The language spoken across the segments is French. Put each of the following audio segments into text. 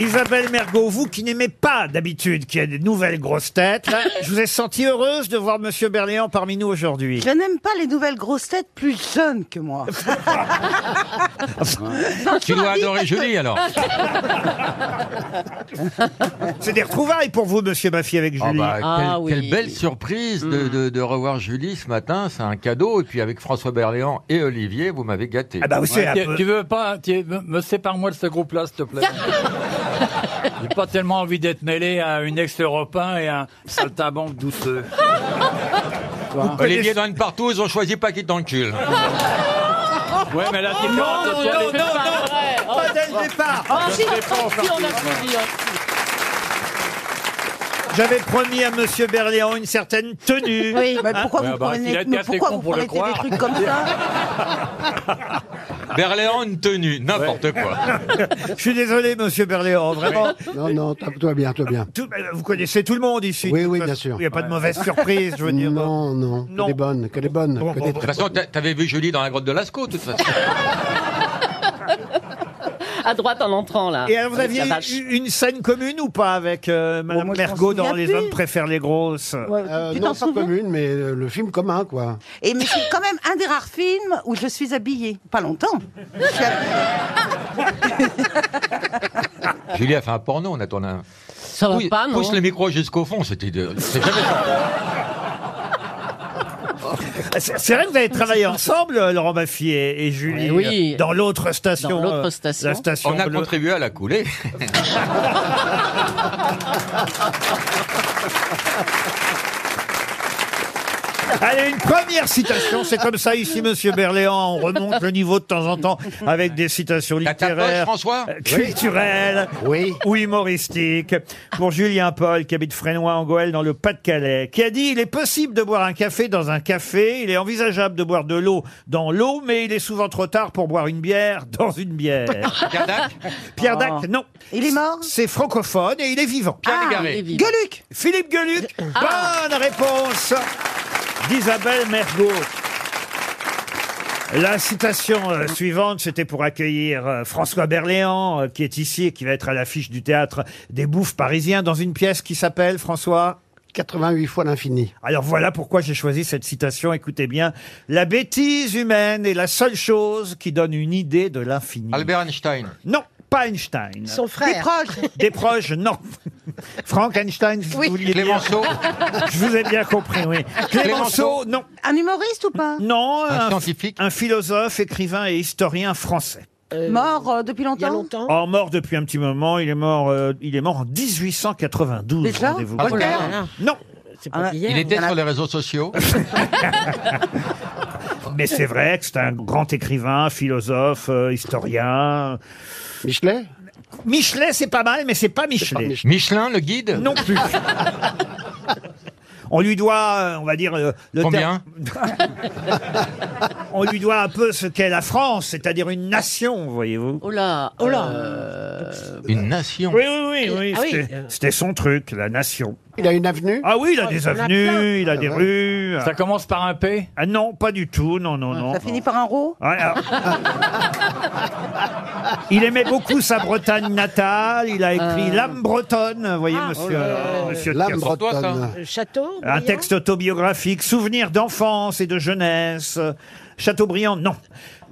Isabelle Mergot, vous qui n'aimez pas d'habitude qu'il y ait des nouvelles grosses têtes, là, je vous ai senti heureuse de voir Monsieur Berléand parmi nous aujourd'hui. Je n'aime pas les nouvelles grosses têtes plus jeunes que moi. Tu dois adorer Julie alors. C'est des retrouvailles pour vous, Monsieur Baffy, avec Julie. Oh bah, quelle, Ah oui. Mm. quelle belle surprise de, de- de revoir Julie ce matin, c'est un cadeau. Et puis avec François Berléand et Olivier, vous m'avez gâté. Ah bah oui, c'est un Tu, peu- tu veux pas tu- me- me sépare-moi de ce groupe-là, s'il te plaît. J'ai pas tellement envie d'être mêlé à une ex-européen et à un saltimbanque douceux. Olivier dans une partouze, on choisit pas qui t'en cul. Oh, Ouais, mais la différence, c'est qu'elle est- Pas dès le départ. J'avais promis à Monsieur Berléand une certaine tenue. Hein Oui, mais pourquoi Ouais, vous bah, prenez, il a été mais assez pourquoi con vous pour le prenez des croire. trucs comme ça Berléand, une tenue, n'importe quoi. Je suis désolé, Monsieur Berléand, vraiment. Non, non, t'as- toi bien, toi bien. Tout- euh, vous connaissez tout le monde ici. Oui, de toute oui, façon. bien sûr. Il n'y a pas de mauvaise surprise, je veux dire. Non, non, Non. que des bonnes, que des bonnes. Bon, que bon, des bon. De toute façon, t'a- t'avais vu Julie dans la grotte de Lascaux, de toute façon. À droite en entrant là. Et alors, Ah, vous Avec aviez la vache. eu- une scène commune ou pas avec euh, Madame moi, je m'en Mergot dans souviens Les plus. hommes préfèrent les grosses Ouais, Euh, Tu non, t'en pas souviens commune, mais euh, le film commun, quoi. Et mais c'est quand même un des rares films où je suis habillée. Pas longtemps. Je suis habillée. Julie a fait un porno, on a tourné un. Ça va Pousse- pas, non Pousse le micro jusqu'au fond, c'était de. c'est jamais ça. Ah, C'est c'est vrai que vous avez travaillé ensemble, euh, Laurent Baffy et, et Julie, Eh oui. euh, dans l'autre station. Dans l'autre euh, station. La station On a bleue. contribué à la couler. Allez, une première citation. C'est comme ça ici, Monsieur Berléand. On remonte le niveau de temps en temps avec des citations T'as ta poche, littéraires. François euh, culturelles Oui. ou humoristiques. pour Julien Paul qui habite Frénois en Goële dans le Pas-de-Calais qui a dit il est possible de boire un café dans un café il est envisageable de boire de l'eau dans l'eau mais il est souvent trop tard pour boire une bière dans une bière Gardac Pierre Dac non Ah. Il est mort c'est francophone et il est vivant Pierre Ah, Légaré. Évidemment. Gueuluc Philippe Gueluc, bonne réponse d'Isabelle Mergot. La citation euh, suivante, c'était pour accueillir euh, François Berléand, euh, qui est ici et qui va être à l'affiche du théâtre des Bouffes parisiens dans une pièce qui s'appelle François. 88 fois l'infini. Alors voilà pourquoi j'ai choisi cette citation. Écoutez bien, la bêtise humaine est la seule chose qui donne une idée de l'infini. Albert Einstein. Non, pas Einstein. Des proches Des proches, non. Frank Einstein, si Oui. vous vouliez dire. Clémenceau. Je vous ai bien compris, oui. Clémenceau, Clémenceau. non. Un humoriste ou pas Non, Un un, scientifique. un philosophe, écrivain et historien français. Mort euh, depuis longtemps En mort depuis un petit moment, il est mort, euh, il est mort en 1892. Déjà rendez-vous Ah, compte. Voltaire. Non, Ah, Il était sur les réseaux sociaux. mais c'est vrai que c'est un grand écrivain, philosophe, euh, historien. Michelet Michelet, c'est pas mal, mais c'est pas Michelet. pas Mich- Michelin, le guide Non plus. On lui doit, euh, on va dire, euh, le terme- Combien on lui doit un peu ce qu'est la France, c'est-à-dire une nation, voyez-vous. Oh là. Oh là. euh, Une nation. Oui, oui, oui, oui. Ah oui. c'était- C'était son truc, la nation. Il a une avenue Ah oui, il a Oh, des avenues, il a des ouais. rues. Ça commence par un P Ah non, pas du tout, non, Ah, non, non. Ça finit par un Ah, ro Ouais, alors- il aimait beaucoup sa Bretagne natale. Il a écrit L'âme bretonne, vous voyez, monsieur, Euh, monsieur de L'âme Kersauzon. pour toi, ça. bretonne. Euh, Château Un texte autobiographique, souvenirs d'enfance et de jeunesse. Chateaubriand, non.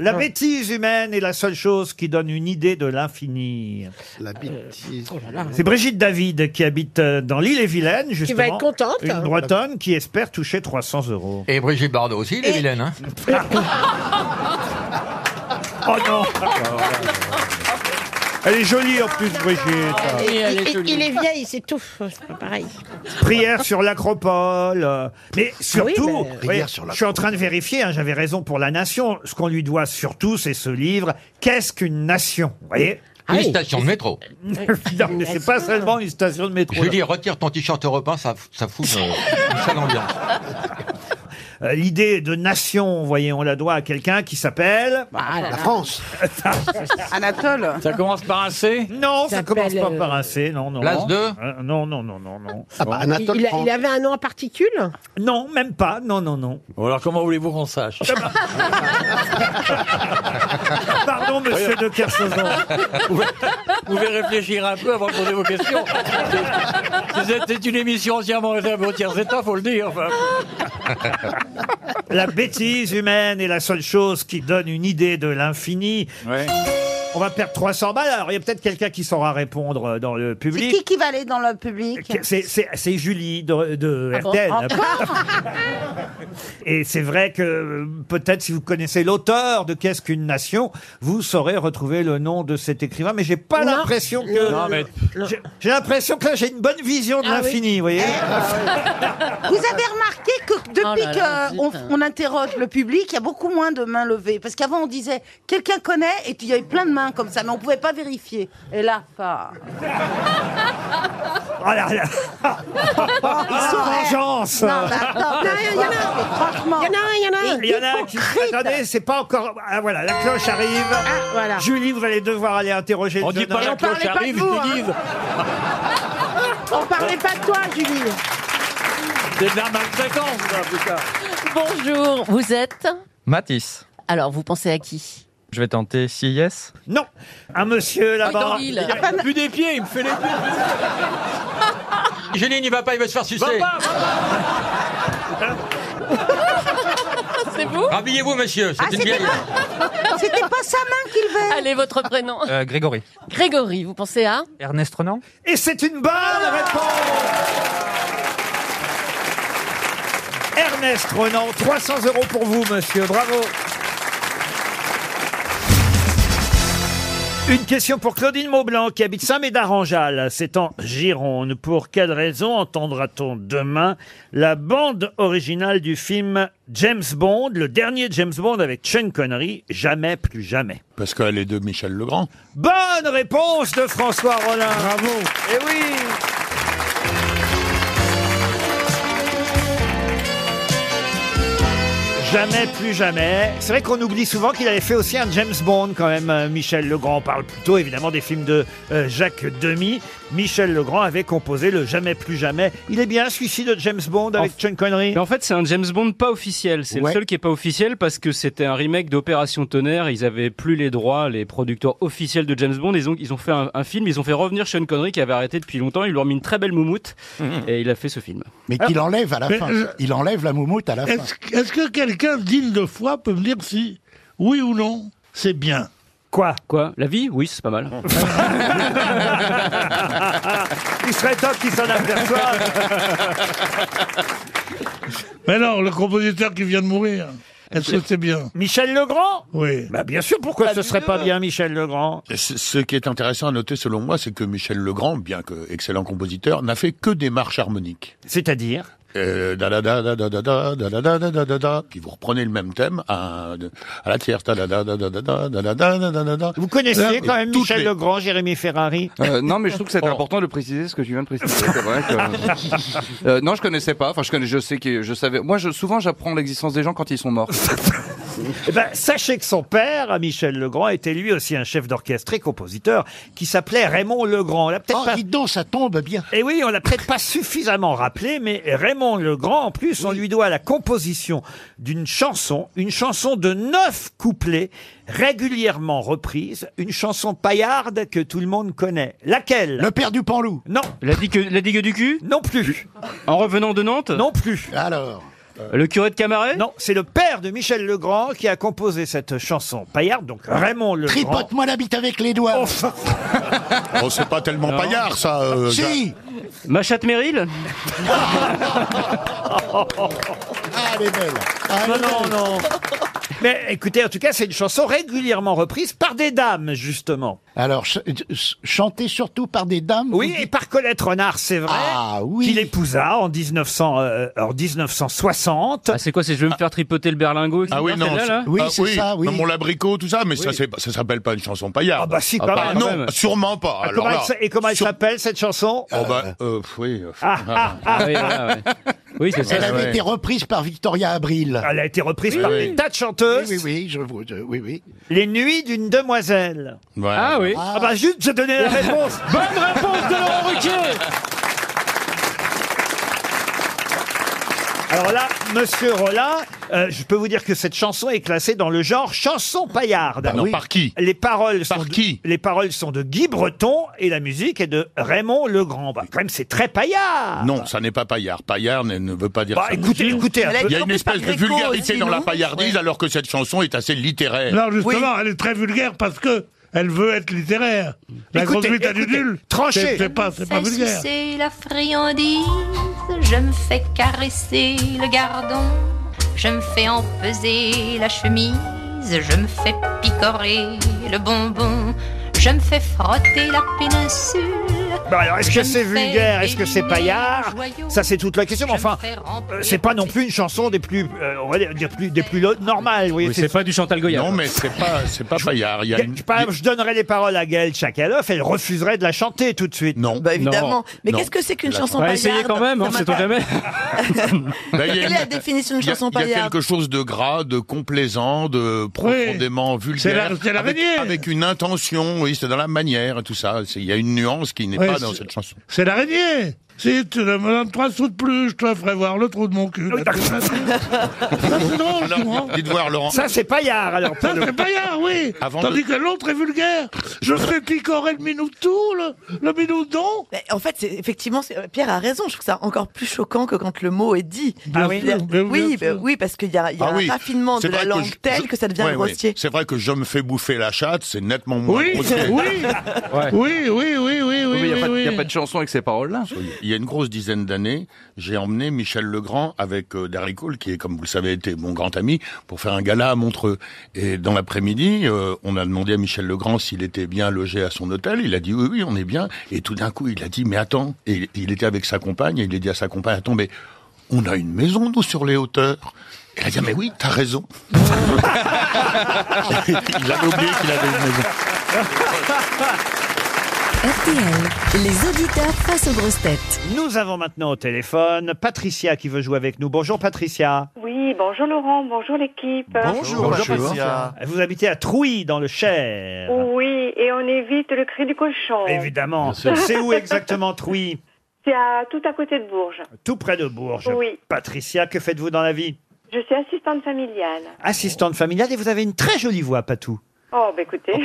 La bêtise humaine est la seule chose qui donne une idée de l'infini. La Euh, bêtise. oh C'est Brigitte David qui habite euh, dans l'île et Vilaine, justement. va être contente. Une Bretonne qui espère toucher 300 euros. Et Brigitte Bardot aussi, il est vilaine. Hein Ah, Oh non Elle est jolie en plus, Brigitte. et elle est il, jolie. il est vieil, c'est tout. C'est pas pareil. Prière sur l'acropole. euh, Mais surtout, ben, vous Prière voyez, sur je suis en train de vérifier, hein, j'avais raison pour la nation. Ce qu'on lui doit surtout, c'est ce livre, Qu'est-ce qu'une nation Vous voyez Ah Une station de Ah métro. Non, mais c'est pas seulement une station de métro. là. Julie, retire ton t-shirt européen, ça, ça fout une, une sale ambiance. Euh, L'idée de nation, vous voyez, on la doit à quelqu'un qui s'appelle... Bah, ah La France Anatole Ça commence par un C Non, ça S'appelle, commence pas euh, par un C, non, non. Place de Euh, Non, non, non, non, non. Ah bah, Il, Anatole il a- France. il avait un nom en particule Non, même pas, non, non, non. Ah, bah. Bon, Alors comment voulez-vous qu'on sache Par Pardon, monsieur de Kersauzon. Oh, Vous pouvez réfléchir un peu avant de poser vos questions. C'était une émission entièrement réservée aux tiers états, faut le dire. enfin. La bêtise humaine est la seule chose qui donne une idée de l'infini. Ouais. On va perdre 300 balles. Alors, il y a peut-être quelqu'un qui saura répondre euh, dans le C'est public. qui qui va aller dans le public C'est- C'est c'est Julie de, de Ah Ah RTL. Et c'est vrai que euh, peut-être si vous connaissez l'auteur de Qu'est-ce qu'une nation, vous saurez retrouver le nom de cet écrivain. Mais j'ai pas l'impression que Non, mais j'ai- j'ai l'impression que là j'ai une bonne vision de Ah oui. Ah. l'infini, vous Eh voyez. ben Vous avez remarqué que Oh depuis là là, qu'on zut. on interroge le public, il y a beaucoup moins de mains levées. Parce qu'avant, on disait quelqu'un connaît et puis il y avait plein de mains comme ça, mais on pouvait pas vérifier. Et là, ça. Oh là là. Ah, vengeance. Non, mais attends, Non, il y en a- franchement. Il y en a un, il y en a un. Il y en a un qui. Attendez, c'est pas encore. Ah voilà, la cloche arrive. Ah, voilà. Julie, vous allez devoir aller interroger on le dit jeune pas homme. la parlait cloche pas de arrive, vous, ils hein. disent. On parlait pas de toi, Julie. C'est de la maltraitance, là, putain. Bonjour, vous êtes Matisse, Alors, vous pensez à qui je vais tenter CIS. Non, un monsieur Ah, là-bas. bah, Oui, dans l'île. Il a plus des pieds, il me fait les pieds. Julie n'y va pas, il va se faire sucer. Va pas, va pas. C'est vous Ah, Rhabillez-vous, monsieur, Ah, c'est une vieille. C'était pas sa main qu'il veut. Allez, votre prénom. Euh, Grégory. Grégory, vous pensez à Ernest Renan Et c'est une bonne Ah réponse Ernest Renan, 300 euros pour vous, monsieur. Bravo Une question pour Claudine Maublanc qui habite Saint-Médard-en-Jalles, c'est en Gironde. Pour quelle raison entendra-t-on demain la bande originale du film James Bond, le dernier James Bond avec Sean Connery, jamais plus jamais Parce qu'elle est de Michel Legrand. Bonne réponse de François Rollin. Bravo. Eh oui. Jamais plus jamais. C'est vrai qu'on oublie souvent qu'il avait fait aussi un James Bond quand même. euh, Michel Legrand On parle plutôt évidemment des films de euh, Jacques Demy. Michel Legrand avait composé le Jamais plus jamais. Il est bien celui-ci de James Bond avec Sean Connery. Mais en fait, c'est un James Bond pas officiel. C'est Ouais. le seul qui est pas officiel parce que c'était un remake d'Opération Tonnerre. Ils avaient plus les droits, les producteurs officiels de James Bond. Ils ont, ils ont fait un, un film. Ils ont fait revenir Sean Connery qui avait arrêté depuis longtemps. Ils lui ont mis une très belle moumoute et il a fait ce film. Mais qu'il enlève à la Mais fin. je- Il enlève la moumoute à la fin. Est-ce est-ce que quelqu'un digne de foi peut me dire si, oui ou non, c'est bien Quoi Quoi La vie Oui, c'est pas mal. Il serait top qu'il s'en aperçoive. Mais alors, le compositeur qui vient de mourir, est-ce que c'est bien Michel Legrand Oui. Bah bien sûr, pourquoi ce serait pas bien Michel Legrand Ce ce qui est intéressant à noter, selon moi, c'est que Michel Legrand, bien que excellent compositeur, n'a fait que des marches harmoniques. C'est-à-dire Euh, da da da da da da da da da da da da da da. Puis vous reprenez le même thème à, à la tierce. Da da da da da da da da da da da da da. Vous connaissiez Euh, Oh. quand même toutes Michel les- Legrand, Jérémy Ferrari Euh, Non, mais je trouve que c'est important de préciser ce que je viens de préciser. C'est vrai que- Euh, non, je connaissais pas. Enfin, je connais, je sais que je savais. Moi, je, souvent, j'apprends l'existence des gens quand ils sont morts. Eh ben, Sachez que son père, Michel Legrand, était lui aussi un chef d'orchestre et compositeur qui s'appelait Raymond Legrand. On l'a peut-être Oh, pas... dis donc, ça tombe bien. Eh oui, on l'a peut-être pas suffisamment rappelé, mais Raymond Legrand, en plus, on lui doit la composition d'une chanson, une chanson de neuf couplets régulièrement reprise, une chanson paillarde que tout le monde connaît. Laquelle Le père du Panlou. Non, La digue, la digue du cul non plus, En revenant de Nantes non plus. Alors. Euh, Le curé de Camaret Non, c'est le père de Michel Legrand qui a composé cette chanson paillarde, donc Raymond Legrand. Tripote-moi la bite avec les doigts. Oh, c'est pas tellement paillard, ça. euh, si. Ma chatte Meryl Ah, elle est belle. Ah, elle Non, est belle. non, non. Mais écoutez, en tout cas, c'est une chanson régulièrement reprise par des dames, justement. Alors, ch- ch- chanté surtout par des dames. Oui, vous et dites- par Colette Renard, c'est vrai. Ah oui. Qu'il épousa en, 1900, euh, en 1960. ah, C'est quoi C'est je veux me faire tripoter le berlingot etc. Ah oui, non. Celle-là, là c'est- Oui, ah c'est ça, oui. Non, Mon l'abricot, tout ça, mais ça, c'est- ça s'appelle pas une chanson paillarde. Ah bah si, quand bah même. quand non, même. sûrement pas. Ah, Alors comment elle là, s- et comment elle sur- s'appelle, cette chanson Oh bah, euh, pff, oui. euh, Ah, ah, ah. Ah oui, voilà, ouais. oui c'est ça. Elle avait ouais. été reprise par Victoria Abril. Elle a été reprise par oui. des tas de Oui, chanteuses. oui, oui, je vous, je- oui, oui. Les nuits d'une demoiselle. ouais. Ah oui Ah, bah juste, j'ai donné la réponse. Bonne Oh, Euh, réponse de Laurent Ruquier Alors là, Monsieur Rolla, euh, je peux vous dire que cette chanson est classée dans le genre chanson paillarde. Bah non, Oui. par qui Les paroles sont de, Les paroles sont de Guy Breton et la musique est de Raymond Legrand. Bah, quand même, c'est très Ah, paillard. Non, bah. ça n'est pas paillard. Paillard ne, ne veut pas dire Bah, ça. écoutez, écoutez un Elle a peu. Il y a été une reprise par espèce de Gréco vulgarité aussi, dans la non paillardise, alors que cette chanson est assez littéraire. Non, justement, elle est très vulgaire parce que elle veut être littéraire. La Écoutez, conduite à du écoutez, nul, tranchez. c'est- C'est pas, c'est pas vulgaire. sucer la friandise, je me fais caresser le gardon, je me fais empeser la chemise, je me fais picorer le bonbon, je me fais frotter la péninsule. Bah alors, est-ce je que me c'est fais vulgaire Est-ce que c'est déliner paillard joyaux, Ça, c'est toute la question. Mais je me enfin, fais euh, remplir c'est pas non plus une chanson des plus, euh, on va dire plus, des plus lo- normales. Vous voyez, c'est pas du Chantal Goya. Non, mais c'est pas, c'est pas paillard. Il y a une- Je, par exemple, je donnerais les paroles à Gaël Tchakaloff, elle refuserait de la chanter tout de suite. Non. Bah évidemment. Mais qu'est-ce que c'est qu'une chanson paillarde paillarde Ça m'a pas- Bah, il y a Quelle est une- la définition de il y a- chanson Il y a paillarde quelque chose de gras, de complaisant, de profondément C'est vulgaire. la- c'est la avec, manière. avec une intention, oui, c'est dans la manière et tout ça. C'est- Il y a une nuance qui n'est Ouais, pas dans c'est- cette chanson. C'est l'araignée. Si tu me donnes trois sous de plus, je te ferai voir le trou de mon Ah cul. Ça, c'est drôle, tu vois. Dites voir, Laurent. Ça, c'est paillard, alors. Ça, c'est paillard, oui. Avant Tandis de- que l'autre est vulgaire. Je fais picorer le minoutou, le, le minoudon. Mais en fait, c'est effectivement, c'est- euh, Pierre a raison. Je trouve ça encore plus choquant que quand le mot est dit. Ah Je oui. veux dire, Bien sûr. oui, bah oui, parce qu'il y a, il y a Ah oui. un raffinement C'est de la vrai que langue je- telle je- que ça devient Ouais, oui. grossier. C'est vrai que je me fais bouffer la chatte, c'est nettement moins Oui, grossier. oui. Oui, oui, oui, oui, oui. Oui, mais il y a oui, pas de- il y a oui. pas de chanson avec ces paroles-là. Il y a une grosse dizaine d'années, j'ai emmené Michel Legrand avec euh, Darry Cole, qui est, comme vous le savez, était mon grand ami, pour faire un gala à Montreux. Et dans l'après-midi, euh, on a demandé à Michel Legrand s'il était bien logé à son hôtel. Il a dit oui, oui, on est bien. Et tout d'un coup, il a dit mais attends. Et il était avec sa compagne et il a dit à sa compagne attends, mais on a une maison nous sur les hauteurs. Elle a dit ah, mais oui, t'as raison. il avait oublié qu'il avait une maison. RTL, les auditeurs face aux grosses têtes. Nous avons maintenant au téléphone Patricia qui veut jouer avec nous. Bonjour Patricia. Oui, bonjour Laurent, bonjour l'équipe. Vous habitez à Trouy dans le Cher. Oui, et on évite le cri du cochon. Évidemment. sûr. C'est où exactement Trouy C'est à, tout à côté de Bourges. Tout près de Bourges. Oui. Patricia, que faites-vous dans la vie Je suis assistante familiale. Assistante familiale et vous avez une très jolie voix, Patou. Oh, bah écoutez.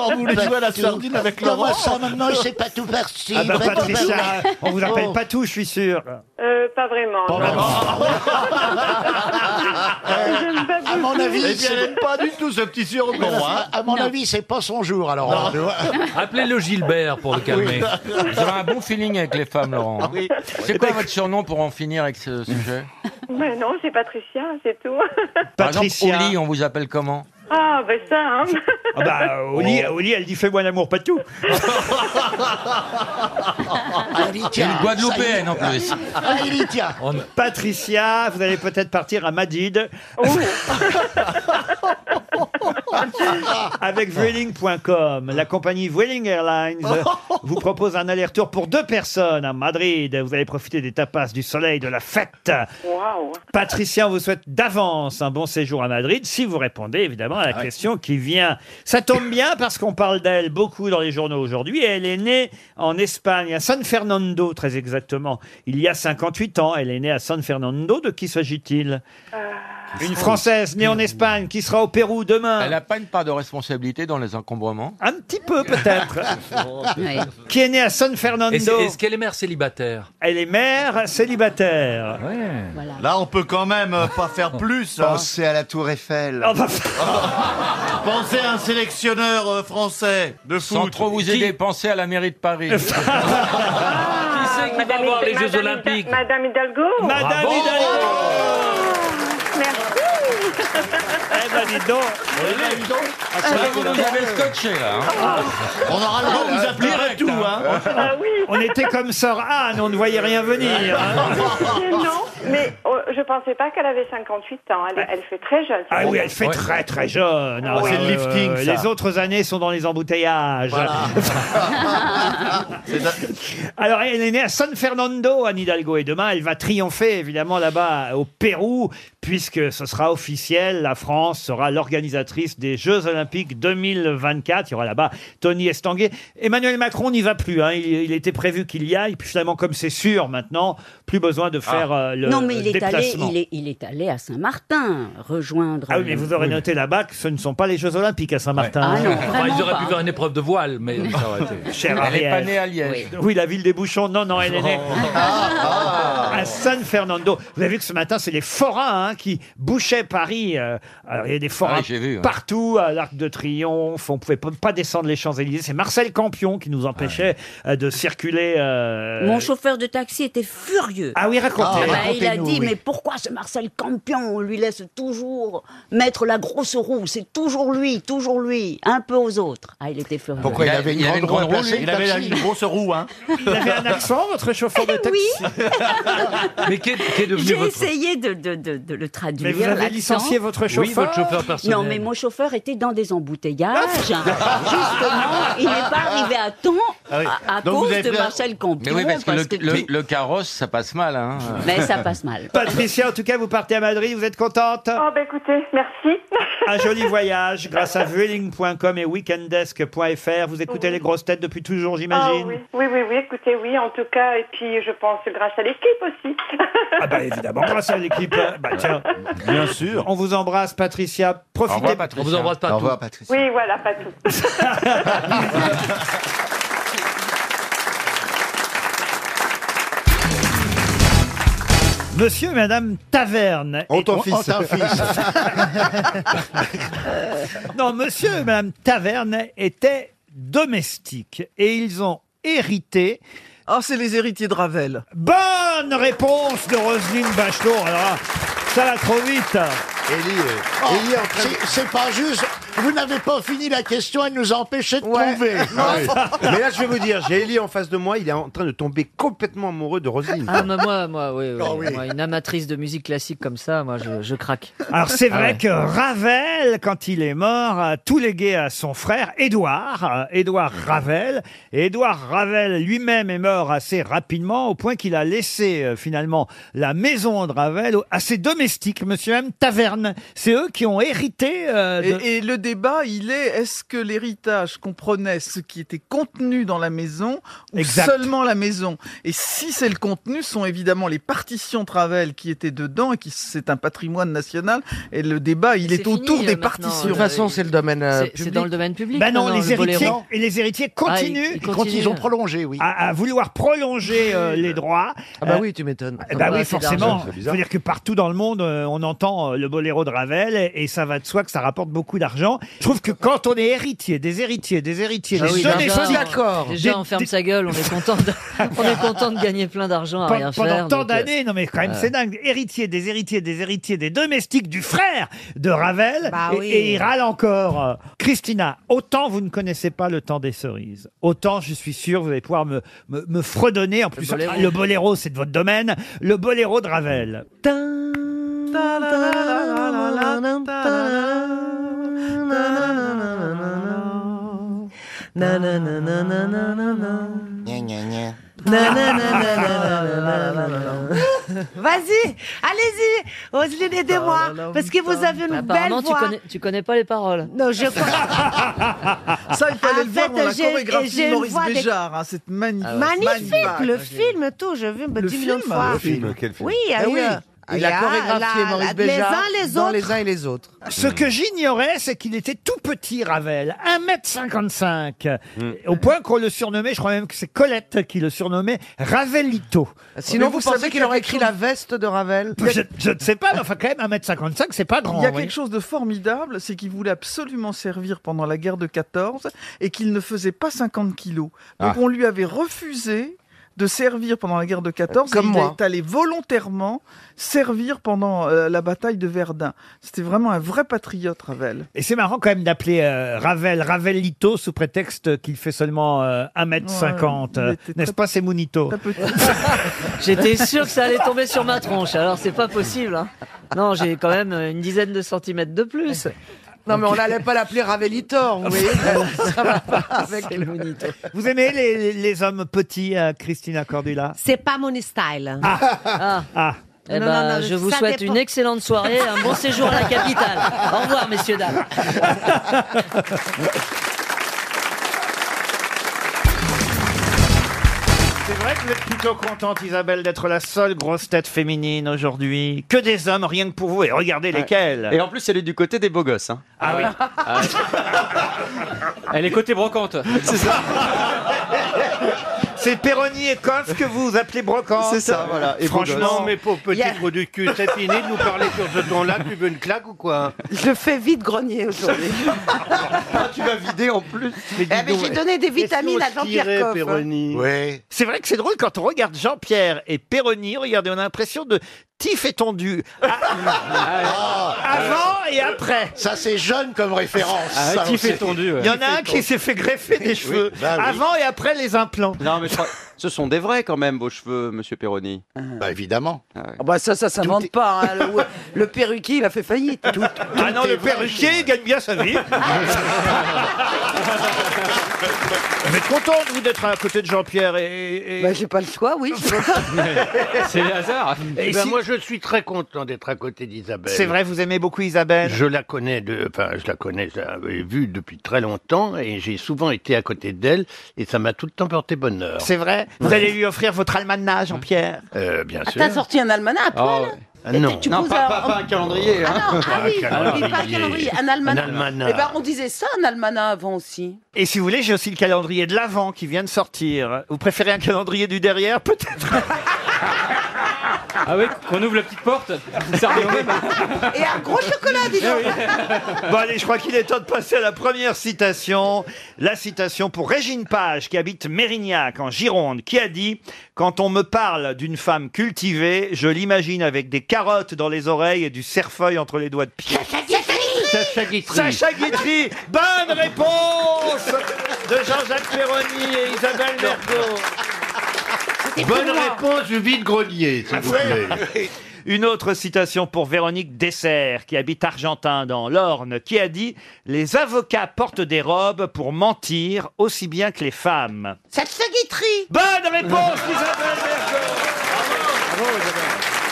On voulait jouer à la sardine avec Laurent. Comment ça, maintenant, je sais pas tout faire. si, ah ben pas tout Patricia, bah faire. on vous appelle Oh. Patou, je suis sûr. Euh, pas vraiment. non. Je me bats À mon beaucoup. avis, pas du tout ce petit surnom. À, à mon avis, c'est pas son jour, alors. Tu vois. Oh. Ah, Appelez-le Gilbert pour le calmer. Vous avez un bon feeling avec les femmes, Laurent. hein. C'est quoi votre surnom pour en finir avec ce sujet Mais non, c'est Patricia, c'est tout. Par exemple, au lit, on vous appelle comment Ah, ben ça, hein. Ah bah, au, lit, au lit, elle dit fais-moi l'amour, Patou. Ah, Et une Guadeloupéenne en plus. Patricia, vous allez peut-être partir à Madrid. Avec Vueling.com, la compagnie Vueling Airlines vous propose un aller-retour pour deux personnes à Madrid. Vous allez profiter des tapas, du soleil, de la fête. Waouh. Patricia, on vous souhaite d'avance un bon séjour à Madrid si vous répondez évidemment à la question qui vient. Ça tombe bien parce qu'on parle d'elle beaucoup dans les journaux aujourd'hui. Elle est née en Espagne, à San Fernando très exactement, il y a 58 ans. Elle est née à San Fernando. De qui s'agit-il Euh, Une Française née en Espagne qui sera au Pérou demain. Elle n'a pas une part de responsabilité dans les encombrements Un petit peu peut-être. qui est née à San Fernando. Est-ce est-ce qu'elle est mère célibataire Elle est mère célibataire. Là, on peut quand même euh, pas faire plus. Pensez à la Tour Eiffel. Ah, bah, Pensez à un sélectionneur euh, français de foot. Sans trop vous aider, pensez à la mairie de Paris. c'est qui va Madame voir Hid- les Jeux Madame Olympiques Hid- Madame Hidalgo. Madame Bravo. Hidalgo. Merci. Eh ben, dis donc. Ah, Là, vous nous avez scotché, là. hein. On aura le droit de vous appeler Direct, Patou, hein. Ah oui. On était comme sœur Anne, on ne voyait rien venir. hein. non, mais oh, euh, je pensais pas qu'elle avait 58 ans. Elle, elle fait très jeune. Ah oui, elle fait très très jeune. hein. Euh, Oh, Ah oui. C'est le lifting, ça. Les autres années sont dans les embouteillages. Alors, elle est née à San Fernando, Anne Hidalgo, et demain, elle va triompher, évidemment, là-bas, au Pérou, puisque ce sera officiel, la France sera l'organisatrice des Jeux Olympiques 2024. Il y aura là-bas Tony Estanguet. Emmanuel Macron n'y va plus. hein. Il, il était prévu qu'il y aille. Puis finalement, comme c'est sûr maintenant, plus besoin de faire Ah. euh, le Ah. non, mais il est, allé, déplacement. il, est, il est allé à Saint-Martin rejoindre. euh, Ah oui, mais le- vous aurez noté là-bas que ce ne sont pas les Jeux Olympiques à Saint-Martin. Ah non, Enfin, vraiment ils auraient pas. pu faire une épreuve de voile, mais ça aurait été. Cher Elle est Ariel. pas née à Liège. Oui, la ville des bouchons. Non, non, elle est Oh. née Ah, à San Fernando. Vous avez vu que ce matin, c'est les forains hein, qui bouchaient Paris. euh, alors, il y a des forains Ah oui, j'ai vu, ouais. partout, à l'Arc de Triomphe. On pouvait pas pas descendre les Champs-Élysées. C'est Marcel Campion qui nous empêchait Ah euh, de circuler. euh, Mon chauffeur de taxi était furieux. Ah oui, racontez. Ah bah, il a Racontez-nous, dit, oui. mais pourquoi ce Marcel Campion On lui laisse toujours mettre la grosse roue. C'est toujours lui, toujours lui, un peu aux autres. Ah, il était furieux. Pourquoi, il Il avait une il avait grande une grande roue, roue, lui, il le avait taxi. une grosse roue, hein. Il avait un accent, votre chauffeur de taxi Mais qui est, qui est devenu J'ai votre... essayé de, de- de- de le traduire. Mais vous avez l'accent. licencié votre Oui, chauffeur votre chauffeur personnel. Non, mais mon chauffeur était dans des embouteillages. Justement, il n'est pas arrivé à temps Ah oui. à, à Donc vous cause avez de fait un- Marcel Campion. Mais oui, parce que, parce le, que- le- le carrosse, ça passe mal. Hein. Mais ça passe mal. Patricia, en tout cas, vous partez à Madrid, vous êtes contente Oh, bah écoutez, merci. Un joli voyage grâce à vueling.com et weekendesk.fr. Vous écoutez les grosses têtes depuis toujours, Ah, j'imagine oui. oui, oui, oui, écoutez, oui, en tout cas, et puis je pense grâce à l'équipe aussi. Ah bah évidemment, grâce à l'équipe. euh, Bah tiens, Bien sûr. on vous embrasse Patricia. Profitez. Au revoir, Patricia. On vous embrasse pas Au revoir, tout. Patricia. Oui, voilà, pas tout. Monsieur et Madame Taverne. En Et- ton fils. en ton fils. non, Monsieur et Madame Taverne étaient domestiques et ils ont hérité. Oh, c'est les héritiers de Ravel. Bonne réponse de Roselyne Bachelot. Alors, là, ça va trop vite. euh, Oh, c'est- C'est pas juste. Vous n'avez pas fini la question et nous a empêché de trouver. Ah Mais là, je vais vous dire, j'ai Ellie en face de moi, il est en train de tomber complètement amoureux de Roselyne. Ah, mais moi, moi, oui, oui. Moi, une amatrice de musique classique comme ça, moi, je, je craque. Alors c'est Ah vrai ouais. que Ravel, quand il est mort, a tout légué à son frère Édouard, euh, Édouard Ravel. Et Édouard Ravel lui-même est mort assez rapidement, au point qu'il a laissé euh, finalement la maison de Ravel au- à ses domestiques, Monsieur M. Taverne. C'est eux qui ont hérité. euh, de- Et, et le débat, il est est-ce que l'héritage comprenait ce qui était contenu dans la maison ou Exact. seulement la maison Et si c'est le contenu, sont évidemment les partitions de Ravel qui étaient dedans et qui c'est un patrimoine national. Et le débat, il est, C'est fini, autour euh, des maintenant, partitions. euh, De toute façon, c'est le domaine C'est- c'est dans le domaine public. Bah non, maintenant, les le boléro. héritiers et les héritiers continuent, Ah, ils- ils continuent. ont prolongé, oui. À, à vouloir prolonger euh, les droits. Ah bah Euh, oui, tu m'étonnes. Eh ben Ah, oui, c'est forcément. d'argent, c'est Il bizarre. faut dire que partout dans le monde, euh, on entend euh, le boléro de Ravel et- et ça va de soi que ça rapporte beaucoup d'argent. Je trouve que quand on est héritier, des héritiers, des héritiers, Ah des oui, domestiques, déjà, des- Déjà, on ferme sa gueule, on est content de, on est content de gagner plein d'argent à pen- Ah, rien pendant faire. tant donc, euh, d'années, non mais quand même ouais. c'est dingue, héritier, des héritiers, des héritiers, des domestiques du frère de Ravel, Bah et, oui. et il râle encore. Euh, Christina, autant vous ne connaissez pas le temps des cerises, autant je suis sûr vous allez pouvoir me, me, me fredonner, en plus boléro. le boléro c'est de votre domaine, le boléro de Ravel. Vas-y, allez-y, Roselyne, aidez-moi, parce que vous avez une belle Apparemment, tu voix. connais, tu connais pas les paroles. Non, je Ça, il fallait En le voir fait, dans la j'ai- chorégraphie j'ai de une Maurice voix d'ex- Béjart. hein, c'est magnifique. Magnifique, le Magnifique. Ah, film, tout, je vu Le 10 millions de film, fois. le film, quel film Oui, Eh euh, oui, il il a y Ah, chorégraphié la- Maurice la- Béjart Les uns, les dans autres. Les uns et les autres. Ce que j'ignorais, c'est qu'il était tout petit, Ravel. 1m55. Hmm. Au point qu'on le surnommait, je crois même que c'est Colette qui le surnommait, Ravelito. Ah, Sinon, Mais vous, pensez savez qu'il aurait quelque écrit la veste de Ravel chose- Je, je ne sais pas, mais enfin, quand même, 1m55, c'est pas grand. Il y a oui. quelque chose de formidable, c'est qu'il voulait absolument servir pendant la guerre de 14 et qu'il ne faisait pas 50 kilos. Donc Ah. on lui avait refusé de servir pendant la guerre de 14 et Comme il moi. est allé volontairement servir pendant euh, la bataille de Verdun. C'était vraiment un vrai patriote, Ravel. Et c'est marrant quand même d'appeler euh, Ravel Ravelito sous prétexte qu'il fait seulement euh, 1m50. Ouais, euh, il était N'est-ce pas, c'est Mounito J'étais sûr que ça allait tomber sur ma tronche, alors c'est pas possible. hein. Non, j'ai quand même euh, une dizaine de centimètres de plus. euh, Non, mais on n'allait pas l'appeler Ravelitor, vous voyez Ça va pas avec le monito. Vous aimez les, les- les hommes petits, euh, Christina Cordula C'est pas mon style. Ah. Ah. Eh Non, ben, non, non, je vous ça souhaite dépend. une excellente soirée, un bon séjour à la capitale. Au revoir, messieurs, dames. C'est vrai que vous êtes plutôt contente, Isabelle, d'être la seule grosse tête féminine aujourd'hui. Que des hommes, rien que pour vous. Et regardez lesquels. Et en plus, elle est du côté des beaux gosses. hein. Ah oui. Elle est côté brocante. C'est ça. C'est Péroni et Coff que vous appelez brocante. C'est ça, voilà. Et Franchement, beau gosse. mais pauvre petit Yeah. trou du cul, c'est fini de nous parler sur ce ton-là. Tu veux une claque ou quoi Je fais vite grenier aujourd'hui. Ah, tu vas vider en plus. Eh, mais j'ai donné des vitamines à Jean-Pierre Coff. Ouais. C'est vrai que c'est drôle quand on regarde Jean-Pierre et Péroni. Regardez, on a l'impression de tif et tendu. Ah. Avant Oh, et après. Ça, c'est jeune comme référence. Ah, ça, qui fait aussi. tondu, ouais. Il y en a un qui s'est fait greffer des cheveux bah oui. avant et après les implants. Non, mais je crois- ce sont des vrais quand même, vos cheveux, monsieur Perroni. Ah. Bah évidemment. bah ça, ça s'invente pas. hein. Le, le perruquier, il a fait faillite. ah non, le perruquier gagne bien sa vie. Vous êtes contente, vous, d'être à côté de Jean-Pierre et... Bah, j'ai pas le choix, oui. C'est le hasard. Eh Et ben, si- Moi, je suis très content d'être à côté d'Isabelle. C'est vrai, vous aimez beaucoup Isabelle Ben Je la connais, de, enfin, je la connais, je l'avais vue depuis très longtemps et j'ai souvent été à côté d'elle et ça m'a tout le temps porté bonheur. C'est vrai Vous allez lui offrir votre almanach, Jean-Pierre Euh, bien Ah, sûr. Ah, T'as sorti un almanach à poil hein Ah, non, tu Non, poses pas- un- pas- pas un calendrier, Ah non, ah oui, Un calendrier. oui, pas un calendrier, un almanach. Un almanach. Eh ben, on disait ça, un almanach avant aussi. Et si vous voulez, j'ai aussi le calendrier de l'avant qui vient de sortir. Vous préférez un calendrier du derrière, peut-être Ah oui, qu'on ouvre la petite porte. Ça revient au même. Et un gros chocolat, dis Ah donc Bon allez, je crois qu'il est temps de passer à la première citation. La citation pour Régine Page, qui habite Mérignac, en Gironde, qui a dit « Quand on me parle d'une femme cultivée, je l'imagine avec des carottes dans les oreilles et du cerfeuil entre les doigts de pied. » Sacha Guitry Sacha Guitry Bonne réponse de Jean-Jacques Perroni et Isabelle Mergo. Bonne réponse du vide-grenier, s'il vous plaît. Une autre citation pour Véronique Dessert, qui habite Argentin dans l'Orne, qui a dit Les avocats portent des robes pour mentir aussi bien que les femmes. Ça te fait guitry Bonne réponse, Isabelle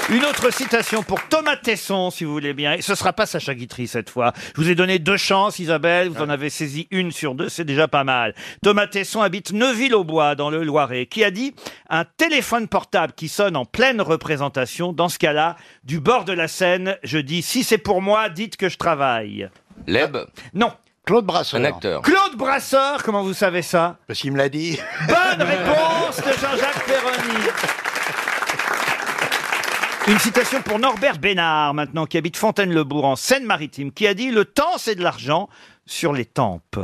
Une autre citation pour Thomas Tesson, si vous voulez bien. Et ce sera pas Sacha Guitry cette fois. Je vous ai donné deux chances, Isabelle. Vous en avez saisi une sur deux. C'est déjà pas mal. Thomas Tesson habite Neuville-au-Bois, dans le Loiret, qui a dit un téléphone portable qui sonne en pleine représentation. Dans ce cas-là, du bord de la scène, je dis si c'est pour moi, dites que je travaille. Leb Non. Claude Brasseur. Un acteur. Claude Brasseur, comment vous savez ça Parce qu'il me l'a dit. Bonne réponse de Jean-Jacques Perroni. Une citation pour Norbert Bénard, maintenant, qui habite Fontaine-le-Bourg, en Seine-Maritime, qui a dit Le temps, c'est de l'argent sur les tempes.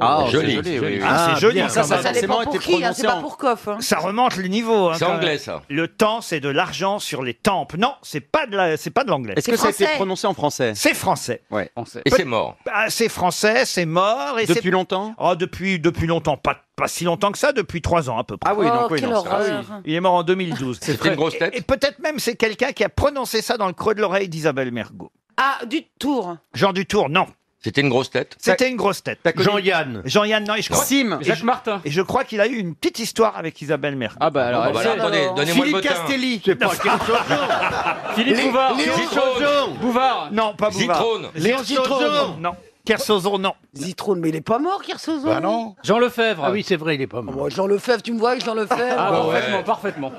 Ah, c'est joli, joli, oui, oui. Ah, Ah, c'est joli. bien. Ça, ça a Ça forcément dépend été pour qui, hein, prononcé c'est pas en- pour Coff. hein. Ça remonte le niveau. hein, C'est quand anglais, même. ça. Le temps, c'est de l'argent sur les tempes. Non, c'est pas de la- c'est pas de l'anglais. Est-ce que ça a été prononcé en français C'est français. Ouais. Et c'est mort. Ah, c'est français, c'est mort. Et Depuis longtemps oh, depuis, depuis longtemps, pas, pas si longtemps que ça, depuis trois ans à peu près. Ah Ah oui, Oh, donc oui, quelle non, ça va. horreur. Il est mort en 2012. C'était une grosse tête. Et, et peut-être même c'est quelqu'un qui a prononcé ça dans le creux de l'oreille d'Isabelle Mergot. Ah, du tour. Jean Dutour, non. C'était une grosse tête. C'était une grosse tête. T'as connu- Jean-Yann. Jean-Yann, non. Et je crois, Sim. et Jacques je- Et je crois qu'il a eu une petite histoire avec Isabelle Mergot. Ah bah alors, Ah bah elle alors, sait. attendez, donnez-moi le Philippe bottin. Castelli. C'est pas quelque chose. Philippe Lé- Bouvard. Léon Zitrone. Zitrone. Bouvard. Non, pas Bouvard. Zitrone. Léon Zitrone. Zitrone. Non. Kersozon, non. Zitrone, mais il est pas mort, Kersozon Jean Lefebvre. Bah Ah oui, c'est vrai, il est pas mort. Moi, Jean Lefebvre, tu me vois avec Jean Lefebvre Ah, bah bon, ouais. parfaitement.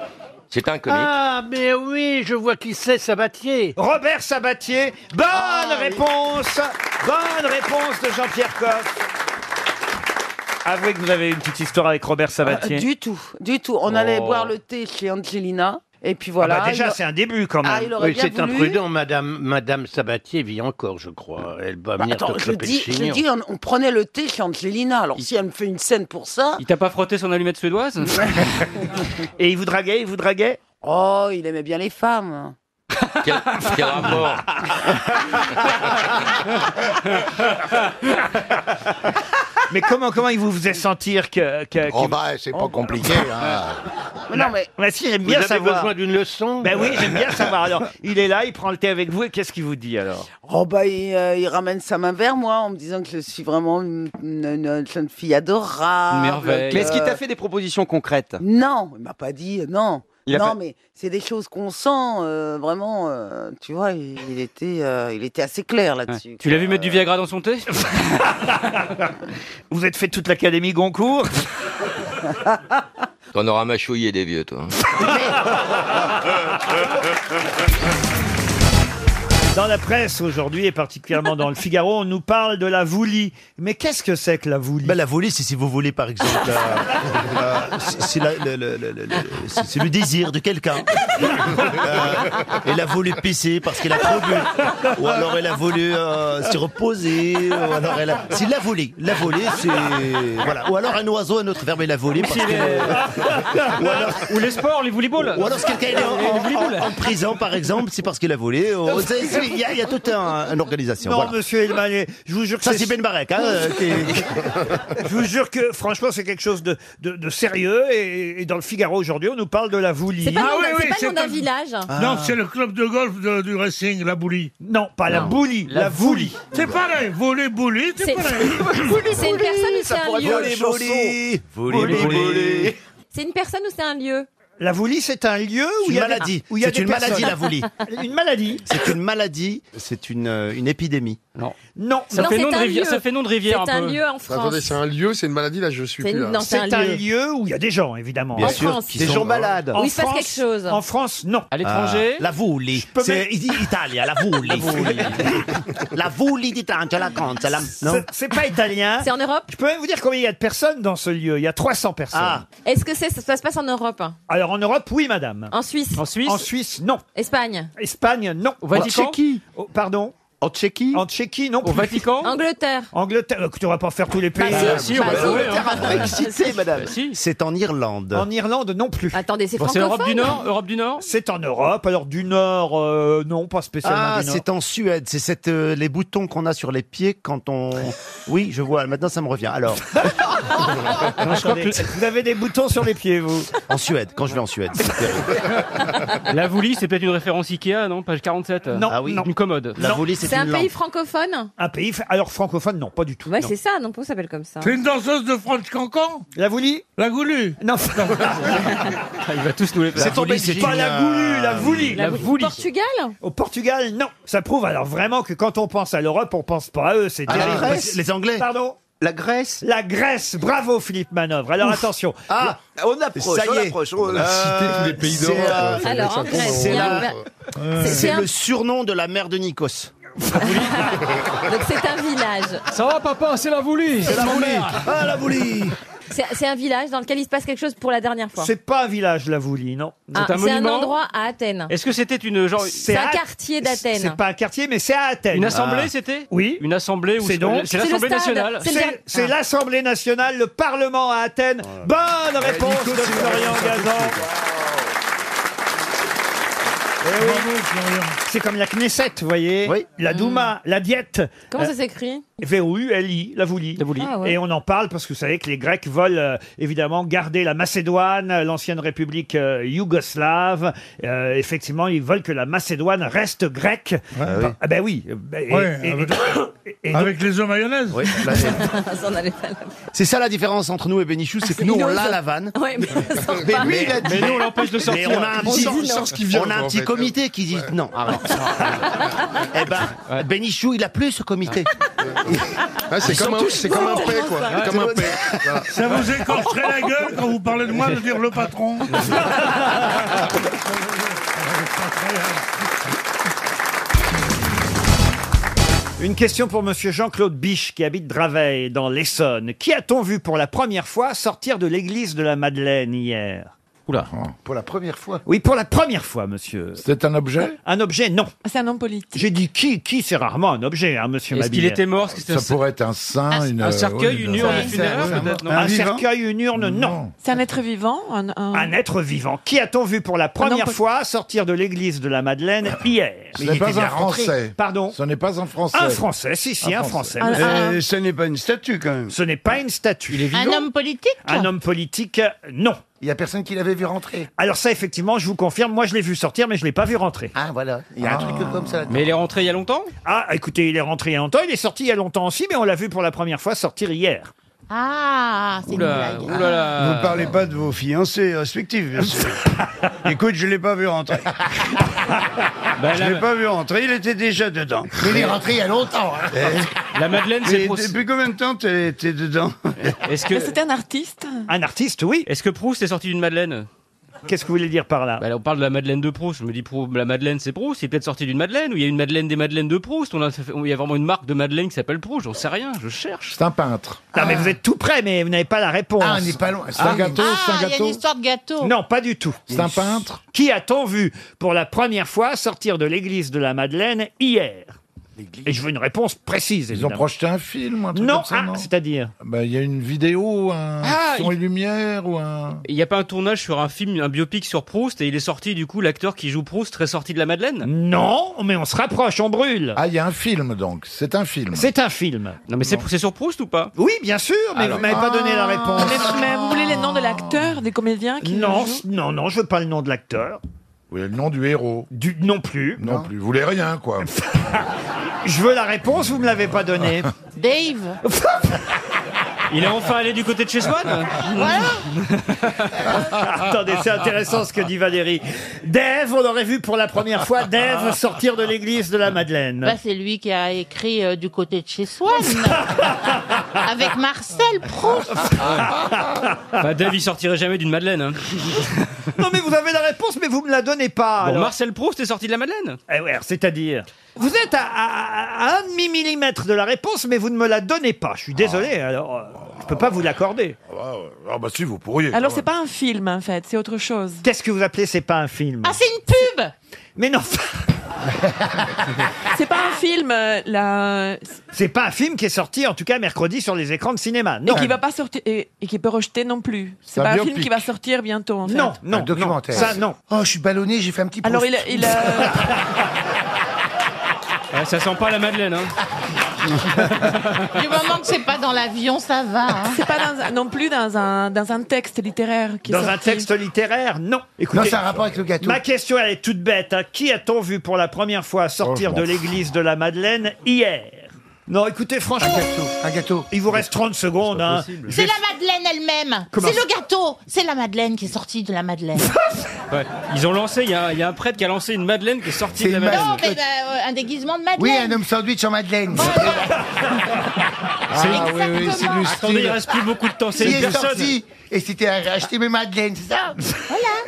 C'est un comique. Ah, mais oui, je vois qui c'est, Sabatier. Robert Sabatier. Bonne Ah, réponse. Bonne réponse de Jean-Pierre Ah, Coff. Avouez que vous avez une petite histoire avec Robert Sabatier. Euh, Du tout, du tout. On allait Oh. boire le thé chez Angelina, et puis Ah bah voilà. déjà, il- c'est un début quand même. Ah, il aurait Oui, bien c'est voulu. imprudent. Madame, Madame Sabatier vit encore, je crois. Elle va venir Bah, Attends, je t'occuper de dis, je Chignon. dis, on, on prenait le thé chez Angelina. Alors si elle me fait une scène pour ça, Il t'a pas frotté son allumette suédoise Et il vous draguait, il vous draguait oh, il aimait bien les femmes. Quel, quel rapport Mais comment, comment il vous faisait sentir que. que Oh qu'il- Oh. bah, c'est pas compliqué. hein. Non, mais. Bah, si, j'aime bien Ah. Bah, Vous avez savoir. besoin d'une leçon Ben oui, j'aime bien savoir. Alors, il est là, il prend le thé avec vous et qu'est-ce qu'il vous dit alors Oh bah il, euh, il ramène sa main vers moi en me disant que je suis vraiment une, une- une jeune fille adorable. Euh. Mais est-ce qu'il t'a fait fait des propositions concrètes Non, il m'a pas dit euh, non. Non, mais c'est des choses qu'on sent euh, vraiment. euh, tu vois, il, il était, euh, il était assez clair là-dessus. Tu l'as vu mettre du Viagra dans son thé Vous êtes fait toute l'académie Goncourt T'en auras mâchouillé des vieux, toi. Dans la presse aujourd'hui, et particulièrement dans le Figaro, on nous parle de la voulie. Mais qu'est-ce que c'est que la voulie Ben, La volée, c'est si vous voulez, par exemple. euh, euh, c'est- c'est la- le, le- le- le- le- c'est- c'est le désir de quelqu'un. Euh, elle a voulu pisser parce qu'elle a trop bu. Ou alors elle a voulu euh, se reposer. Ou alors elle a... C'est la volée. La volée, c'est... Voilà. Ou alors un oiseau, un autre verbe, elle a volé parce que... Ou alors- Ou les sports, les volleyballs. Ou alors si quelqu'un est en, en- en- en prison, par exemple, c'est parce qu'il a volé. Oh, c'est- c'est- Il y, a- il y a toute un- une organisation. Non, voilà. monsieur Elmaleh, je vous jure que Ça, c'est Ben Barek, hein, euh, qui- Je vous jure que, franchement, c'est quelque chose de, de- de sérieux. Et, et dans le Figaro aujourd'hui, on nous parle de la voulie. C'est pas Ah le nom d'un- oui, c'est oui, pas le c'est c'est nom d'un un- village. Ah. Non, c'est le club de golf de- du Racing, la boulie. Ah. Non, pas la boulie, la, voulie. C'est pareil, voler, boulie, c'est C'est- pareil. C'est une personne ou c'est un lieu C'est une personne ou c'est un lieu La voulie, c'est un lieu où C'est il y une a des- maladie. où il y a C'est des une personnes. maladie, la voulie. Une maladie. C'est une maladie, c'est une, euh, une épidémie. Non. Non, Ça Non, fait c'est nom de un rivière- lieu. ça fait nom de rivière C'est un un peu. lieu en France. Attendez, c'est un lieu, Bah, c'est une maladie, là je suis C'est- plus là. non, c'est C'est un un, lieu. lieu où il y a des gens, évidemment. Bien Bien sûr, sûr, qui des sont- gens malades. En Où il se passe France- quelque chose. En France, non. À Ah, la voulie. peux C'est mettre- Italia, la voulie. la voulie. la voulie d'Italia, la conte, la- non C'est- C'est pas italien. C'est en Europe Je peux même vous dire combien il y a de personnes dans ce lieu. Il y a 300 personnes. Ah. Est-ce que c'est ça, ça se passe en Europe hein Alors en Europe, oui, madame. En Suisse En Suisse En Suisse, non. Espagne Espagne, non. Au Vatican Oh, Pardon En Tchéquie En Tchéquie, non. Au Vatican Angleterre Angleterre. Euh, Tu vas pas faire tous les pays. Euh, Bah si, Bah si, on bah va si. jouer, hein. Terre à Brexité, madame. C'est en Irlande. En Irlande, non plus. Attendez, c'est Bah, C'est francophone Europe du Nord C'est en Europe. Alors du Nord, euh, non, pas spécialement Ah, du Nord. c'est en Suède, c'est cette, euh, les boutons qu'on a sur les pieds quand on... Oui, je vois, maintenant ça me revient. Alors, Non, attendez, Vous avez des boutons sur les pieds, vous en Suède, quand je vais en Suède. c'est terrible. La voulie, c'est peut-être une référence Ikea, non Page 47. Non, Ah oui. non. Une commode. La Non. voulie, C'est un pays francophone Un pays, fa- alors francophone, non, pas du tout. Ouais, non. c'est ça, non, pourquoi ça s'appelle comme ça C'est une danseuse de French Cancan La voulie La goulue Non, Ah, Il va tous nous les C'est en Belgique. Pas la goulue, la voulie. La voulie. Portugal Au Portugal, non. Ça prouve alors vraiment que quand on pense à l'Europe, on pense pas à eux. C'est Ah, la terrible. Grèce Les Anglais Pardon La Grèce La Grèce. Bravo, Philippe Manœuvre. Alors Ouf. attention. Ah, on approche, Ça y on est. approche, on- On a cité tous les pays d'Europe, euh, c'est, Alors, en Grèce, C'est il y a Ah, la- euh, un- C'est- C'est C'est un- le surnom de la mère de Nikos. Donc c'est un village. Ça va, papa, c'est la voulie. C'est la mon voulie. mère. Ah, la voulie C'est c'est un village dans lequel il se passe quelque chose pour la dernière fois. Ah. c'est pas un village, la Voulie, non. Ah, C'est un endroit à Athènes. Est-ce que c'était euh, une genre. C'est un à- quartier d'Athènes. C'est pas un quartier, mais c'est à Athènes. Une assemblée, Ah. c'était Oui. Une assemblée où C'est donc- C'est C'est le l'Assemblée stade. Ah. nationale. C'est c'est l'Assemblée nationale, le Parlement à Athènes. Oh Bonne réponse de Florian Gazan. Eh oui. C'est comme la Knesset, vous voyez. La Douma, la Diète. Euh, Comment ça s'écrit V-O-U-L-I, la Voulie. Ah ouais. Et on en parle parce que vous savez que les Grecs veulent euh, évidemment garder la Macédoine, euh, l'ancienne république euh, yougoslave. Euh, effectivement, ils veulent que la Macédoine reste grecque. Ah, oui. ben oui. euh, ben, et- Ouais, et- avec- et- et- Avec les œufs mayonnaise Ça, on allait pas là. C'est ça la différence entre nous et Bénichou, c'est que nous, on l'a la vanne. Ouais, mais ça sort Mais pas. lui, il a dit. Mais nous, on l'empêche de sortir. Mais on a un On petit, sort- on sort ce qui vient, on a un en petit fait. comité qui dit non. arrête. Eh ben, Bénichou, il a plus ce comité. Ah, c'est Ils comme sont un- tous c'est comme un fous. paix, quoi. C'est comme un paix. Ça vous écorcherait la gueule quand vous parlez de moi de dire le patron Une question pour Monsieur Jean-Claude Biche qui habite Draveil dans l'Essonne. Qui a-t-on vu pour la première fois sortir de l'église de la Madeleine hier Oula. Pour la première fois. Oui, pour la première fois, monsieur. C'est un objet Un objet, non. C'est un homme politique. J'ai dit qui Qui, c'est rarement un objet, hein, monsieur Est-ce qu'il Mabillère. était mort Est-ce que c'était Ça un- pourrait être un saint, Un- une. euh, euh, un cercueil, ouais, une urne un- funéraire, un- peut-être, non Un, un vivant cercueil, une urne, non. C'est un être vivant un, un- Un être vivant. Qui a-t-on vu pour la première fois sortir de l'église de la Madeleine hier Ce Mais il n'est était pas bien un rentré. français. Pardon Ce n'est pas un français. Un Français, si, si, un Français. Euh, ce n'est pas une statue, quand même. Ce n'est pas une statue. politique Un homme politique, euh, non. Il n'y a personne qui l'avait vu rentrer. Alors ça, effectivement, je vous confirme, moi je l'ai vu sortir, mais je ne l'ai pas vu rentrer. Ah, voilà. Il y a un truc comme ça. Mais il est rentré il y a longtemps Ah, écoutez, il est rentré il y a longtemps, il est sorti il y a longtemps aussi, mais on l'a vu pour la première fois sortir hier. Ah, c'est une blague. Vous parlez pas de vos fiancés respectifs, bien sûr. Écoute, je l'ai pas vu rentrer. Ben, je la- l'ai pas vu rentrer, il était déjà dedans. Mais il est rentré il y a longtemps, hein. La Madeleine, c'est Mais pour- Depuis combien de temps t'es t'es dedans Est-ce que... Mais C'était un artiste Un artiste, oui. Est-ce que Proust est sorti d'une Madeleine Bah, Qu'est-ce que vous voulez dire par là On parle de la Madeleine de Proust. Je me dis, Prou- la Madeleine, c'est Proust. Il est peut-être sorti d'une Madeleine, ou il y a une Madeleine des Madeleines de Proust. On a- Il y a vraiment une marque de Madeleine qui s'appelle Proust. J'en sais rien, je cherche. C'est un peintre. Non, Ah. mais vous êtes tout près, mais vous n'avez pas la réponse. Ah, on n'est pas loin. C'est un Ah. gâteau, Ah, il y a une histoire de gâteau. Non, pas du tout. C'est un peintre Qui a-t-on vu pour la première fois sortir de l'église de la Madeleine hier Et je veux une réponse précise. Ils ont évidemment. projeté un film, un truc Non, comme ça, ah, non c'est-à-dire Bah, il y a une vidéo, un Ah, son il- et lumière ou un. Il n'y a pas un tournage sur un film, un biopic sur Proust, et il est sorti, du coup, l'acteur qui joue Proust, très sorti de la Madeleine Non, mais on se rapproche, on brûle. Ah, il y a un film donc. C'est un film. C'est un film. Non, mais c'est c'est sur Proust ou pas Oui, bien sûr, mais Alors- vous m'avez pas donné Ah. la réponse. Mais, mais vous voulez les noms de l'acteur, des comédiens qui Non, le jouent non, non, je veux pas le nom de l'acteur. Oui, le nom du héros. Du, non plus. Non, plus. Vous voulez rien, quoi. Je veux la réponse, vous me l'avez pas donnée. Dave. Il est enfin allé du côté de chez Ah. Swan Attendez, c'est intéressant ce que dit Valérie. Dave, on aurait vu pour la première fois Ah. Dave sortir de l'église de la Bah, Madeleine. c'est lui qui a écrit euh, du côté de chez Swan. Avec Marcel Proust. Bah, Dave, il sortirait jamais d'une Madeleine. hein. Non mais vous avez la réponse, mais vous me la donnez pas. Bon, alors. Marcel Proust est sorti de la Madeleine Eh ouais, c'est-à-dire Vous êtes à, à- à- à un demi-millimètre de la réponse, mais vous ne me la donnez pas. Je suis désolé, alors euh, je peux pas vous l'accorder. Ah, bah si, vous pourriez. Alors, c'est pas un film, en fait, c'est autre chose. Qu'est-ce que vous appelez c'est pas un film Ah, c'est une pub. Mais non C'est pas un film, euh, la... C'est pas un film qui est sorti, en tout cas mercredi, sur les écrans de cinéma. Non. et qui va pas sortir et, et qui peut rejeter non plus. C'est C'est un pas un biopic. film qui va sortir bientôt. En fait. Non, non, non. Ça, non. Oh, je suis ballonné, j'ai fait un petit Alors il, il euh, Ouais, Eh, ça sent pas la Madeleine. Hein. Du moment que c'est pas dans l'avion, ça va. hein. c'est pas dans un- non plus dans un dans un texte littéraire qui est Dans un sorti. texte littéraire Non. Écoutez, Non, c'est un rapport avec le gâteau. Ma question, elle est toute bête. hein. Qui a-t-on vu pour la première fois sortir Oh, je de m'en fous. l'église de la Madeleine hier Non, écoutez, franchement. Un gâteau. Il vous reste 30 secondes. hein. Je C'est vais- la Madeleine elle-même. Comment C'est le gâteau. C'est la Madeleine qui est sortie de la Madeleine. Ouais. Ils ont lancé, il y, a un- il y a un prêtre qui a lancé une Madeleine qui est sortie de la non, mais Madeleine. bah, euh, un déguisement de Madeleine. homme sandwich en Madeleine. C'est- Ah, oui, oui, c'est du Attendez, il reste plus beaucoup de temps. C'est Qui une est personne. sorti Et c'était acheter mes Madeleines, c'est ça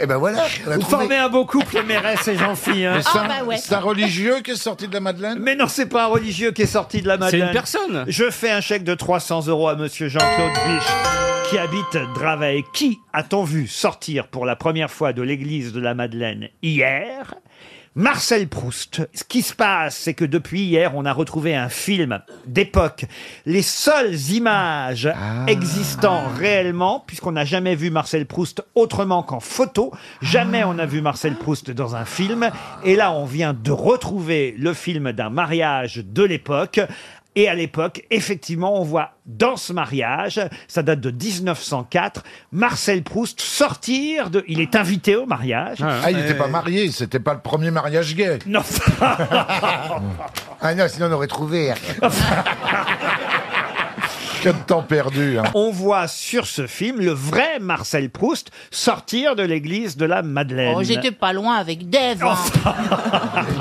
Et ben voilà. Vous formez un beau couple, mairesse et Jean-Fille. Mais c'est un- Ah, bah ouais. c'est un religieux qui est sorti de la Madeleine hein. Mais non, c'est pas un religieux qui est sorti de la C'est une Madeleine. personne. Je fais un chèque de 300 euros à monsieur Jean-Claude Biche, qui habite Draveil. Qui a-t-on vu sortir pour la première fois de l'église de la Madeleine hier Marcel Proust. Ce qui se passe, c'est que depuis hier, on a retrouvé un film d'époque. Les seules images existant réellement, puisqu'on n'a jamais vu Marcel Proust autrement qu'en photo. Jamais on a vu Marcel Proust dans un film. Et là, on vient de retrouver le film d'un mariage de l'époque. Et à l'époque, effectivement, on voit dans ce mariage, ça date de 1904, Marcel Proust sortir de... Il est invité au mariage. Ah, il n'était pas marié, c'était pas le premier mariage gay. Non. ah non, sinon on aurait trouvé. Oh. Quel temps perdu. hein. On voit sur ce film le vrai Marcel Proust sortir de l'église de la Madeleine. Oh, J'étais pas loin avec Dave. hein.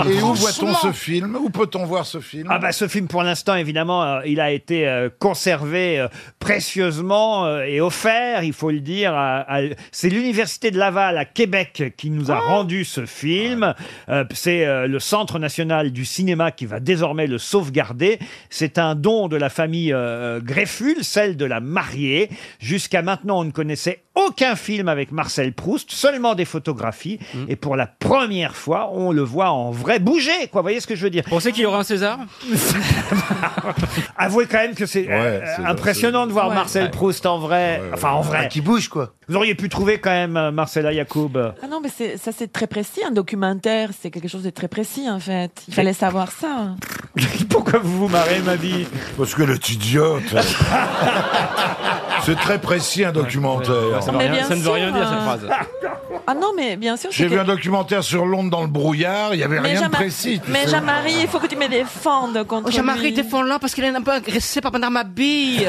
Et Franchement. où voit-on ce film Où peut-on voir ce film Ah bah ce film pour l'instant évidemment euh, il a été euh, conservé euh, précieusement euh, et offert il faut le dire à- à- c'est l'université de Laval à Québec qui Ah. nous a rendu ce film Euh, c'est euh, le Centre national du cinéma qui va désormais le sauvegarder c'est un don de la famille euh, Grefful celle de la mariée jusqu'à maintenant on ne connaissait aucun film avec Marcel Proust seulement des photographies Mm. et pour la première fois on le voit en vrai bouger quoi vous voyez ce que je veux dire Pensez qu'il y aura un César Avouez quand même que c'est euh, c'est- impressionnant de voir Ouais. Marcel Ouais. Proust en vrai. Enfin, en vrai. Ah, qui bouge, quoi. Vous auriez pu trouver quand même euh, Marcella Yacoub. Ah non, mais c'est- ça c'est très précis, un documentaire, c'est quelque chose de très précis en fait. Il fallait savoir ça. Pourquoi vous vous marrez, ma vie Parce que le idiote. C'est très précis un documentaire. Mais bien sûr, euh, Ah non, mais bien sûr. J'ai c'est vu que- un documentaire sur Londres dans le brouillard, il n'y avait mais rien de Jean-Mar- précis. tu Mais sais. Jean-Marie, il faut que Oh, tu me défendes contre Oh, Jean-Marie, lui. défends-la parce qu'il est un peu agressé par Madame Mabille.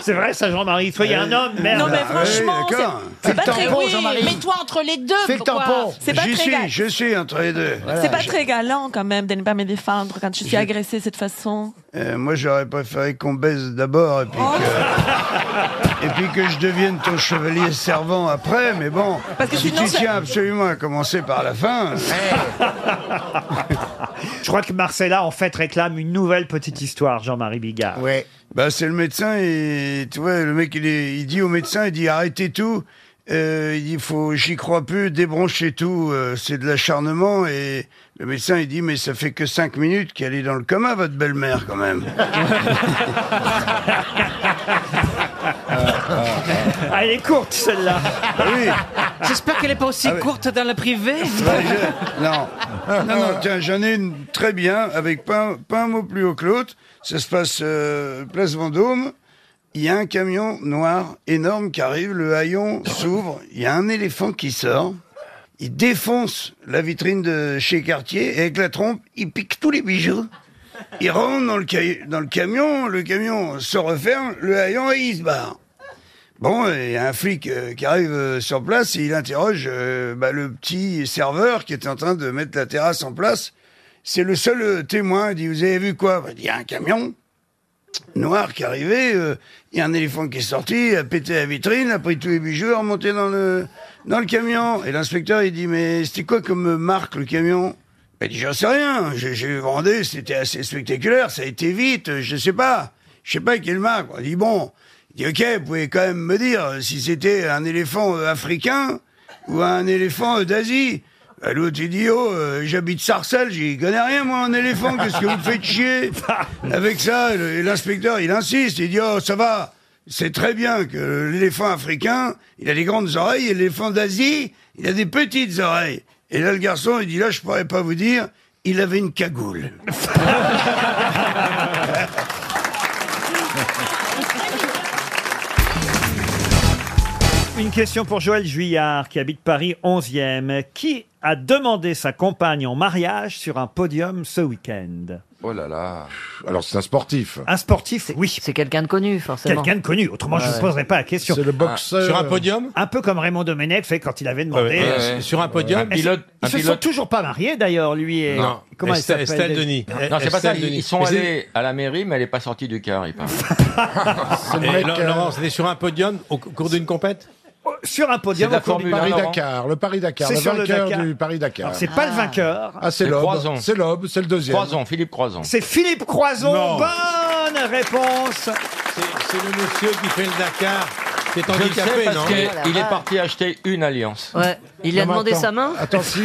C'est vrai, ça, Jean-Marie. Soyez un homme, Euh, merde. Ah Non, Ah, mais franchement, Oui, d'accord. c'est- c'est pas très- Mais Bon, oui, Jean-Marie. mets-toi entre les deux. Fais le pourquoi tampon. C'est pas J'y très ga- suis, je suis entre les deux. Voilà. C'est pas Je- très galant quand même de ne pas me défendre quand je suis agressée de cette façon. Euh, moi, j'aurais préféré qu'on baise d'abord et puis que... et puis que je devienne ton chevalier servant après, mais bon, Parce que si sinon, tu ça- tiens absolument à commencer par la fin... Je crois que Marcella, en fait, réclame une nouvelle petite histoire, Jean-Marie Bigard. Ouais. Bah, c'est le médecin, et tu vois, le mec, il, est- il dit au médecin, il dit arrêtez tout. Euh, il dit, faut, j'y crois plus, débranchez tout, euh, c'est de l'acharnement. Et le médecin, il dit, mais ça fait que cinq minutes qu'elle est dans le coma, votre belle-mère, quand même. Ah, elle est courte, celle-là. Ah oui. J'espère qu'elle n'est pas Ah aussi courte dans le privé. Ouais, je- Non. non, non, tiens, j'en ai une très bien, avec pas, un- pas un mot plus haut que l'autre. Ça se passe euh, place Vendôme. Il y a un camion noir énorme qui arrive, le haillon s'ouvre, il y a un éléphant qui sort, il défonce la vitrine de chez Cartier et avec la trompe, il pique tous les bijoux. Il rentre dans le, ca- dans le camion, le camion se referme, le haillon et il se barre. Bon, et il y a un flic euh, qui arrive euh, sur place et il interroge euh, bah, le petit serveur qui était en train de mettre la terrasse en place. C'est le seul euh, témoin. Il dit, vous avez vu quoi Bah, Il dit, il y a un camion noir qui est arrivé, euh, il y a un éléphant qui est sorti, il a pété la vitrine, a pris tous les bijoux, a remonté dans le, dans le camion. Et l'inspecteur, il dit, mais c'était quoi comme marque le camion Ben, Il dit, j'en sais rien, j'ai j'ai vendé, c'était assez spectaculaire, ça a été vite, euh, je sais pas, je sais pas quelle marque. Il dit, bon, il dit, ok, vous pouvez quand même me dire euh, si c'était un éléphant euh, africain ou un éléphant euh, d'Asie. Bah, L'autre, il dit, oh, euh, j'habite Sarcelles, j'y connais rien, moi, en éléphant, qu'est-ce que vous me faites chier Avec ça, le- et l'inspecteur, il insiste, il dit, oh, ça va, c'est très bien que l'éléphant africain, il a des grandes oreilles, et l'éléphant d'Asie, il a des petites oreilles. Et là, le garçon, il dit, là, je pourrais pas vous dire, il avait une cagoule. Une question pour Joël Juillard, qui habite Paris 11e. Qui a demandé sa compagne en mariage sur un podium ce week-end Oh là là. Alors c'est un sportif. Un sportif, oui. C'est quelqu'un de connu, forcément. Quelqu'un de connu, autrement je ne vous Ouais. poserai pas la question. Ah, C'est le boxeur. Sur un podium Un peu comme Raymond Domenech fait quand il avait demandé. Euh, Ouais, ouais, ouais, ouais. Sur un podium Est-ce- Pilote- Ils un se sont pilote. toujours pas mariés d'ailleurs, lui et. Non. Comment elle Estelle- s'appelle Estelle déjà Denis. Non, c'est pas ça. Estelle Ils, Denis. ils sont Mais allés à la mairie, mais elle n'est pas sortie du car, il paraît. Et Laurent, euh, Laurent, c'était sur un podium au cou- cours d'une compète Oh, Sur un podium C'est au la cours du Formule Paris un, Laurent. Dakar. Le Paris-Dakar, C'est le sur le vainqueur Dakar. du Paris-Dakar. Alors, Ah. c'est pas le vainqueur. Ah, c'est Croizon. l'Aube. C'est l'Aube, c'est le deuxième. Croison, Philippe Croison. C'est Philippe Croison. Non. Bonne réponse. C'est le monsieur qui fait le Dakar. C'est Je le sais handicapé, non parce qu'il est parti acheter une alliance. Ouais. Il a Non, mais demandé Ah, attends. sa main Attends, si,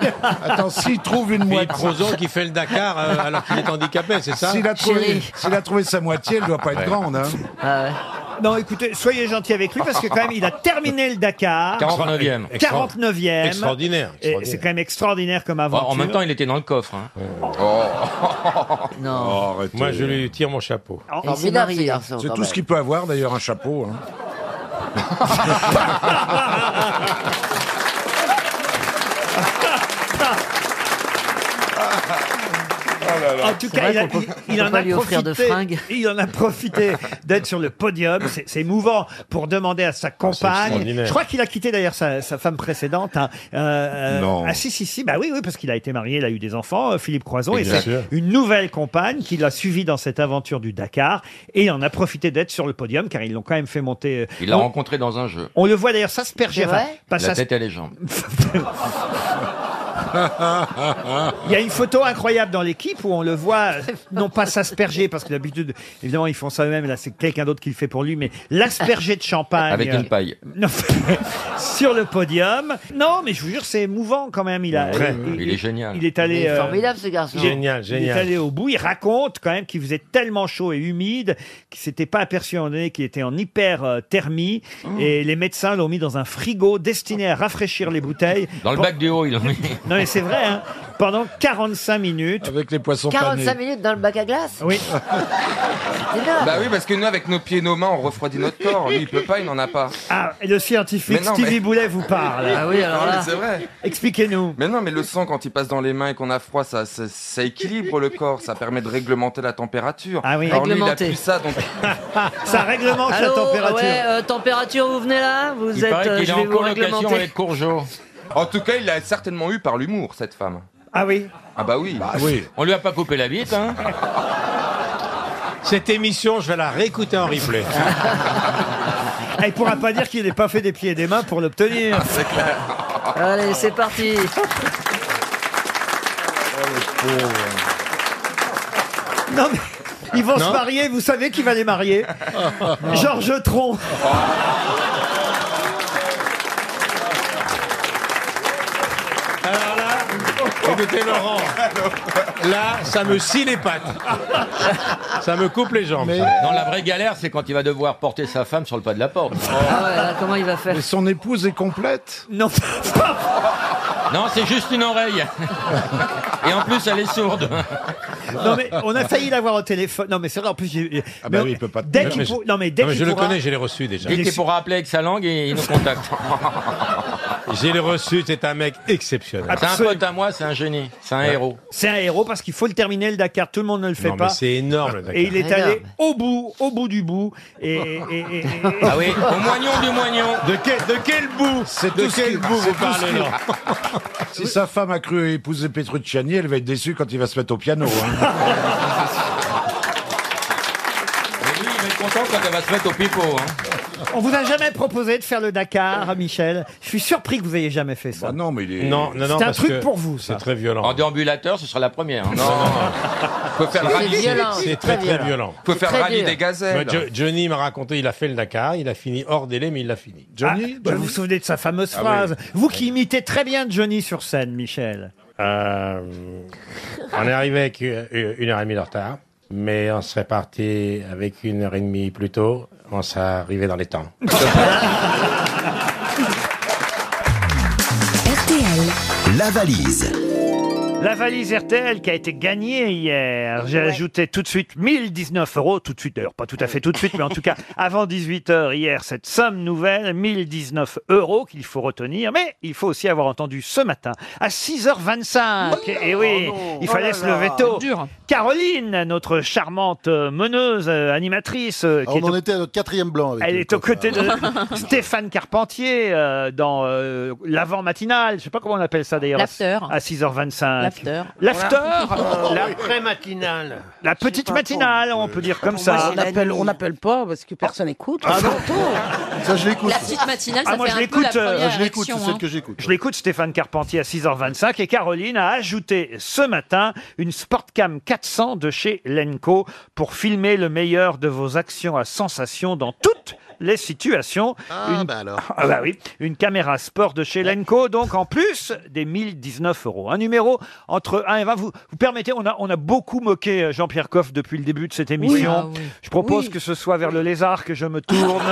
eh, attends, s'il trouve une Philippe moitié. Crozon qui fait le Dakar euh, alors qu'il est handicapé, c'est ça S'il a, trouvé, s'il a trouvé sa moitié, elle doit pas être Ouais. grande. Hein. Non, écoutez, soyez gentil avec lui parce que quand même, il a terminé le Dakar. 49e. 49e. Extraordinaire, Et extraordinaire. C'est quand même extraordinaire comme Oh, aventure. en même temps, il était dans le coffre. hein. Non. Moi, je lui tire mon chapeau. Oh. Formidable, scénariste, c'est- garçon, C'est quand tout même. ce qu'il peut avoir, d'ailleurs, un chapeau. hein. Ah En tout cas, il, a- il- il en a profité, il en a profité d'être sur le podium. C'est- C'est mouvant pour demander à sa compagne. Ah, extraordinaire. Je crois qu'il a quitté d'ailleurs sa, sa femme précédente. hein. Euh, euh, Non. Ah si si si. Bah oui oui parce qu'il a été marié, il a eu des enfants. euh, Philippe Croison et Exact. c'est une nouvelle compagne qui l'a suivi dans cette aventure du Dakar et il en a profité d'être sur le podium car ils l'ont quand même fait monter. euh, Il l'a on- rencontré dans un jeu. On le voit d'ailleurs s'asperger. Oh. C'est enfin, vrai pas La s'as- tête et les jambes. Il y a une photo incroyable dans l'équipe où on le voit, euh, non pas s'asperger, parce que d'habitude, évidemment, ils font ça eux-mêmes, là, c'est quelqu'un d'autre qui le fait pour lui, mais l'asperger de champagne. Avec euh, une paille. non, sur le podium. Non, mais je vous jure, c'est émouvant quand même. Il, a, Ouais, il- il est génial. Il est allé. Il est euh, formidable, ce garçon. il est- Génial, Il est génial. allé au bout. Il raconte quand même qu'il faisait tellement chaud et humide qu'il s'était pas aperçu à un moment donné qu'il était en hyperthermie. Oh. Et les médecins l'ont mis dans un frigo destiné à rafraîchir les bouteilles. Dans le bac du haut, il en est. Non, mais c'est vrai, hein. pendant 45 minutes. Avec les poissons 45 minutes dans le bac à glace Oui. C'est énorme. Bah oui, parce que nous, avec nos pieds et nos mains, on refroidit notre corps. Lui, il peut pas, il n'en a pas. Ah, et le scientifique Mais non, Stevie mais- Boulet vous parle. Ah Non, Ah, mais C'est vrai. Expliquez-nous. Mais non, mais le sang, quand il passe dans les mains et qu'on a froid, ça, ça, ça équilibre le corps. Ça permet de réglementer la température. Ah oui. Alors lui, il a Réglementer. plus ça, donc... Ça réglemente Allô, la température. Ouais, euh, température, vous venez là Vous il êtes. paraît euh, qu'il je est vais en vous colocation réglementer. avec Courgeot. En tout cas, il l'a certainement eu par l'humour, cette femme. Ah oui Ah bah oui. On lui a pas coupé la bite, hein Cette émission, je vais la réécouter en replay. Ah, Il pourra pas dire qu'il n'ait pas fait des pieds et des mains pour Ah, l'obtenir. C'est clair. Allez, c'est parti. Non mais ils vont Non se marier, vous savez qui va les marier Georges Tron. Alors là, écoutez Laurent, là, Ah, ça me scie les pattes. Ça me coupe les jambes. Non, la vraie galère, c'est quand il va devoir porter sa femme sur le pas de la porte. Ah ouais, là, comment il va faire Mais son épouse est complète Non. Non, c'est juste une oreille. Et en plus, elle est sourde. Non mais on a failli l'avoir au téléphone. Non mais c'est vrai en plus. j'ai- Ah mais bah oui, on- il peut pas te- Dès Non, qu'il mais pour- je- Non mais dès non, mais qu'il je le pourra- connais, Je l'ai reçu déjà. Dès qu'il pourra appeler avec sa langue, il il nous contacte. J'ai le reçu, c'est un mec exceptionnel. C'est un pote à moi, c'est un génie. C'est un Ouais. héros. C'est un héros parce qu'il faut le terminer le Dakar. Tout le monde ne le fait Non, mais pas. c'est énorme, le Dakar. Et il est Énorme. allé au bout, au bout du bout. Et, et- et- et- Ah oui, au moignon du moignon. De quel, de quel bout C'est De tout ce quel qu'il- bout c'est vous tout ce parlez, qu'il- Laurent Si sa femme a cru épouser Petrucciani, elle va être déçue quand il va se mettre au piano. hein. Et lui, il va être content quand elle va se mettre au pipeau. hein. On vous a jamais proposé de faire le Dakar, Michel. Je suis surpris que vous ayez jamais fait ça. non mais il Non, non, non. C'est un parce truc que pour vous. C'est très violent. En déambulateur, ce sera la première. hein. Non, faut faire le C'est rallye. violent, C'est très, très violent. Faut faire le rallye des Moi, gazelles. Jo- Johnny m'a raconté, il a fait le Dakar, il a fini hors délai, mais il l'a fini. Ah, bah, Vous vous souvenez de sa fameuse Ah oui. phrase Vous qui imitez très bien Johnny sur scène, Michel. Euh, on est arrivé avec euh, une heure et demie de retard, mais on serait parti avec une heure et demie plus tôt. On serait arrivé dans les temps. La valise. La valise RTL qui a été gagnée hier. J'ai ajouté tout de suite 1019 euros, tout de suite d'ailleurs, pas tout à fait tout de suite, mais en tout cas avant 18h hier, cette somme nouvelle, 1019 euros qu'il faut retenir, mais il faut aussi avoir entendu ce matin à 6h25. et Eh oui, il Oh fallait là se là. lever tôt. C'est dur. Caroline, notre charmante euh, meneuse, euh, animatrice. euh, qui On est en au- était à notre quatrième blanc avec elle le est aux copain. côtés de Stéphane Carpentier euh, dans euh, l'avant matinal. Je sais pas comment on appelle ça d'ailleurs. L'after. À 6h25. L'after. L'after. Oh, Oh, euh, Voilà. la, L'après-matinale. la petite matinale, on peut dire comme ça. on n'appelle Ah, on appelle pas parce que personne n'écoute. Ah non. Ça, je l'écoute. La petite matinale, Ah, ça moi, fait je un peu la l'écoute, euh, première je l'écoute, réaction, c'est celle hein. que Je l'écoute Stéphane Carpentier à 6h25 et Caroline a ajouté ce matin une Sportcam 400 de chez Lenco pour filmer le meilleur de vos actions à sensation dans toutes les situations. une... Ah bah oui, une caméra sport de chez Lenco, donc en plus des 1019 euros. Un numéro entre 1 et 20. Vous, vous permettez, on a, on a beaucoup moqué euh, Jean-Pierre Coff depuis le début de cette émission. Ah oui. Je propose Oui. que ce soit vers le lézard que je me tourne.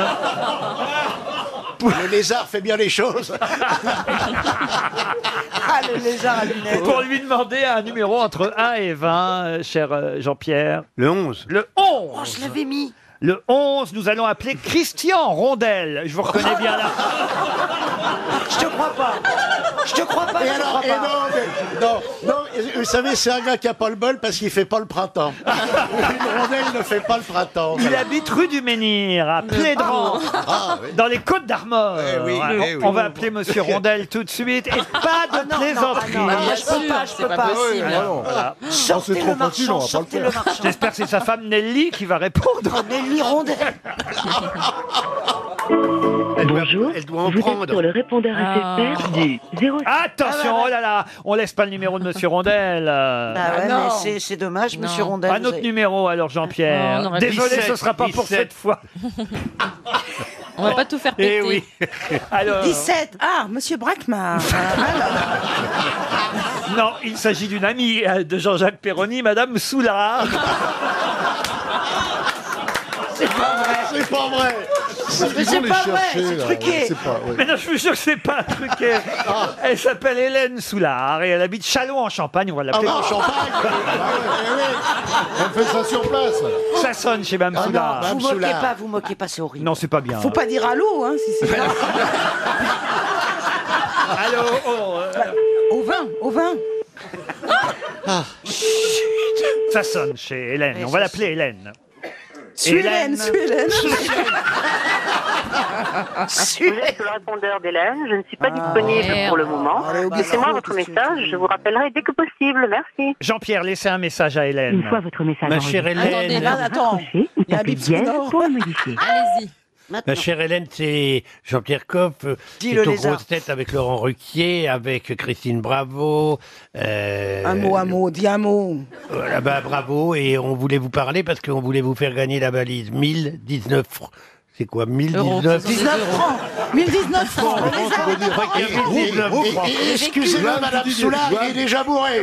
Le lézard fait bien les choses. Ah, le lézard à lunettes. pour lui demander un numéro entre 1 et 20, euh, cher euh, Jean-Pierre. Le 11. Le 11 Oh, je l'avais mis Le 11, nous allons appeler Christian Rondel. Je vous reconnais bien là. Je te crois pas. Je te crois pas. Et je te alors, crois et pas. non, mais- non, non, vous savez, c'est un gars qui a pas le bol parce qu'il fait pas le printemps. Une rondelle ne fait pas le printemps. Il voilà. habite rue du Menhir, à Oh. Plédran, Ah, dans les Côtes d'Armor. oui, Voilà. eh oui. On va appeler Monsieur Rondel tout de suite. Et pas de plaisanterie. Ah, non, non, je peux pas, je peux pas. Voilà. Sortez le marchand, sortez le marchand. Ah, J'espère que c'est sa femme Nelly qui va répondre. Nelly Rondel. Bonjour, vous êtes sur le répondeur Ah. SFR du 06... Attention, oh là là, on laisse pas le numéro de Monsieur Rondel. euh. Ah, Bah ouais, mais c'est- c'est dommage, monsieur Rondel. Un vous autre avez- numéro alors, Non, on Jean-Pierre. aurait- Désolé, 17, ce sera pas pour 17. cette fois. On va pas tout faire Eh oui. Alors, 17. Ah, monsieur Ah, Brackmar. non, il s'agit d'une amie euh, de Jean-Jacques Perroni, Madame Soulard. C'est pas vrai. C'est pas vrai. Mais c'est pas vrai, c'est truqué. Mais non, je vous jure que c'est pas truqué. Elle s'appelle Hélène Soulard et elle habite Chalon en Champagne. On va l'appeler. bah, en Champagne. On fait ça sur place. Ça sonne chez Mme Soulard. vous moquez pas, vous moquez pas, c'est horrible. Non, c'est pas bien. Faut pas dire allô, hein, si c'est. allô, oh, euh. Au vin, au vin. Ça sonne chez Hélène. Ouais, On va ça l'appeler Hélène. Suis Hélène, suis Hélène. Vous êtes le répondeur d'Hélène. Je ne suis pas Ah. disponible merde. pour le moment. Elle est obligée. Laissez-moi votre message. Je vous rappellerai dès que possible. Merci. Jean-Pierre, laissez un message à Hélène. Une fois votre message Ma chère enregistré. Hélène. Attendez, attends. Il y a un tapez bip sonore. Allez-y. Ma chère Hélène, c'est Jean-Pierre Coff. euh, Dis C'est le aux lézard. grosses têtes avec Laurent Ruquier, avec Christine Bravo. euh, Un mot, un mot, dis un mot. Voilà, bah, bravo. Et on voulait vous parler parce qu'on voulait vous faire gagner la balise 1019 fr- C'est quoi 1019 19 francs 1019 francs on les a. Et- et- Excusez-moi, Madame Soulard, il est déjà bourré.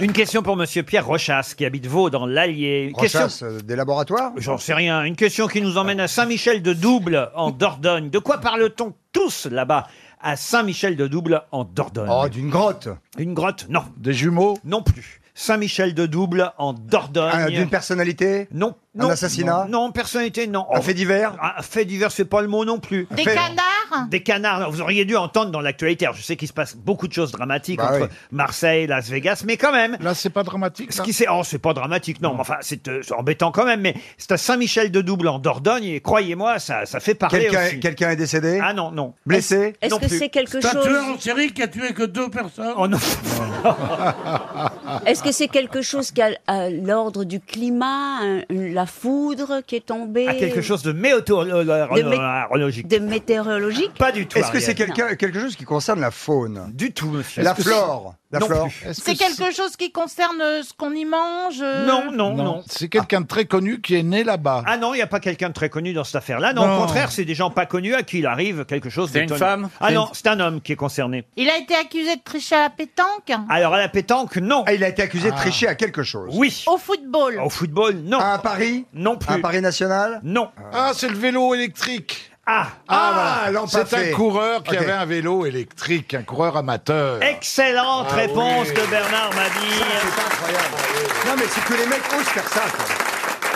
Une question pour Monsieur Pierre Rochas, qui habite Vaud, dans l'Allier. Une Rochas, question... euh, des laboratoires J'en sais rien. Une question qui nous emmène à Saint-Michel de Double, en Dordogne. De quoi parle-t-on tous là-bas à Saint-Michel de Double, en Dordogne Oh, d'une grotte. Une grotte, non. Des jumeaux Non plus. Saint-Michel de Double, en Dordogne. Ah, D'une personnalité Non. Un non, assassinat Non, non, personnalité, non. Un fait divers Un fait divers, c'est pas le mot non plus. Des canards Des canards, Alors, vous auriez dû entendre dans l'actualité. Alors, je sais qu'il se passe beaucoup de choses dramatiques Bah entre oui. Marseille, Las Vegas, mais quand même. Là, c'est pas dramatique. Ce qui c'est, oh, c'est pas dramatique, non. mais enfin, c'est euh, c'est embêtant quand même. Mais c'est à Saint-Michel-de-Double en Dordogne, et croyez-moi, ça, ça fait parler Quelqu'un aussi. quelqu'un est décédé Ah non, non. Blessé Est-ce Non que plus. c'est quelque C'est un chose- tueur en série qui a tué que deux personnes. Oh non. Est-ce que c'est quelque chose qui a à l'ordre du climat, un- la foudre qui est tombée Ah, À Ah, quelque chose de euh, météorologique. De météorologique Pas du Est-ce que c'est quelqu'un- quelque chose qui concerne la faune Du tout, monsieur. La Est-ce que flore c'est- La Non flore plus. C'est quelque chose qui concerne euh, ce qu'on y mange euh, C'est quelqu'un de très connu qui est né là-bas. Ah non, il n'y a pas quelqu'un de très connu dans cette affaire-là. Non, Non. au contraire, c'est des gens pas connus à qui il arrive quelque chose. C'est une d'étonnant. femme Ah C'est non, une- c'est un homme qui est concerné. Il a été accusé de tricher à la pétanque Alors à la pétanque, non. Ah, Ah. il a été accusé de tricher à quelque chose. Oui. Au football Au football, non. À un pari Non plus. Un pari national Non. Ah, c'est le vélo électrique. Ah, Ah, voilà. l'empafé. C'est un coureur qui Ok. avait un vélo électrique, un coureur amateur. Excellente Ah réponse oui. de Bernard Mabille. Non, mais c'est que les mecs osent faire ça, quoi.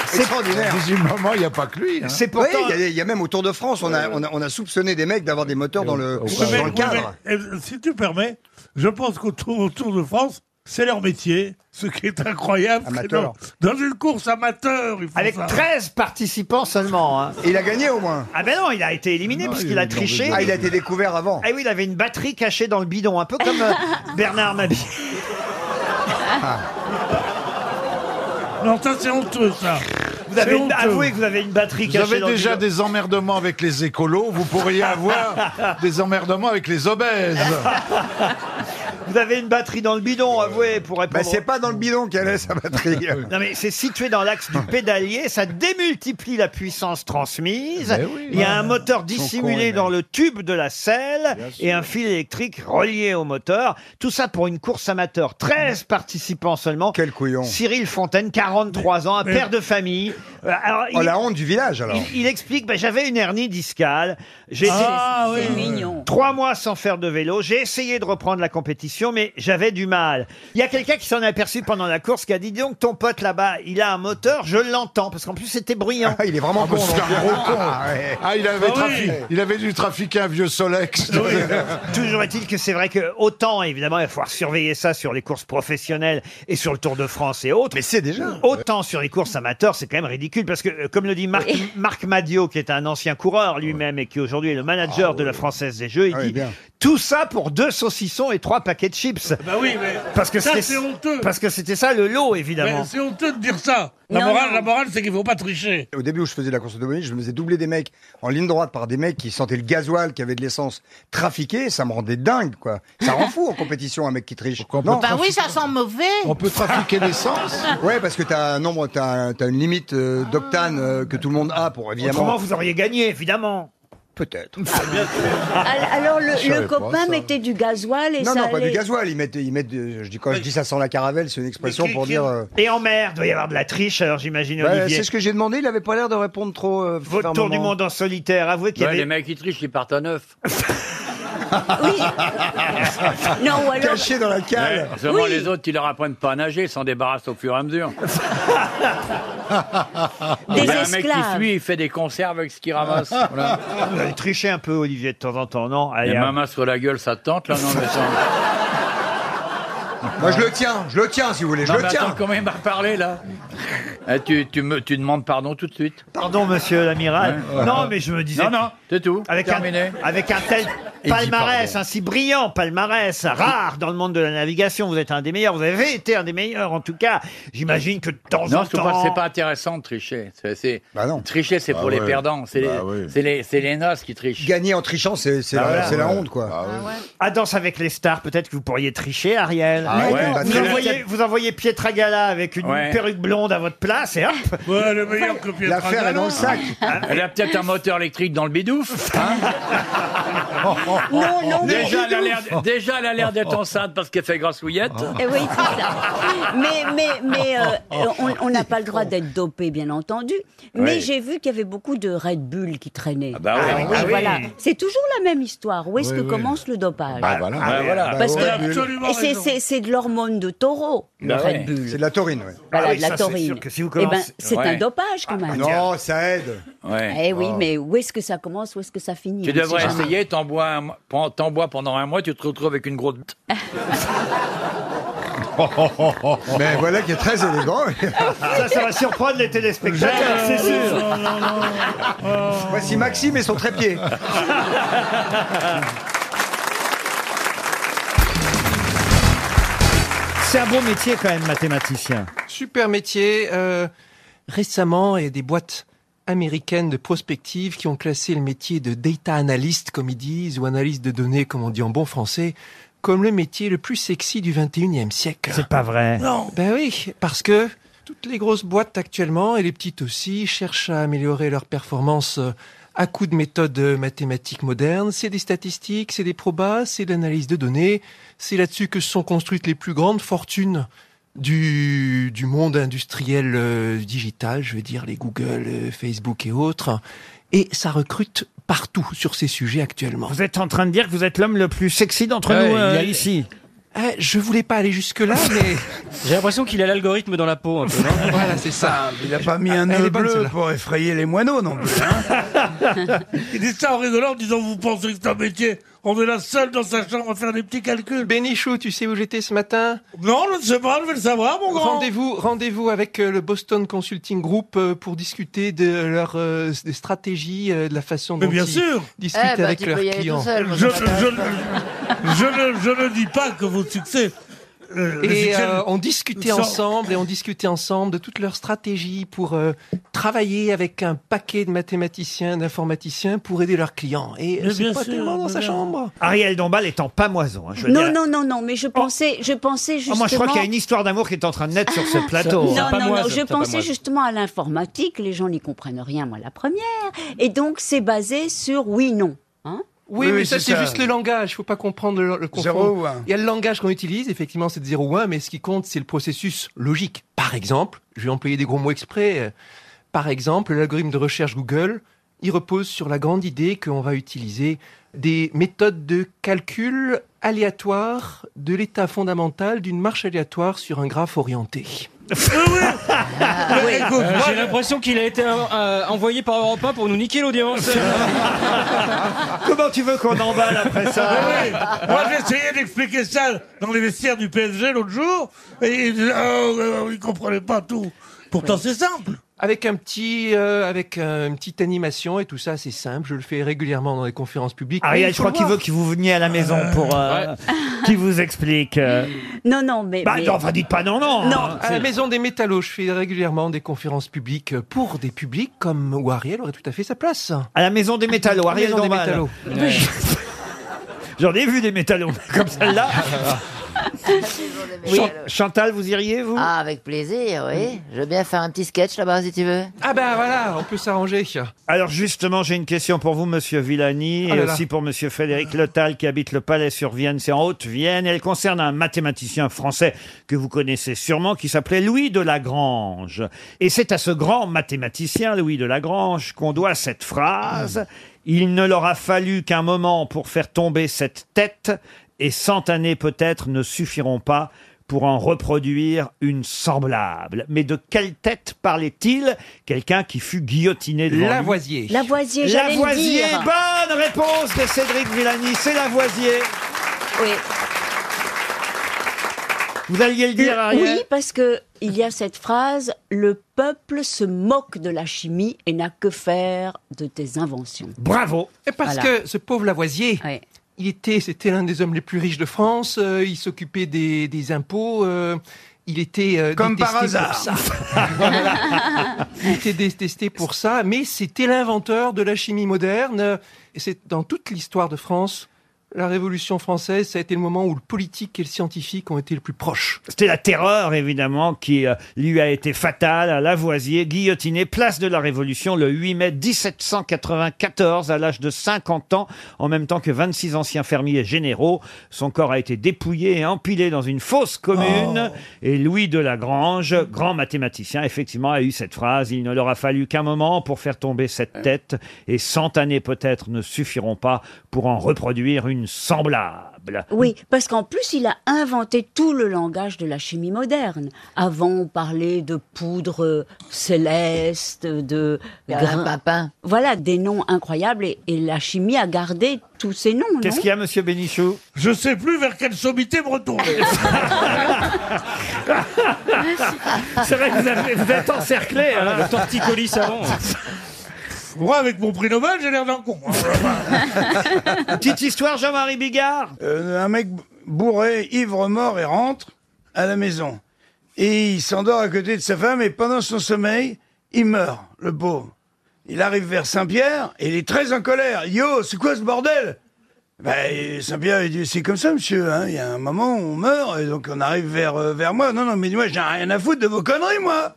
C'est- Extraordinaire. Visiblement, il n'y a pas que lui. hein. C'est pourtant- Oui, il y a- il y, a même au Tour de France, on a, on a, on a soupçonné des mecs d'avoir des moteurs dans le, Oui, mais- dans le oui, cadre. mais, euh, si tu permets, je pense qu'au Tour, au Tour de France, c'est leur métier. Ce qui est incroyable, c'est Amateur. dans, dans une course amateur, ils font Avec ça. 13 participants seulement. hein. Et il a gagné au moins. Ah ben non, il a été éliminé puisqu'il a triché. Ah, il a été découvert avant. Ah oui, il avait une batterie cachée dans le bidon, un peu comme euh, Bernard Mabille. Ah. Non, ça c'est honteux, ça. Vous avez C'est une- honteux. avouez que vous avez une batterie Vous cachée avez dans le déjà bidon. des emmerdements avec les écolos, vous pourriez avoir des emmerdements avec les obèses. Ah, Vous avez une batterie dans le bidon, avouez, pour répondre. Bah, c'est pas dans le bidon qu'elle est, sa batterie. Non mais c'est situé dans l'axe du pédalier, ça démultiplie la puissance transmise. Ben oui. Il y a un moteur Ils sont dissimulé cons, dans le tube de la selle et un fil électrique relié au moteur. Tout ça pour une course amateur. 13 participants seulement. Quel couillon. Cyril Fontaine, 43 ans, un mais- père de famille. Euh, alors, Oh, il- la honte du village, alors. il, il explique, ben, j'avais une hernie discale. J'ai Ah, été- C'est oui. Trois mois sans faire de vélo. J'ai essayé de reprendre la compétition, mais j'avais du mal. Il y a quelqu'un qui s'en est aperçu pendant la course, qui a dit, dis donc, ton pote là-bas, il a un moteur, je l'entends, parce qu'en plus, c'était bruyant. Ah, il est vraiment Ah, bah, con. c'est donc. un gros con. Ah, ouais. Ah, il avait, Ah oui. trafi- il avait dû trafiquer un vieux Solex. Toujours est-il que c'est vrai que autant évidemment il va falloir surveiller ça sur les courses professionnelles et sur le Tour de France et autres. Mais c'est déjà. Autant sur les courses amateurs, c'est quand même ridicule parce que euh, comme le dit Marc, Marc Madio qui est un ancien coureur lui-même et qui aujourd'hui est le manager de la Française des Jeux, il dit tout ça pour deux saucissons et trois paquets de chips. Bah oui, mais Parce que ça c'était- c'est honteux. Parce que c'était ça le lot Mais évidemment. C'est honteux de dire ça. La Non, morale, non. la morale, c'est qu'il faut pas tricher. Au début où je faisais la course automobile, je me faisais doubler des mecs en ligne droite par des mecs qui sentaient le gasoil, qui avaient de l'essence trafiquée. Ça me rendait dingue, quoi. Ça rend fou en compétition un mec qui triche. Non. Bah oui, ça sent mauvais peut trafiquer l'essence Ouais, parce que t'as un nombre, t'as as une limite euh, d'octane euh, que tout le monde a pour évidemment. Autrement vous auriez gagné évidemment. Peut-être. Al- Alors, le, Je le savais pas, copain ça. mettait du gasoil et non, ça non, pas allait- du gasoil. Ils mettent, ils mettent, de- je dis, quand je dis ça sent la caravelle, c'est une expression pour dire. euh, Et en mer, doit y avoir de la triche, alors j'imagine, bah, Olivier. c'est ce que j'ai demandé. Il avait pas l'air de répondre trop. euh, Votre tour fermement. du monde en solitaire, avouez qu'il y Ouais, avait... Les mecs qui trichent, ils partent à neuf. Non, ou alors- Caché dans la cale. Ouais, seulement les autres, ils leur apprennent pas à nager, ils s'en débarrassent au fur et à mesure. Il y a un mec qui esclaves. suit, il fait des conserves avec ce qu'il ramasse. Ah, Voilà. Ah, Vous allez tricher un peu, Olivier, de temps en temps, non Les Allez, à- mamas sur la gueule, ça te tente là, non mais ça- Moi, je le tiens. Je le tiens, si vous voulez. Je Non, le mais tiens. attends, comment il m'a reparlé là Eh, tu, tu me, tu demandes pardon tout de suite. Pardon, monsieur l'amiral. Ouais. Non, mais je me disais... Non, non, c'est tout. Avec un, Terminé. avec un tel Et palmarès, dis un si brillant palmarès, rare dans le monde de la navigation, vous êtes un des meilleurs, vous avez été un des meilleurs en tout cas. J'imagine que de temps Non, en c'est pas, temps... c'est pas intéressant de tricher. C'est, c'est- Tricher, c'est Bah pour les ouais. perdants. C'est, Bah les, ouais. c'est, les, c'est les noces qui trichent. Gagner en trichant, c'est c'est Bah la, voilà. c'est la Ouais. honte, quoi. Ah À Ah, Danse avec les stars, peut-être que vous pourriez tricher, Ariel. Ah ouais, bah, vous, très envoyez, bien. vous envoyez Pietra Gala avec une Ouais. perruque blonde à votre place et hop Ah. Ouais, le meilleur que Pietra L'affaire est dans le sac. Ah, Elle a peut-être un moteur électrique dans le bidouf. hein Non, non, mais- déjà, elle a l'air, déjà, elle a l'air d'être enceinte parce qu'elle fait grassouillette. Eh oui, c'est ça. Mais, mais, mais euh, on- on n'a pas le droit d'être dopé, bien entendu. Mais Oui. j'ai vu qu'il y avait beaucoup de Red Bull qui traînaient. bah oui. Ah oui. voilà. C'est toujours la même histoire. Où est-ce Oui, que oui. commence le dopage Ah, voilà. Ah, voilà. Parce Bah, que- ouais, absolument et c'est- raison. c'est c'est de l'hormone de taureau, le Bah ouais. Red Bull. C'est de la taurine, ouais. Voilà, Ah oui, de la ça, c'est taurine. sûr que si vous Eh ben, commencez- c'est Ouais. un dopage Ah, quand même. Non, ça aide. Eh oui, Oh. mais où est-ce que ça commence, où est-ce que ça finit Tu on sait devrais jamais. essayer, t'en bois, un mois- prends- t'en bois pendant un mois, tu te retrouves avec une grosse. Mais voilà qui est très élégant. Ça, ça va surprendre les téléspectateurs, c'est sûr. Voici Maxime et son trépied. C'est un bon métier quand même, mathématicien. Super métier. euh, récemment, il y a des boîtes américaines de prospective qui ont classé le métier de data analyst, comme ils disent, ou analyste de données, comme on dit en bon français, comme le métier le plus sexy du 21e siècle. C'est pas vrai. Non. Ben oui, parce que toutes les grosses boîtes actuellement, et les petites aussi, cherchent à améliorer leurs performances euh, à coup de méthodes euh, mathématiques modernes. C'est des statistiques, c'est des probas, c'est de l'analyse de données. C'est là-dessus que se sont construites les plus grandes fortunes du, du monde industriel euh, digital, je veux dire les Google, euh, Facebook et autres. Et ça recrute partout sur ces sujets actuellement. Vous êtes en train de dire que vous êtes l'homme le plus sexy d'entre Ouais, nous euh, il a- ici. Ah, je voulais pas aller jusque-là, mais... J'ai l'impression qu'il a l'algorithme dans la peau un peu, non Voilà, c'est ça. Il n'a pas mis un Elle nœud est bonne, bleu celle-là. pour effrayer les moineaux non plus. Ils disent ça en rigolant en disant Vous pensez que c'est un métier On est là seul dans sa chambre à faire des petits calculs. Bénichou, tu sais où j'étais ce matin Non, je ne sais pas, je vais le savoir, mon grand. Rendez-vous, rendez-vous avec euh, le Boston Consulting Group euh, pour discuter de leur euh, s- des stratégies, euh, de la façon Mais dont bien ils sûr. discutent avec leurs clients. Je, je ne- je ne, je ne dis pas que vos succès. euh, les et succès euh, on discutait sont- ensemble et on discutait ensemble de toutes leurs stratégies pour euh, travailler avec un paquet de mathématiciens, d'informaticiens pour aider leurs clients. Et euh, Mais c'est bien pas sûr, tellement dans mais sa bien. chambre. Ariel Dombal étant pas moison. hein, je veux Non, dire. non, non, non, mais je pensais, je pensais justement... Ah. Ah, moi, je crois qu'il y a une histoire d'amour qui est en train de naître sur ce plateau. Non, non, non, je pensais justement à l'informatique, les gens n'y comprennent rien, moi la première. Et donc, c'est basé sur oui, non. Hein Oui, mais ça, c'est juste le langage. Faut pas comprendre le, le confondre. Zéro ou un. Il y a le langage qu'on utilise, effectivement, c'est de 0 ou 1, mais ce qui compte, c'est le processus logique. Par exemple, je vais employer des gros mots exprès. euh, Par exemple, l'algorithme de recherche Google, il repose sur la grande idée qu'on va utiliser des méthodes de calcul aléatoire de l'état fondamental d'une marche aléatoire sur un graphe orienté. Euh, J'ai l'impression qu'il a été euh, euh, envoyé par Europe 1 pour nous niquer l'audience. Comment tu veux qu'on emballe après Mais oui. Moi, j'essayais d'expliquer ça dans les vestiaires du PSG l'autre jour, et ils disaient, Oh, euh, ils comprenaient pas tout. Pourtant, c'est simple. Avec un petit, euh, avec euh, une petite animation et tout ça, c'est simple. Je le fais régulièrement dans les conférences publiques. mais Ariel, il je faut crois le qu'il voir. veut que vous veniez à la maison pour euh, qu'il vous explique. euh. Non, non, mais... Bah mais- non, enfin dites pas non, non. hein. à la maison des métallos, je fais régulièrement des conférences publiques pour des publics comme où Ariel aurait tout à fait sa place. À la maison des métallos, Ariel Maison des Dombal. métallos. J'en ai vu des métallos comme celle-là. Chan- Chantal, vous iriez, vous Ah, avec plaisir, oui. Je veux bien faire un petit sketch là-bas, si tu veux. Ah bah voilà, on peut s'arranger. Alors justement, j'ai une question pour vous, Monsieur Villani, Oh et là là. aussi pour Monsieur Frédéric Lotal, qui habite le Palais sur Vienne, c'est en Haute-Vienne. Elle concerne un mathématicien français que vous connaissez sûrement, qui s'appelait Louis de Lagrange. Et c'est à ce grand mathématicien, Louis de Lagrange, qu'on doit cette phrase. Il ne leur a fallu qu'un moment pour faire tomber cette tête, et cent années peut-être ne suffiront pas pour en reproduire une semblable. Mais de quelle tête parlait-il Quelqu'un qui fut guillotiné devant lui. Lavoisier. Lavoisier, j'allais le Lavoisier, dire. bonne réponse de Cédric Villani, c'est Lavoisier. Oui. Vous alliez le dire, Ariel Oui, parce que il y a cette phrase le peuple se moque de la chimie et n'a que faire de tes inventions. Bravo. Et parce Voilà. que ce pauvre Lavoisier, il était, c'était l'un des hommes les plus riches de France. euh, il s'occupait des, des impôts. euh, il était euh, Comme détesté par hasard. pour ça. Voilà. Il était détesté pour ça, mais c'était l'inventeur de la chimie moderne. Et c'est dans toute l'histoire de France. La Révolution française, ça a été le moment où le politique et le scientifique ont été les plus proches. C'était la terreur, évidemment, qui euh, lui a été fatale à Lavoisier, guillotiné, place de la Révolution, le 8 mai 1794, à l'âge de 50 ans, en même temps que 26 anciens fermiers généraux. Son corps a été dépouillé et empilé dans une fosse commune. Et Louis de Lagrange, grand mathématicien, effectivement, a eu cette phrase. Il ne leur a fallu qu'un moment pour faire tomber cette tête, et cent années peut-être ne suffiront pas pour en reproduire une semblable. Oui, parce qu'en plus, il a inventé tout le langage de la chimie moderne. Avant, on parlait de poudre euh, céleste, de Grain papin. Voilà, des noms incroyables. Et, et la chimie a gardé tous ces noms. Qu'est-ce qu'il y a, monsieur Bénichou Je sais plus vers quelle sommité me retourner. C'est vrai que vous, avez- vous êtes encerclé. Ah, hein. Le torticolis savant. Moi, avec mon prix Nobel, j'ai l'air d'un con. hein. Petite histoire, Jean-Marie Bigard. Euh, un mec bourré, ivre-mort, et rentre à la maison. Et il s'endort à côté de sa femme, et pendant son sommeil, il meurt, le pauvre. Il arrive vers Saint-Pierre, et il est très en colère. Yo, c'est quoi ce bordel ben, Saint-Pierre, il dit, c'est comme ça, monsieur, hein, il y a un moment où on meurt, et donc on arrive vers, euh, vers moi. Non, non, mais moi, j'ai rien à foutre de vos conneries, moi.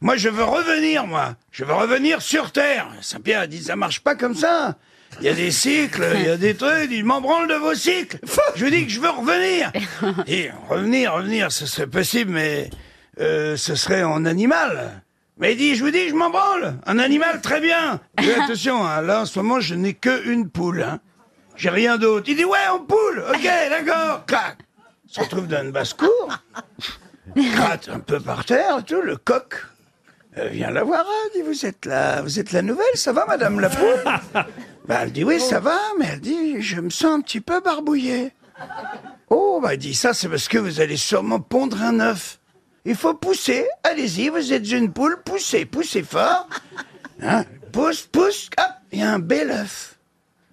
Moi, je veux revenir, moi. Je veux revenir sur Terre. Saint-Pierre a dit, ça marche pas comme ça. Il y a des cycles, il y a des trucs, il m'en branle de vos cycles. Je vous dis que je veux revenir. Et revenir, revenir, ce serait possible, mais euh, ce serait en animal. Mais il dit, je vous dis, je m'en branle. Un animal, très bien. Mais attention, hein, là, en ce moment, je n'ai que une poule. hein. J'ai rien d'autre. Il dit, ouais, on poule. Ok, d'accord. Clac. Il se retrouve dans une basse-cour. Gratte un peu par terre, tout, le coq. euh, vient la voir, hein, dit, vous êtes la, vous êtes la nouvelle, ça va, madame la poule Bah, elle dit, oui, ça va, mais elle dit, je me sens un petit peu barbouillée. Oh, bah, il dit, ça, c'est parce que vous allez sûrement pondre un œuf. Il faut pousser, allez-y, vous êtes une poule, poussez, poussez fort. Hein, pousse, pousse, hop, il y a un bel œuf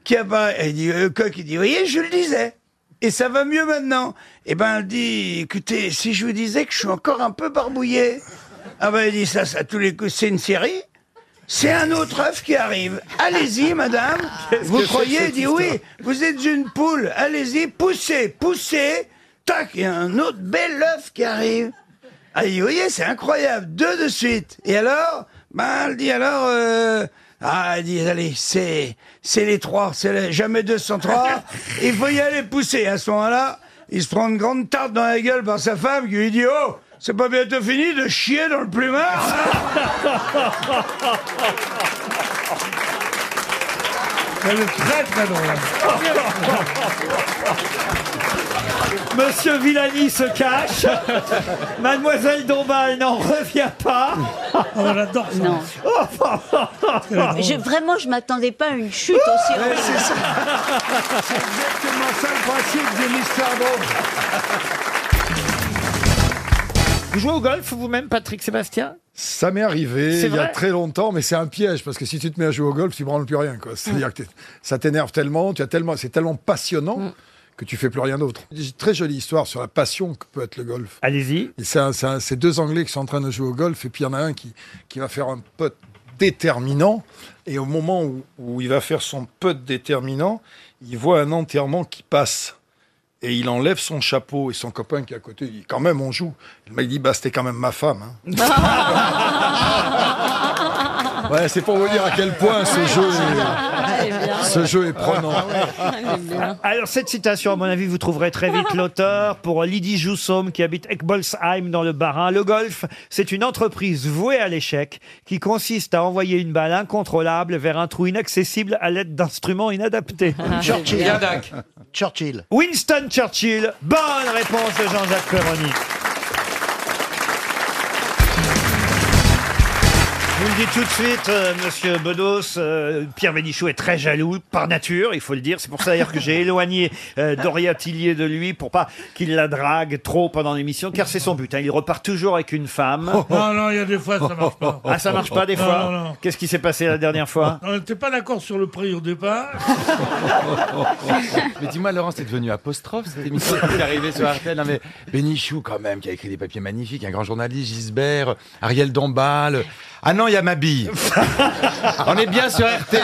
qui apparaît. Elle dit, le coq, il dit, voyez, je le disais. Et ça va mieux maintenant. Eh ben, elle dit, écoutez, si je vous disais que je suis encore un peu barbouillé. Ah ben, elle dit, ça, ça, à tous les coups, c'est une série. C'est un autre œuf qui arrive. Allez-y, madame. Qu'est-ce Vous que c'est croyez que Elle cette dit histoire oui. Vous êtes une poule. Allez-y, poussez, poussez. Tac, il y a un autre bel œuf qui arrive. Ah, vous voyez, c'est incroyable. Deux de suite. Et alors Ben, elle dit alors... euh, ah, elle dit, allez, c'est, c'est les trois. C'est les- jamais 203. Il faut y aller pousser. À ce moment-là, il se prend une grande tarte dans la gueule par sa femme qui lui dit, oh, c'est pas bientôt fini de chier dans le plumard Elle est très très drôle. Monsieur Villani se cache. Mademoiselle Dombal n'en revient pas. Oh, Oh. J'adore ça. Non. Je, vraiment, je m'attendais pas à une chute aussi Ouais, horrible. c'est ça. exactement ça le principe de l'histoire Vous jouez au golf vous-même, Patrick Sébastien Ça m'est C'est arrivé il y a vrai très longtemps, mais c'est un piège parce que si tu te mets à jouer au golf, tu branles plus rien. Quoi. C'est-à-dire que t'es- ça t'énerve tellement, tu as tellement, c'est tellement passionnant Mm. que tu fais plus rien d'autre. J'ai une très jolie histoire sur la passion que peut être le golf. Allez-y. C'est un- c'est un- c'est deux Anglais qui sont en train de jouer au golf et puis il y en a un qui, qui va faire un putt déterminant et au moment où, où il va faire son putt déterminant, il voit un enterrement qui passe. et il enlève son chapeau et son copain qui est à côté, il dit quand même on joue. Le mec dit bah c'était quand même ma femme. hein. ouais, c'est pour vous dire à quel point ce jeu est, ce jeu est prenant. Ah, Alors cette citation, à mon avis, vous trouverez très vite l'auteur pour Lydie Joussomme qui habite Eckbolsheim dans le Bas-Rhin. Le golf, c'est une entreprise vouée à l'échec qui consiste à envoyer une balle incontrôlable vers un trou inaccessible à l'aide d'instruments inadaptés. Ah. Churchill. Churchill. Winston Churchill. Bonne réponse de Jean-Jacques Perroni. Je vous le dis tout de suite, euh, monsieur Bedos, euh, Pierre Bénichou est très jaloux par nature, il faut le dire. C'est pour ça d'ailleurs que j'ai éloigné euh, Doria Tillier de lui pour pas qu'il la drague trop pendant l'émission, car c'est son but. hein. Il repart toujours avec une femme. Non, non, il y a des fois, ça marche pas. Ah, ça marche pas des Non, fois non, non. Qu'est-ce qui s'est passé la dernière fois On n'était pas d'accord sur le prix au départ. mais dis-moi, Laurent, c'est devenu apostrophe cette émission qui est arrivée sur RTL. Non, mais Bénichou, quand même, qui a écrit des papiers magnifiques, un grand journaliste, Gisbert, Ariel Dombal. Ah non, il y a ma bille. On est bien sur RTL.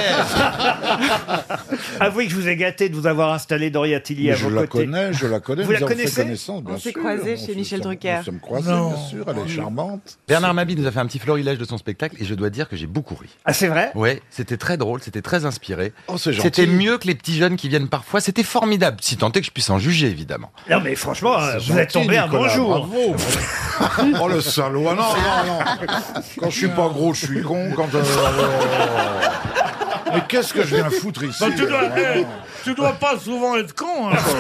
Avouez que je vous ai gâté de vous avoir installé Doria Tillier Mais à je vos la côtés. connais, je la connais, Vous nous la avons fait connaissez connaissance, bien On s'est sûr, croisés on chez se- Michel on- Drucker. Nous sommes croisés, Non. bien sûr, elle est charmante. Bernard Mabille nous a fait un petit florilège de son spectacle et je dois dire que j'ai beaucoup ri. Ah, c'est vrai Ouais, c'était très drôle, c'était très inspiré. Oh, c'est gentil. c'était mieux que les petits jeunes qui viennent parfois, c'était formidable, si tant est que je puisse en juger évidemment. Non, mais franchement, euh, vous êtes tombé un bon jour. oh le salaud, Ah, non, non, non. Quand je suis pas gros, je suis con. Quand, euh, Mais qu'est-ce que je viens foutre ici Bah, tu, dois, euh, eh, tu dois pas souvent être con. hein.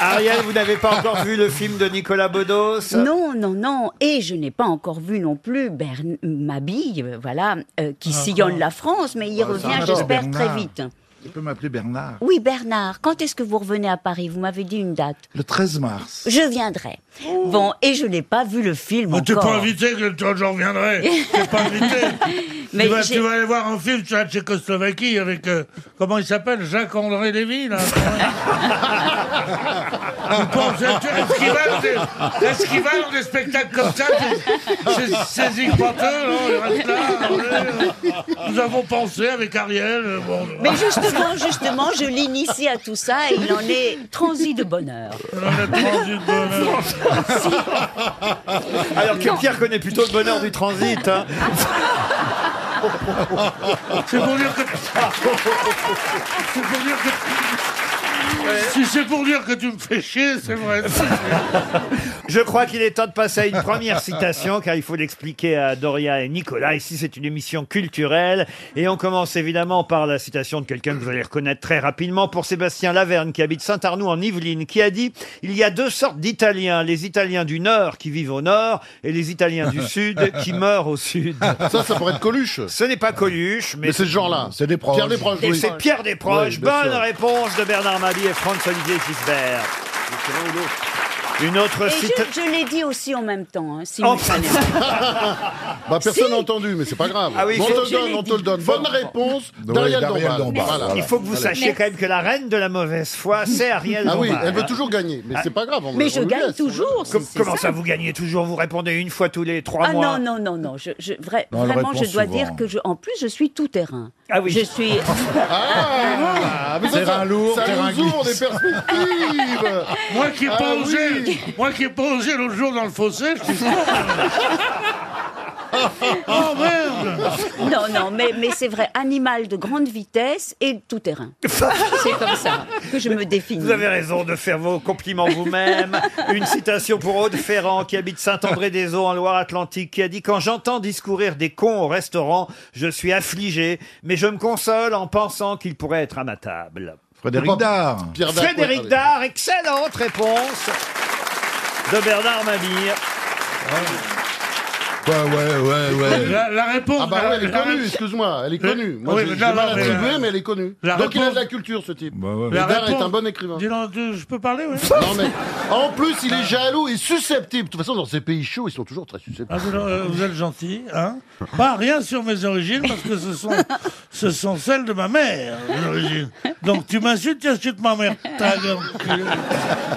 Ariel, vous n'avez pas encore vu le film de Nicolas Bedos Non, non, non. Et je n'ai pas encore vu non plus Bern... Mabille, euh, voilà, euh, qui sillonne la France, mais il Ah, revient, Bernard, j'espère, très Bernard. vite. Tu peux m'appeler Bernard. Oui, Bernard, quand est-ce que vous revenez à Paris Vous m'avez dit une date. Le 13 mars. Je viendrai. Bon, et je n'ai pas vu le film Mais Oh, T'es encore. pas invité que toi, j'en reviendrai. T'es pas invité. Mais tu, vas, j'ai- tu vas aller voir un film sur la Tchécoslovaquie avec, euh, comment il s'appelle, Jacques-André Lévy, là. Vous pensez, tu- esquival des- Esquival des spectacles comme ça, c'est- c'est- c'est zigpanteux, non, il reste là. ouais. Nous avons pensé avec Ariel. euh, bon. Mais justement, justement, je l'initie à tout ça et il en est transi de bonheur. Alors que Pierre connaît plutôt le bonheur du transit. hein. C'est pour dire que. C'est pour dire que. Si c'est pour dire que tu me fais chier, c'est vrai. Je crois qu'il est temps de passer à une première citation, car il faut l'expliquer à Doria et Nicolas. Ici, c'est une émission culturelle. Et on commence évidemment par la citation de quelqu'un que vous allez reconnaître très rapidement pour Sébastien Laverne, qui habite Saint-Arnoux en Yvelines, qui a dit Il y a deux sortes d'Italiens, les Italiens du Nord qui vivent au Nord et les Italiens du Sud qui meurent au Sud. Ça, ça pourrait être Coluche. Ce n'est pas Coluche, mais. Mais c'est ce genre-là. C'est Desproges. Pierre Desproges, Et oui. c'est Pierre Desproges. Oui, bien Bonne sûr. réponse de Bernard Mabie et Franz-Olivier Gisbert. Une autre Et citation. je, je l'ai dit aussi en même temps. hein, si Oh. vous prenez. Bah, personne n'a entendu, mais c'est pas grave. Ah oui, on je- te je donne, l'ai on te le dit. donne. Bonne réponse, Oui, Dariel Dariel Dombal. Dombal. Voilà. Il faut que vous Allez. sachiez quand même que la reine de la mauvaise foi, c'est Ariel Ah oui, Dombal, elle veut hein. toujours gagner, mais c'est pas grave. on- on lui laisse. Com- comment ça, vous gagnez toujours Vous répondez une fois tous les trois Ah mois. non, non, non, non. Je, je- vra- Non, elle vraiment, répond je dois souvent. dire que, je, en plus, je suis tout terrain. Ah oui. Je suis. Ah, mais ça, Terrain ça- lourd, ça terrain nous ouvre glisse. des perspectives. Moi qui ai Ah pas oui. osé, moi qui ai pas osé l'autre jour dans le fossé, je suis sûr. Oh merde Non, non, mais, mais c'est vrai, animal de grande vitesse et tout terrain. C'est comme ça que je me définis. Vous avez raison de faire vos compliments vous-même. Une citation pour Aude Ferrand, qui habite Saint-André-des-Eaux en Loire-Atlantique, qui a dit Quand j'entends discourir des cons au restaurant, je suis affligé, mais je me console en pensant qu'ils pourraient être à ma table. Frédéric Dard. Pierre Dac, Frédéric ouais, Dard, excellente réponse de Bernard Mabille. Ouais, ouais, ouais, ouais. La, la réponse. Ah bah la- ouais, elle est la- connue, excuse-moi, Ah, elle est Le- connue. Moi, Oui, j'ai mais j'ai là, mal là, mais- euh, attribué, mais elle est connue. La Donc il a réponse- de la culture, ce type. Bah ouais. Et La Dard est réponse- un bon écrivain. Dis donc, tu- je peux parler, oui Non, mais en plus, il est jaloux et susceptible. De toute façon, dans ces pays chauds, ils sont toujours très susceptibles. Ah, vous, euh, vous êtes gentil, hein Pas rien sur mes origines, parce que ce sont, ce sont celles de ma mère, mes origines. Donc tu m'insultes, tu insultes ma mère. Ta gueule, enculé.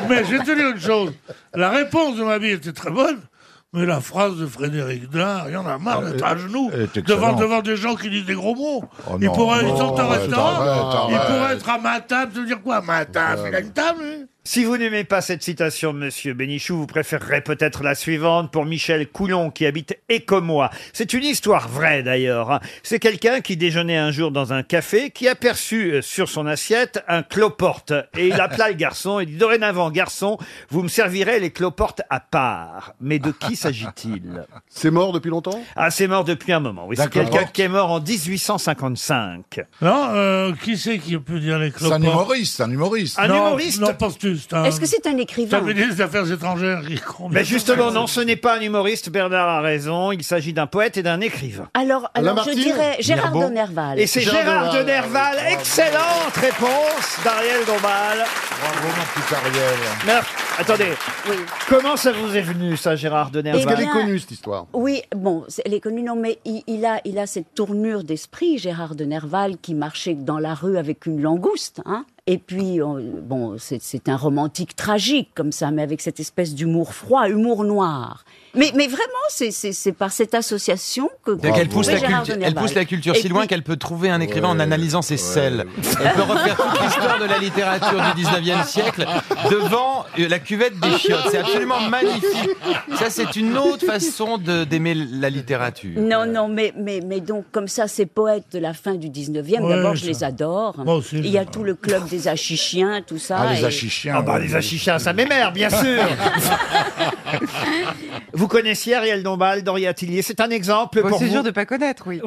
Mais je vais te dire une chose. La réponse de ma vie était très bonne, Mais la phrase de Frédéric Dard, il y en a Ah, marre d'être à genoux elle est devant, excellente. devant des gens qui disent des gros mots. Oh ils non, pourraient, ils non, sont en arrête, restaurant, arrête, ils arrête. pourraient être à ma table, se dire quoi Ma table, il a une table lui Si vous n'aimez pas cette citation de Monsieur Bénichou, vous préférerez peut-être la suivante pour Michel Coulon qui habite Écomois. C'est une histoire vraie d'ailleurs. hein. C'est quelqu'un qui déjeunait un jour dans un café qui aperçut euh, sur son assiette un cloporte et il appela le garçon et dit dorénavant garçon, vous me servirez les cloportes à part. Mais de qui s'agit-il C'est mort depuis longtemps Ah, c'est mort depuis un moment. Oui, c'est D'accord. quelqu'un qui est mort en 1855. Non, euh, qui c'est qui peut dire les cloportes Ah un humoriste. Un non, humoriste. Non, penses un... Est-ce que c'est un écrivain C'est un ministre des Affaires étrangères qui compte. Ah Mais justement, non, ce n'est pas un humoriste, Bernard a raison, il s'agit d'un poète et d'un écrivain. Alors, alors je Lamartine dirais Gérard Mirbeau. de Nerval. Et c'est Gérard de Nerval, excellente réponse d'Ariel Dombal. Bravo, mon petit Ariel. Mais alors, attendez, comment ça vous est venu ça, Gérard de Nerval Parce qu'elle est connue, cette histoire. Oui, bon, c'est- elle est connue, non, mais il, il a, il a cette tournure d'esprit, Gérard de Nerval, qui marchait dans la rue avec une langouste. Hein et puis, on- bon, c'est c'est un romantique tragique, comme ça, mais avec cette espèce d'humour froid, humour noir. Mais, mais vraiment, c'est- c'est c'est par cette association que... C'est-à-dire qu'elle pousse, la Gérard culture- de elle Nerval. pousse la culture Et si loin puis- qu'elle peut trouver un écrivain en analysant ses selles. Elle peut refaire toute l'histoire de la littérature du 19e siècle devant euh, la cuvette des chiottes. C'est absolument magnifique. Ça, c'est une autre façon de- d'aimer la littérature. Non, non, mais, mais, mais donc, comme ça, ces poètes de la fin du 19e, Ouais, d'abord, je ça. les adore. Moi aussi, Il y a tout le club des achichiens, tout ça. et- Ah bah les achichiens, ça m'émère, bien sûr Vous connaissiez Ariel Dombal, Doria Tillier, c'est un exemple pour Oh, c'est vous. dur de pas connaître, oui.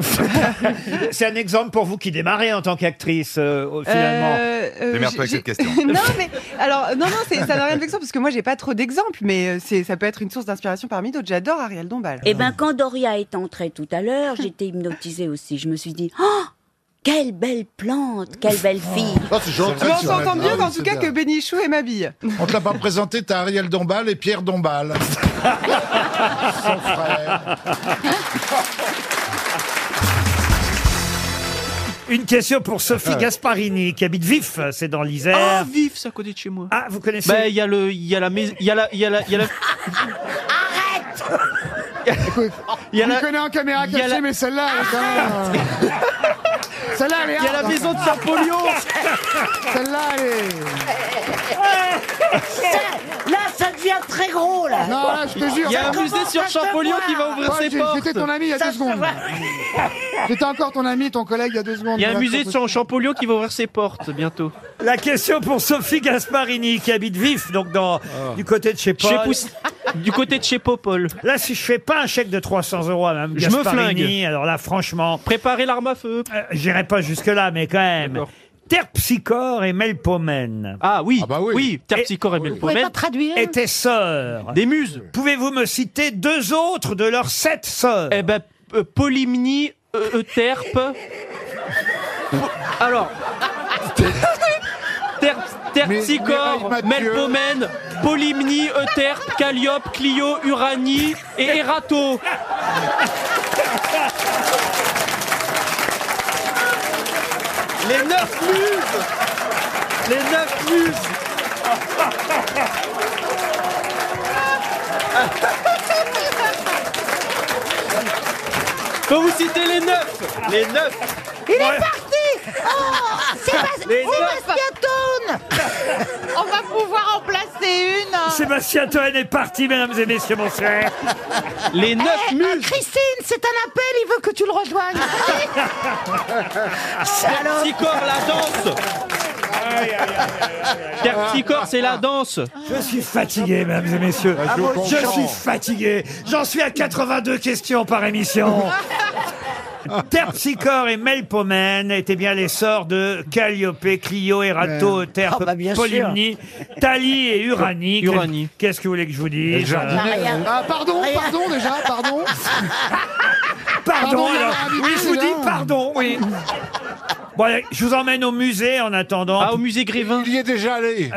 C'est un exemple pour vous qui démarrez en tant qu'actrice, euh, finalement. Euh, euh, j'ai- non, mais alors, non, non, c'est- ça n'a rien de vexant parce que moi, j'ai pas trop d'exemples, mais euh, c'est- ça peut être une source d'inspiration parmi d'autres. J'adore Ariel Dombal. Ah Eh ben, quand Doria est entrée tout à l'heure, j'étais hypnotisée aussi. Je me suis dit, oh, quelle belle plante, quelle belle fille. Ah, Ah, c'est Mais on s'entend mieux, en tout cas, que Bénichou et Mabille. On te l'a pas présenté, t'as Ariel Dombal et Pierre Dombal. Ah, Son frère. Une question pour Sophie Gasparini, qui habite Vif, c'est dans l'Isère. Ah, vif, ça connaît de chez moi. Ah, vous connaissez Bah, il y a le. Il y a la maison. Il y a la. Il y a la. Il y a la. Arrête Il y a On la. le connaît en caméra il y a cachée, la- mais celle-là, elle est quand même. euh, Celle-là, elle est Il y a la hard. maison de Saint-Polio. Celle-là, elle est. Là, ça devient très gros, là. Non, là, je te jure. Il y a ça un musée commence sur à se Champollion voir. qui va ouvrir Ouais, ses j'ai- portes. J'étais ton ami il y a Ça deux se secondes. voit. J'étais encore ton ami, ton collègue il y a deux secondes. Il y a un Là, musée sur- de Champollion qui va ouvrir ses portes bientôt. La question pour Sophie Gasparini qui habite Vif, donc dans Ah. du côté de chez Paul. Chez Pouss- Du côté de chez Popol. Là, si je fais pas un chèque de 300 euros à Mme Je me Gasparini, flingue. alors là, franchement, euh, Préparez l'arme à feu. j'irai pas jusque là, mais quand même. Terpsichore et Melpomène. Ah oui, oui, Terpsichore et Melpomène Vous pouvez pas traduire étaient sœurs. Des muses. Pouvez-vous me citer deux autres de leurs sept sœurs Eh ben, euh, Polymnie, euh, Euterpe. Po- Alors. Ter- Terpsichore, Mais- mais- Mathieu. Melpomène, Polymnie, Euterpe, Calliope, Clio, Uranie et Erato. Les neuf muses Les neuf muses Faut vous citer les neuf Les neuf Il Ouais. est parti Oh, Sébastien, Les Sébastien tourne On va pouvoir en placer euh, une. Sébastien Toen est parti, mesdames et messieurs, mon frère. Les neuf muses Christine, c'est un appel, il veut que tu le rejoignes. Salope. Terpsichore, la danse Terpsichore, c'est la danse Je suis fatigué, mesdames et messieurs. Ah, bon, Je bon. suis fatigué. J'en suis à 82 questions par émission. Terpsichore et Melpomène étaient bien les sorts de Calliope, Clio, Erato, Ouais. Terpe, Ah, bah, bien sûr. Polymnie, Thalie et Uranie. Uranie. Qu'est-ce que vous voulez que je vous dise Ah, pardon, pardon déjà, pardon. Pardon, Pardon, il y a alors. un Oui, invité, je vous là. dis pardon, oui. Bon, allez, je vous emmène au musée en attendant. Ah, au musée Grévin Il y est déjà allé.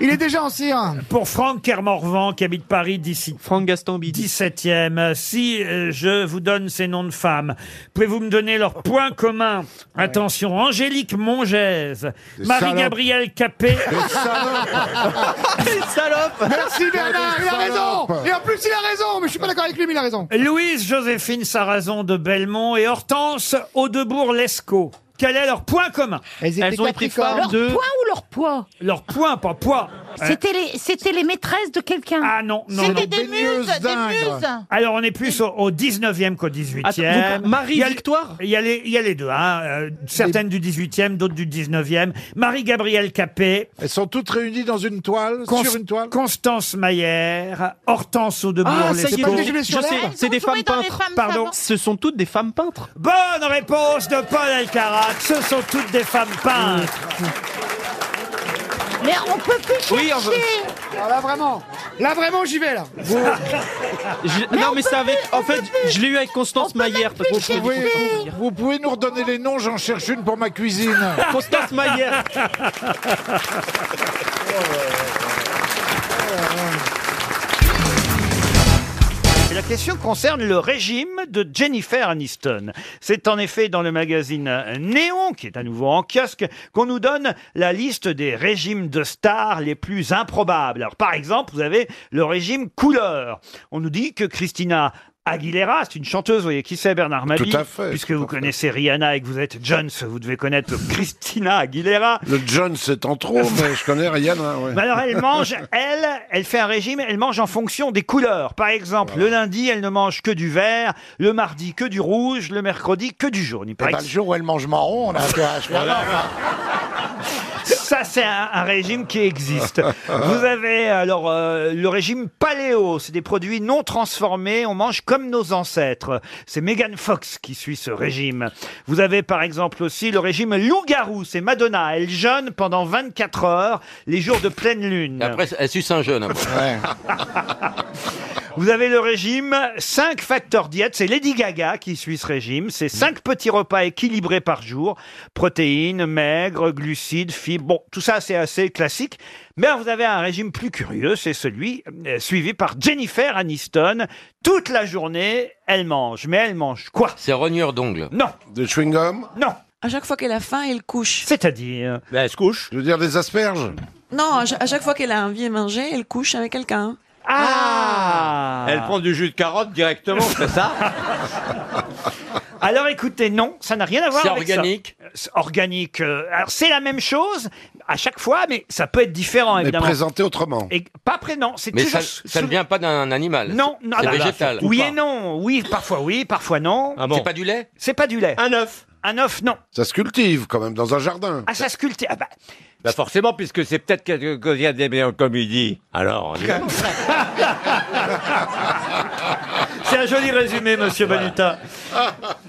Il est déjà en cire. Pour Franck Kermorvan, qui habite Paris, d'ici. Franck Gaston 17e. Si euh, je vous donne ces noms de femmes, pouvez-vous me donner leurs points communs Attention, Angélique Mongèse, Des Marie-Gabrielle Capet. salope Merci Bernard, il a raison Salope. Et en plus il a raison, mais je suis pas d'accord avec lui, mais il a raison. Louise Joséphine Sarrazon de Belmont et Hortense Audebourg-Lescaut. Quel est leur point commun Elles ont été Capricorne. Leur Leur point poids ou leur poids Leur point, pas poids. Euh. C'était les, c'était les maîtresses de quelqu'un. Ah non, non, non. Alors on est plus au, au 19e qu'au 18e. Attends, donc, Marie Il y a- Victoire Il y a les, il y a les deux, hein, euh, certaines du 18e, d'autres du 19e. Marie-Gabrielle Capet. Elles sont toutes réunies dans une toile, sur une toile. Constance Maillère, Hortense Audebourg. Ah, ça y est, Lescaut. je sais, c'est des femmes peintres. Pardon. Ce sont toutes des femmes peintres. Bonne réponse de Paul Alcarat. Ce sont toutes des femmes peintres. Mais on peut plus chercher. Oui, on veut- Ah, Alors là vraiment, là vraiment j'y vais là. Je- non, mais c'est avec. En fait, je l'ai eu avec Constance Maillère. Parce que je Vous pouvez, vous pouvez nous redonner les noms, j'en cherche une pour ma cuisine. Constance Maillère. Et la question concerne le régime de Jennifer Aniston. C'est en effet dans le magazine Néon, qui est à nouveau en kiosque, qu'on nous donne la liste des régimes de stars les plus improbables. Alors, par exemple, vous avez le régime couleur. On nous dit que Christina Aguilera, c'est une chanteuse, vous voyez qui c'est, Bernard Mabie Tout à fait, Puisque vous connaissez Rihanna et que vous êtes Jones, vous devez connaître Christina Aguilera. Le John, c'est en trop, mais je connais rien. hein. Mais alors elle mange, elle, elle fait un régime, elle mange en fonction des couleurs. Par exemple, le lundi, elle ne mange que du vert, le mardi que du rouge, le mercredi que du jaune. Il paraît que- Eh ben, le jour où elle mange marron, on a intérêt à se faire Voilà. voir. ça, c'est un, un régime qui existe. Vous avez alors euh, le régime paléo, c'est des produits non transformés, on mange comme nos ancêtres. C'est Megan Fox qui suit ce régime. Vous avez par exemple aussi le régime loup-garou, c'est Madonna, elle jeûne pendant 24 heures les jours de pleine lune. Après, elle suce un jeune. après. Vous avez le régime 5 facteurs diète, c'est Lady Gaga qui suit ce régime, c'est 5 petits repas équilibrés par jour, protéines, maigres, glucides, fibres, bon, tout ça c'est assez classique. Mais alors, vous avez un régime plus curieux, c'est celui euh, suivi par Jennifer Aniston. Toute la journée, elle mange, mais elle mange quoi C'est rogneur d'ongles. Non. De chewing-gum Non. À chaque fois qu'elle a faim, elle couche. C'est-à-dire Ben, Elle se couche. Je veux dire des asperges Non, à cha- à chaque fois qu'elle a envie de manger, elle couche avec quelqu'un. Ah Elle prend du jus de carotte directement, c'est ça Alors écoutez, non, ça n'a rien à voir C'est avec ça. organique Euh, c'est Organique. euh, alors c'est la même chose à chaque fois, mais ça peut être différent évidemment. autrement. Et pas prénom, c'est Mais toujours ça, ça ne vient pas d'un animal. Non, non, C'est ah bah, végétal. Ah Oui et non, oui, parfois oui, parfois non. C'est pas du lait C'est pas du lait. Un œuf. Un œuf, non. Ça se cultive quand même dans un jardin. Ah, ça se cultive. Ah bah, Bah forcément, puisque c'est peut-être quelque chose des comme il dit. Alors, c'est un joli résumé, monsieur Banuta.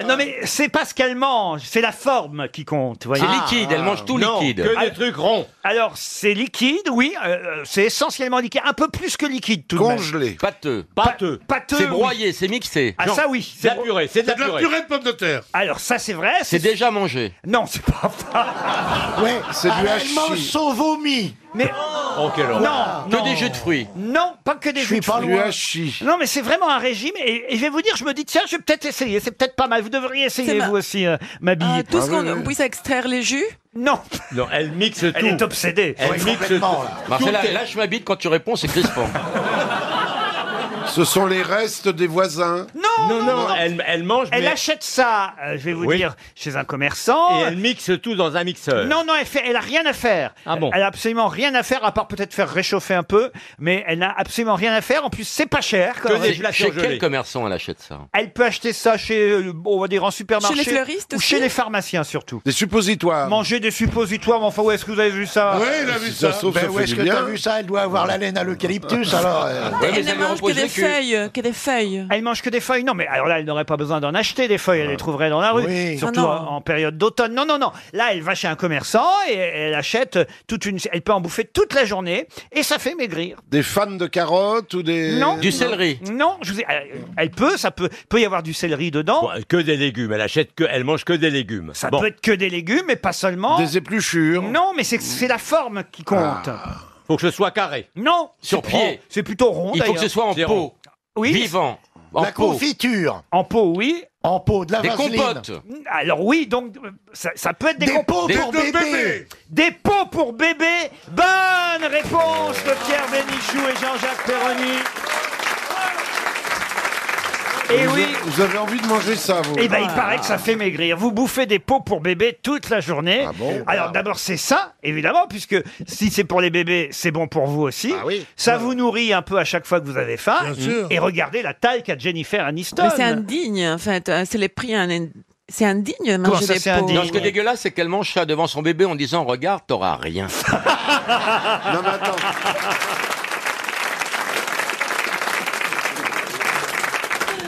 Non, mais c'est pas ce qu'elle mange, c'est la forme qui compte. voyez. Ah. C'est liquide, elle mange tout Non, liquide. que des trucs ronds. Alors, c'est liquide, oui, euh, c'est essentiellement liquide, un peu plus que liquide tout de même. Pâteux. Pâteux. Pâteux. C'est oui. broyé, c'est mixé. Ah, ça oui. C'est bro- de pommes de terre. Alors, ça c'est vrai. C'est déjà mangé. Non, c'est pas Ouais, c'est du Ah, elle hachis. mange son vomi. Mais Oh, quelle non, horreur. Que non. des jus de fruits. Non, pas que des Je jus suis de pas fruits. loin. Du Non, mais c'est vraiment un régime. Et, et je vais vous dire, je me dis, tiens, je vais peut-être essayer. C'est peut-être pas mal. Vous devriez essayer, C'est ma- vous aussi, euh, ma bille. Euh, tout Ah, ce qu'on puisse extraire les jus Non. Non, elle mixe tout. Elle est obsédée. Elle mixe tout. Marcella, Tout est- lâche ma bite quand tu réponds, c'est crispant. Ce sont les restes des voisins. Non, non, non, Elle, mange. Elle achète ça, euh, je vais vous dire, chez un commerçant. Et elle mixe tout dans un mixeur. Non, non, elle, fait, elle a rien à faire. Elle a absolument rien à faire, à part peut-être faire réchauffer un peu, mais elle n'a absolument rien à faire. En plus, c'est pas cher. quand même. Chez quel commerçant elle achète ça Elle peut acheter ça chez, euh, on va dire, en supermarché. Chez les fleuristes Ou aussi chez les pharmaciens surtout. Des suppositoires. Manger des suppositoires, mais enfin, où est-ce que vous avez vu ça Oui, il a vu Ah, Si ça ça. sauve, Ben, où est-ce que t'as vu ça Elle doit avoir la laine à l'eucalyptus, alors. euh. Elle ne mange que des feuilles, que des feuilles. Elle mange que des feuilles. Non, mais alors là, elle n'aurait pas besoin d'en acheter des feuilles. Elle les trouverait dans la rue. Oui. Surtout Ah non. en en période d'automne. Non, non, non. Là, elle va chez un commerçant et elle achète toute une. Elle peut en bouffer toute la journée et ça fait maigrir. Des fans de carottes ou Euh, des. Non. Non, je vous ai- elle- Elle peut, ça peut. Peut y avoir du céleri dedans. Que des légumes. Elle achète que, elle mange que des légumes. Ça peut être que des légumes, mais pas seulement. Des épluchures. Non, mais c'est- c'est la forme qui compte. Ah. Faut que ce soit carré. Non Sur c'est rond. pied. C'est plutôt rond. Il faut d'ailleurs. que ce soit en C'est pot. rond. Oui. Vivant. En La pot. confiture. En pot, oui. En pot, de la Des vaseline. compotes. Alors oui, donc euh, ça, ça peut être des, Des compotes. pots pour Des- de bébé. bébé. Des pots pour bébé. Bonne réponse de Pierre Bénichou et Jean-Jacques Perroni. Et oui. Vous avez envie de manger ça, vous Ah. Eh ben, il paraît que ça fait maigrir. Vous bouffez des pots pour bébé toute la journée. Alors d'abord c'est ça, évidemment, puisque si c'est pour les bébés, c'est bon pour vous aussi. Ah Ça vous nourrit un peu à chaque fois que vous avez faim. Bien sûr. Et regardez la taille qu'a Jennifer Aniston. Mais c'est indigne, en fait. Euh, C'est les prix. un- C'est indigne de Comment manger ça, des c'est pots. indigne Non, ce qui est dégueulasse, c'est qu'elle mange ça devant son bébé en disant Regarde, t'auras rien. Non, mais attends.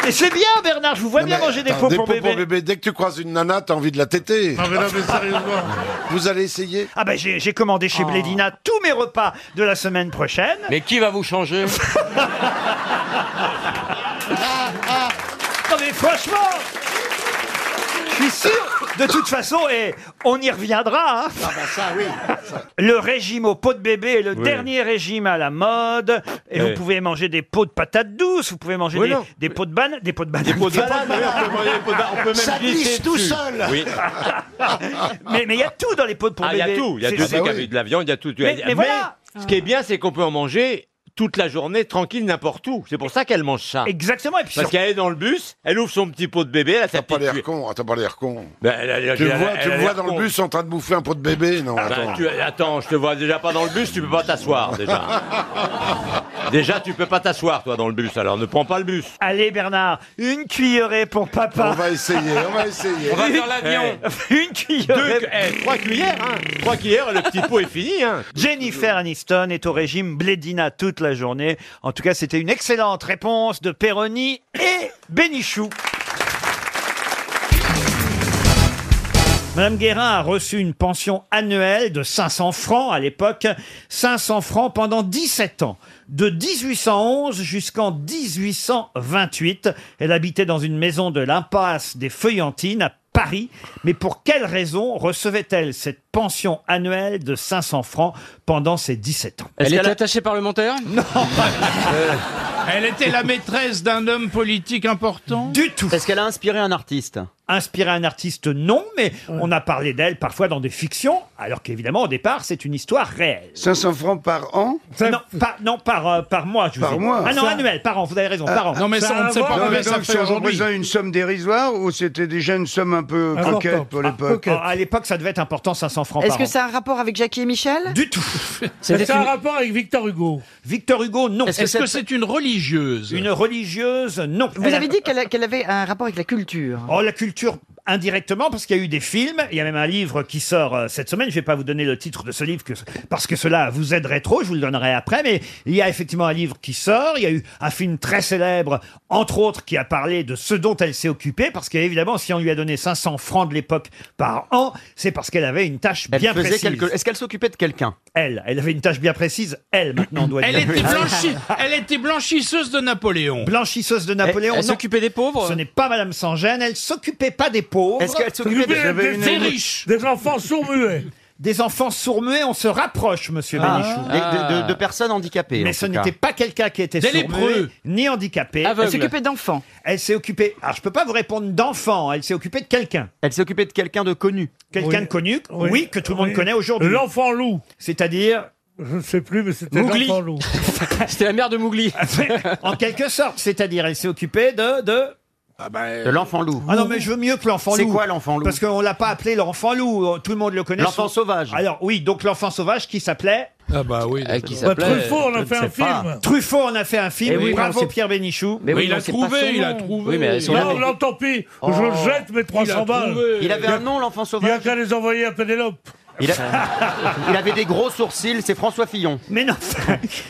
Et c'est bien, Bernard, je vous vois bien manger des pots pour bébé. Dès que tu croises une nana, t'as envie de la téter. Non, mais non, mais sérieusement. Vous allez essayer Oh. Ah ben j'ai j'ai commandé chez Blédina tous mes repas de la semaine prochaine. Mais qui va vous changer Non mais franchement Je suis sûr De toute façon, et on y reviendra hein. Ah bah Le régime aux pots de bébé est le Oui. dernier régime à la mode. Et Oui. vous pouvez manger des pots de patates douces, vous pouvez manger Oui, des, non. des pots de bananes, des pots de bananes. pots de bananes, oui, on peut manger des pots de bananes, on peut même Ça glisser glisse tout dessus. seul. Oui. mais mais il y a tout dans les pots de pour Ah, il y bébé. a tout. Il y a C'est- tout. c'est- des cabillaud, de la viande, il y a tout. Mais- mais voilà. ce qui est bien, c'est qu'on peut en manger toute la journée, tranquille, n'importe où. C'est pour ça qu'elle mange ça. Exactement. Et puis sur- Parce qu'elle est dans le bus, elle ouvre son petit pot de bébé, elle a sa T'as pas l'air con, t'as pas l'air con. elle, Tu me vois, tu me vois dans le bus en train de bouffer un pot de bébé Ah, Non, Attends. attends. Ben, attends, je te vois déjà pas dans le bus, tu peux pas t'asseoir déjà. déjà, tu peux pas t'asseoir toi dans le bus, alors ne prends pas le bus. Allez Bernard, une cuillerée pour papa. On va essayer, on va essayer. On va dans l'avion. Une cuillerée. Deux, eh, trois cuillères, hein. Trois cuillères, le petit pot est fini, hein. Jennifer Aniston est au régime Blédina toute la journée. En tout cas, c'était une excellente réponse de Perroni et Bénichou. Madame Guérin a reçu une pension annuelle de 500 francs à l'époque, 500 francs pendant 17 ans, de 1811 jusqu'en 1828. Elle habitait dans une maison de l'impasse des Feuillantines à Paris, mais pour quelle raison recevait-elle cette pension annuelle de 500 francs pendant ses 17 ans Elle est attachée parlementaire Non. Euh. Elle était la maîtresse d'un homme politique important Du tout. Est-ce qu'elle a inspiré un artiste Inspirée un artiste, non, mais on a parlé d'elle parfois dans des fictions, alors qu'évidemment, au départ, c'est une histoire réelle. 500 francs par an Non, pas- non par, euh, par mois, je vous Par ai dit. mois. Ah non, Ça- annuel, par an, vous avez raison, Ah, par an. Non, mais donc, ça représente une somme dérisoire ou c'était déjà une somme un peu coquette pour l'époque Ah, à l'époque, ça devait être important, 500 francs Est-ce par que an. ça a un rapport avec Jackie et Michel Du tout. C'était Ça a un une- rapport avec Victor Hugo Victor Hugo, non. Est-ce que c'est une religieuse Une religieuse, non. Vous Elle a- avez dit qu'elle a- qu'elle avait un rapport avec la culture. Oh, la culture indirectement, parce qu'il y a eu des films, il y a même un livre qui sort euh, cette semaine, je vais pas vous donner le titre de ce livre, que, parce que cela vous aiderait trop, je vous le donnerai après, mais il y a effectivement un livre qui sort, il y a eu un film très célèbre, entre autres, qui a parlé de ce dont elle s'est occupée, parce qu'évidemment, si on lui a donné 500 francs de l'époque par an, c'est parce qu'elle avait une tâche Elle bien faisait précise. quelque- Est-ce qu'elle s'occupait de quelqu'un Elle, elle avait une tâche bien précise, elle maintenant on doit Elle dire. Ah était, blanchi- elle était blanchisseuse de Napoléon. Blanchisseuse de Napoléon. Elle, non. s'occupait des pauvres Ce n'est pas Madame Sangène, elle s'occupait pas des pauvres. Est-ce qu'elle s'occupait des- S'occupait des- des riches Des enfants sourds-muets. Des enfants sourds-muets, on se rapproche, monsieur Ah. Bénichou. Des- de- de- de personnes handicapées, Mais en ce tout cas. n'était pas quelqu'un qui était Des sourd-muet, lépreux. ni handicapé. Aveugle. Elle s'occupait d'enfants. Elle s'est occupée. Alors, je peux pas vous répondre d'enfants, elle s'est occupée de quelqu'un. Elle s'occupait de quelqu'un de connu. Quelqu'un de connu, oui, que tout le monde connaît aujourd'hui. L'enfant loup. C'est-à-dire. Je ne sais plus, mais c'était Mowgli. l'enfant loup. c'était la mère de Mougli. en quelque sorte, c'est-à-dire, elle s'est occupée de. de... De l'enfant loup. Ah non, mais je veux mieux que l'enfant loup. C'est quoi l'enfant loup Parce qu'on l'a pas appelé l'enfant loup, euh, tout le monde le connaît. L'enfant sauvage. Alors oui, donc l'enfant sauvage qui s'appelait Ah bah oui. Euh, Truffaut en a fait un film. Eh oui, Bravo on sait- Pierre Bénichou. Mais oui, Mais il on a sait trouvé, pas son il a nom. trouvé. Oui, mais elles sont non, jamais- non, tant pis, Oh. je le jette mes 300 Il a balles. trouvé. Il avait un nom, l'enfant sauvage. Il n'y a qu'à les envoyer à Pénélope. Il, a- il avait des gros sourcils, c'est François Fillon. Mais non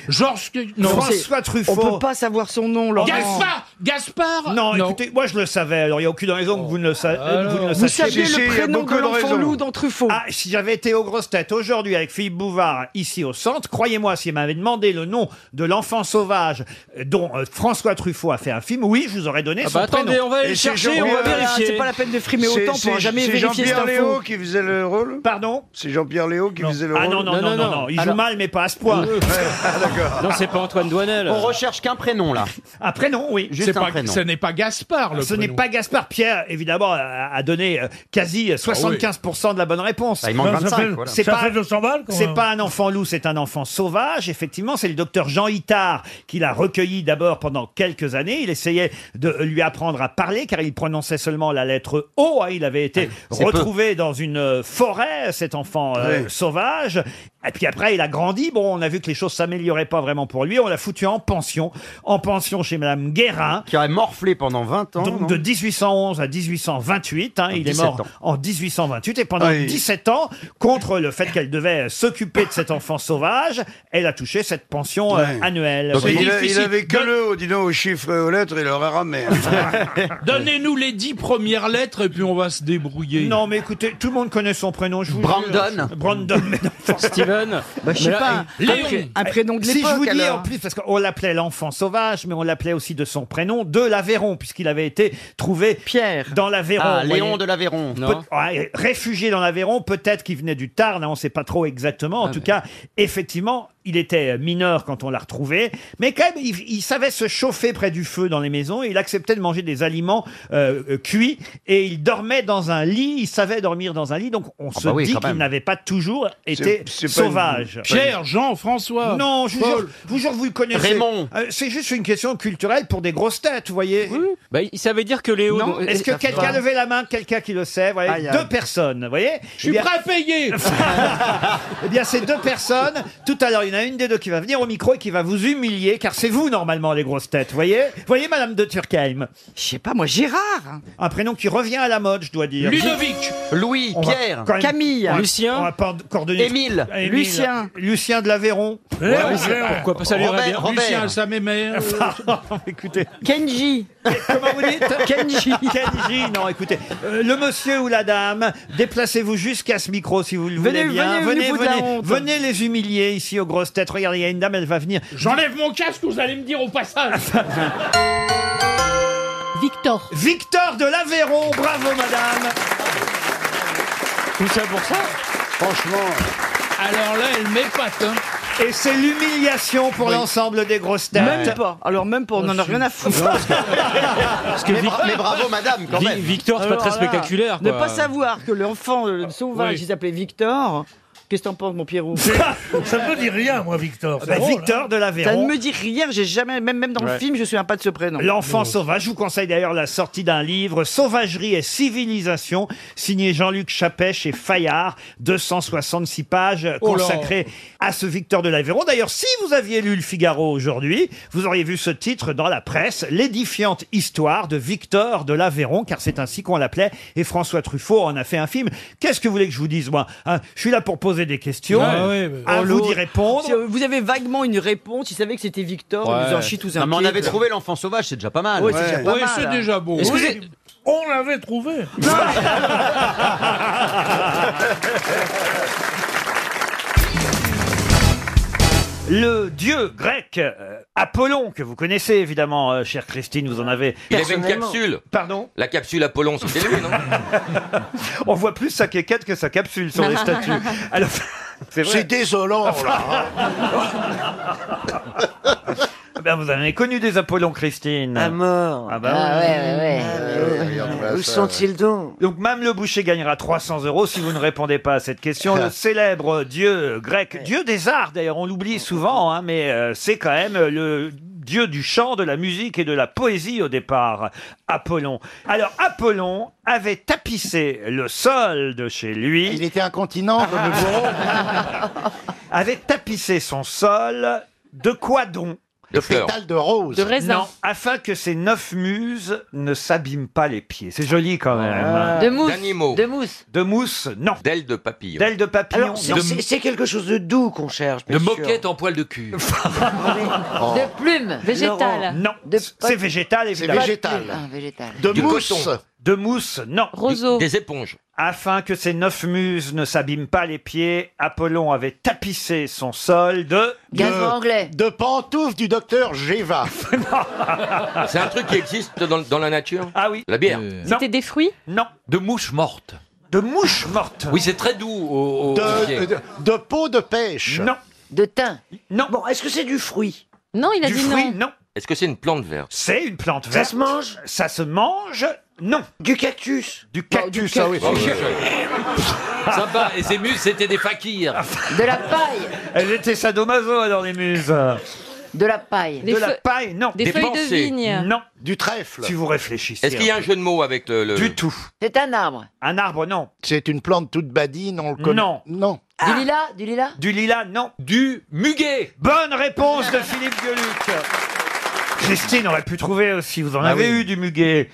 Georges... François Truffaut. savoir son nom, Gaspard Gaspard Ah, Non, écoutez, moi je le savais. Alors il n'y a aucune raison que vous ne le, sa- Alors. vous ne le Vous sachiez. saviez le Si, si, il y a prénom de beaucoup de l'enfant raisons. loup dans Truffaut. Ah, si j'avais été aux grosses têtes aujourd'hui avec Philippe Bouvard ici au centre, croyez-moi, s'il m'avait demandé le nom de l'enfant sauvage euh, dont euh, François Truffaut a fait un film, oui, je vous aurais donné Ah son bah, attendez, prénom. on va aller Et le c'est chercher, Jean-Pierre- on va vérifier. C'est pas la peine de frimer autant C'est- pour c'est- jamais c'est vérifier cette Jean-Pierre info. Léo qui faisait le rôle Pardon C'est Jean-Pierre Léo qui faisait le Ah rôle non, non, non, non, non, il joue mal, mais pas à ce point. Ah, Non, c'est pas Antoine Douanel. On recherche qu'un prénom, là. Un prénom, oui. C'est pas- Ce n'est pas Gaspard, le Ce n'est prénom. pas Gaspard. Pierre, évidemment, a a donné euh, quasi 75% de la bonne réponse. Bah, il manque Ça, ça 25, fait- voilà. C'est ça pas, fait 200 balles, quoi. C'est pas un enfant loup, c'est un enfant sauvage. Effectivement, c'est le docteur Jean Itard qui l'a recueilli d'abord pendant quelques années. Il essayait de lui apprendre à parler car il prononçait seulement la lettre O. hein. Il avait Ah, été c'est retrouvé dans une euh, forêt, cet enfant euh, Oui. sauvage. Et puis après, il a grandi. Bon, on a vu que les choses s'amélioraient pas vraiment pour lui. On l'a foutu en pension, en pension chez Madame Guérin. Qui aurait morflé pendant 20 ans. Donc non de 1811 à 1828, hein, il est 17 mort ans. en 1828 et pendant Ah oui. 17 ans, contre le fait qu'elle devait s'occuper de cet enfant sauvage, elle a touché cette pension euh, Ouais. annuelle. Donc, Oui. il, a- il avait que le haut, dis donc, aux chiffres et aux lettres, il aurait ramé. hein. Donnez-nous les dix premières lettres et puis on va se débrouiller. Non, mais écoutez, tout le monde connaît son prénom, je vous Brandon. Brandon. mais non, enfin. Steven. Bah, je sais Mais là, pas, il- un Léon. pré- un Eh, prénom de Si je l'époque, vous dis alors. en plus, parce qu'on l'appelait l'enfant sauvage, mais on l'appelait aussi de son prénom, de l'Aveyron, puisqu'il avait été trouvé Pierre. dans l'Aveyron. Ah, vous voyez. Léon de l'Aveyron. Peut- ouais, réfugié dans l'Aveyron, peut-être qu'il venait du Tarn, hein, on ne sait pas trop exactement. Ah, En tout cas, effectivement, il était euh, mineur quand on l'a retrouvé, mais quand même, il, il savait se chauffer près du feu dans les maisons. Et il acceptait de manger des aliments euh, euh, cuits et il dormait dans un lit. Il savait dormir dans un lit, donc on se bah oui, dit quand qu'il même. n'avait pas toujours été C'est- c'est pas une- sauvage. Pierre, Jean, François. Non, je vous Paul. jure, je vous jure, vous le connaissez. Raymond. Euh, c'est juste une question culturelle pour des grosses têtes, vous voyez. Bah, il- ça veut dire que Léo. Non. Est-ce que quelqu'un levait la main, quelqu'un qui le sait, vous voyez, Aïe, aïe. deux personnes, vous voyez Je suis prêt à payer. Eh bien, ces deux personnes, tout à l'heure, il y en a une des deux qui va venir au micro et qui va vous humilier, car c'est vous normalement les grosses têtes, vous voyez Vous voyez, Madame de Turckheim. Je sais pas, moi Gérard. Un prénom qui revient à la mode, je dois dire. Ludovic. Louis, On va Pierre, quand même- Camille, on va- on va pas coordonner- Émile, Émile. Lucien. Lucien de l'Aveyron. Ouais, Ouais, mais c'est- Robert. pourquoi pas, ça lui irait bien. Robert. Lucien, sa mémère. Écoutez. Kenji. Comment vous dites Kenji. Kenji, non, écoutez. euh, le monsieur ou la dame, déplacez-vous jusqu'à ce micro si vous le Venez, voulez bien. venez, venez-vous de la honte. venez les humilier ici aux grosses têtes. Regardez, il y a une dame, elle va venir. J'enlève mon casque, vous allez me dire au passage. Victor. Victor de l'Aveyron, bravo madame. Tout ça pour ça Franchement. Alors là, elle m'épate. Hein. Et c'est l'humiliation pour l'ensemble des grosses têtes. Même pas. Ah, Alors même pas, on en a rien à foutre. Mais bra- mais bravo, madame, quand même. Victor, c'est pas Alors très là, spectaculaire. Ne quoi. Ah, pas savoir que l'enfant euh, sauvage, Oui. il s'appelait Victor. Qu'est-ce que t'en penses, mon Pierrot Ah Ça me dit rien, moi, Victor. hein. Bah, Victor de hein. Ça ne l'Aveyron. me dit rien, j'ai jamais, même, même dans le Ouais. film, je suis un pas de ce prénom. L'enfant sauvage. Je vous conseille d'ailleurs la sortie d'un livre, Sauvagerie et civilisation, signé Jean-Luc Chappet chez Fayard, 266 pages Oh là. consacrées à ce Victor de l'Aveyron. D'ailleurs, si vous aviez lu Le Figaro aujourd'hui, vous auriez vu ce titre dans la presse, l'édifiante histoire de Victor de l'Aveyron, car c'est ainsi qu'on l'appelait. Et François Truffaut en a fait un film. Qu'est-ce que vous voulez que je vous dise, moi hein Je suis là pour poser des questions, Ouais, ouais, mais- à Oh, vous l'autre. d'y répondre. Si, euh, vous avez vaguement une réponse, il savait que c'était Victor, il nous en chie tous un Non, mais on pied. avait trouvé l'enfant sauvage, c'est déjà pas mal. Ouais, c'est déjà pas Ouais, mal, c'est hein. Ah déjà beau. Est-ce que Oui. On l'avait trouvé. Le dieu grec euh, Apollon, que vous connaissez évidemment, euh, chère Christine, vous en avez. Il avait une personnellement. capsule. Pardon La capsule Apollon, c'était lui, non On voit plus sa quéquette que sa capsule sur les statues. Alors, c'est vrai. désolant, Ah ben, vous en avez connu des Apollons, Christine. À mort. Ah, bah Ah oui. ouais, ouais, ouais. Euh, Ah ouais, regarde Bah, pas Où ça, euh, sont-ils donc Donc, même le boucher gagnera 300 euros si vous ne répondez pas à cette question. Le célèbre dieu grec, dieu des arts d'ailleurs, on l'oublie souvent, hein, mais euh, c'est quand même le dieu du chant, de la musique et de la poésie au départ, Apollon. Alors, Apollon avait tapissé le sol de chez lui. Il était incontinent comme le avait tapissé son sol de quoi donc De fleurs. pétales de rose. De raisin. Non, afin que ses neuf muses ne s'abîment pas les pieds. C'est joli quand même. De mousse. D'animaux. De mousse. Oh. De mousse, non. D'ailes de papillon. D'ailes de papillon. Alors, non. c'est- C'est quelque chose de doux qu'on cherche. De moquette en poil de cul. De plumes végétales. Non, c'est végétal évidemment. Ah, De Du mousse. coton. De mousse, non. Roseau. Des éponges. Afin que ses neuf muses ne s'abîment pas les pieds, Apollon avait tapissé son sol de... Gazon anglais. De pantoufles du docteur Géva. C'est un truc qui existe dans, dans la nature Ah oui. La bière. C'était des fruits Non. De mouches mortes. De mouches mortes. Oui, c'est très doux au, au De, pied. de, de peau de pêche. Non. De thym. Non. Bon, est-ce que c'est du fruit Non, il a Du dit fruit, non. non. Est-ce que c'est une plante verte C'est une plante Ça verte. se mange Ça se mange Non. Du cactus Du cactus, ah oui. Oh, oui, oui. Sympa, et ces muses, c'était des fakirs. De la paille. Elles étaient sadomaso dans les muses. De la paille. de la paille, non. Des, feuilles de vigne. Non. Du trèfle. Si vous réfléchissez. Est-ce qu'il y a un jeu de mots avec le... Du tout. C'est un arbre. Un arbre, non. C'est une plante toute badine, on le connaît. Non. Non. Ah. Du lilas, du lilas. Du lilas, non. Du muguet. Bonne réponse de Philippe Gueluc. Christine aurait pu trouver aussi, vous en Ah avez oui. eu du muguet.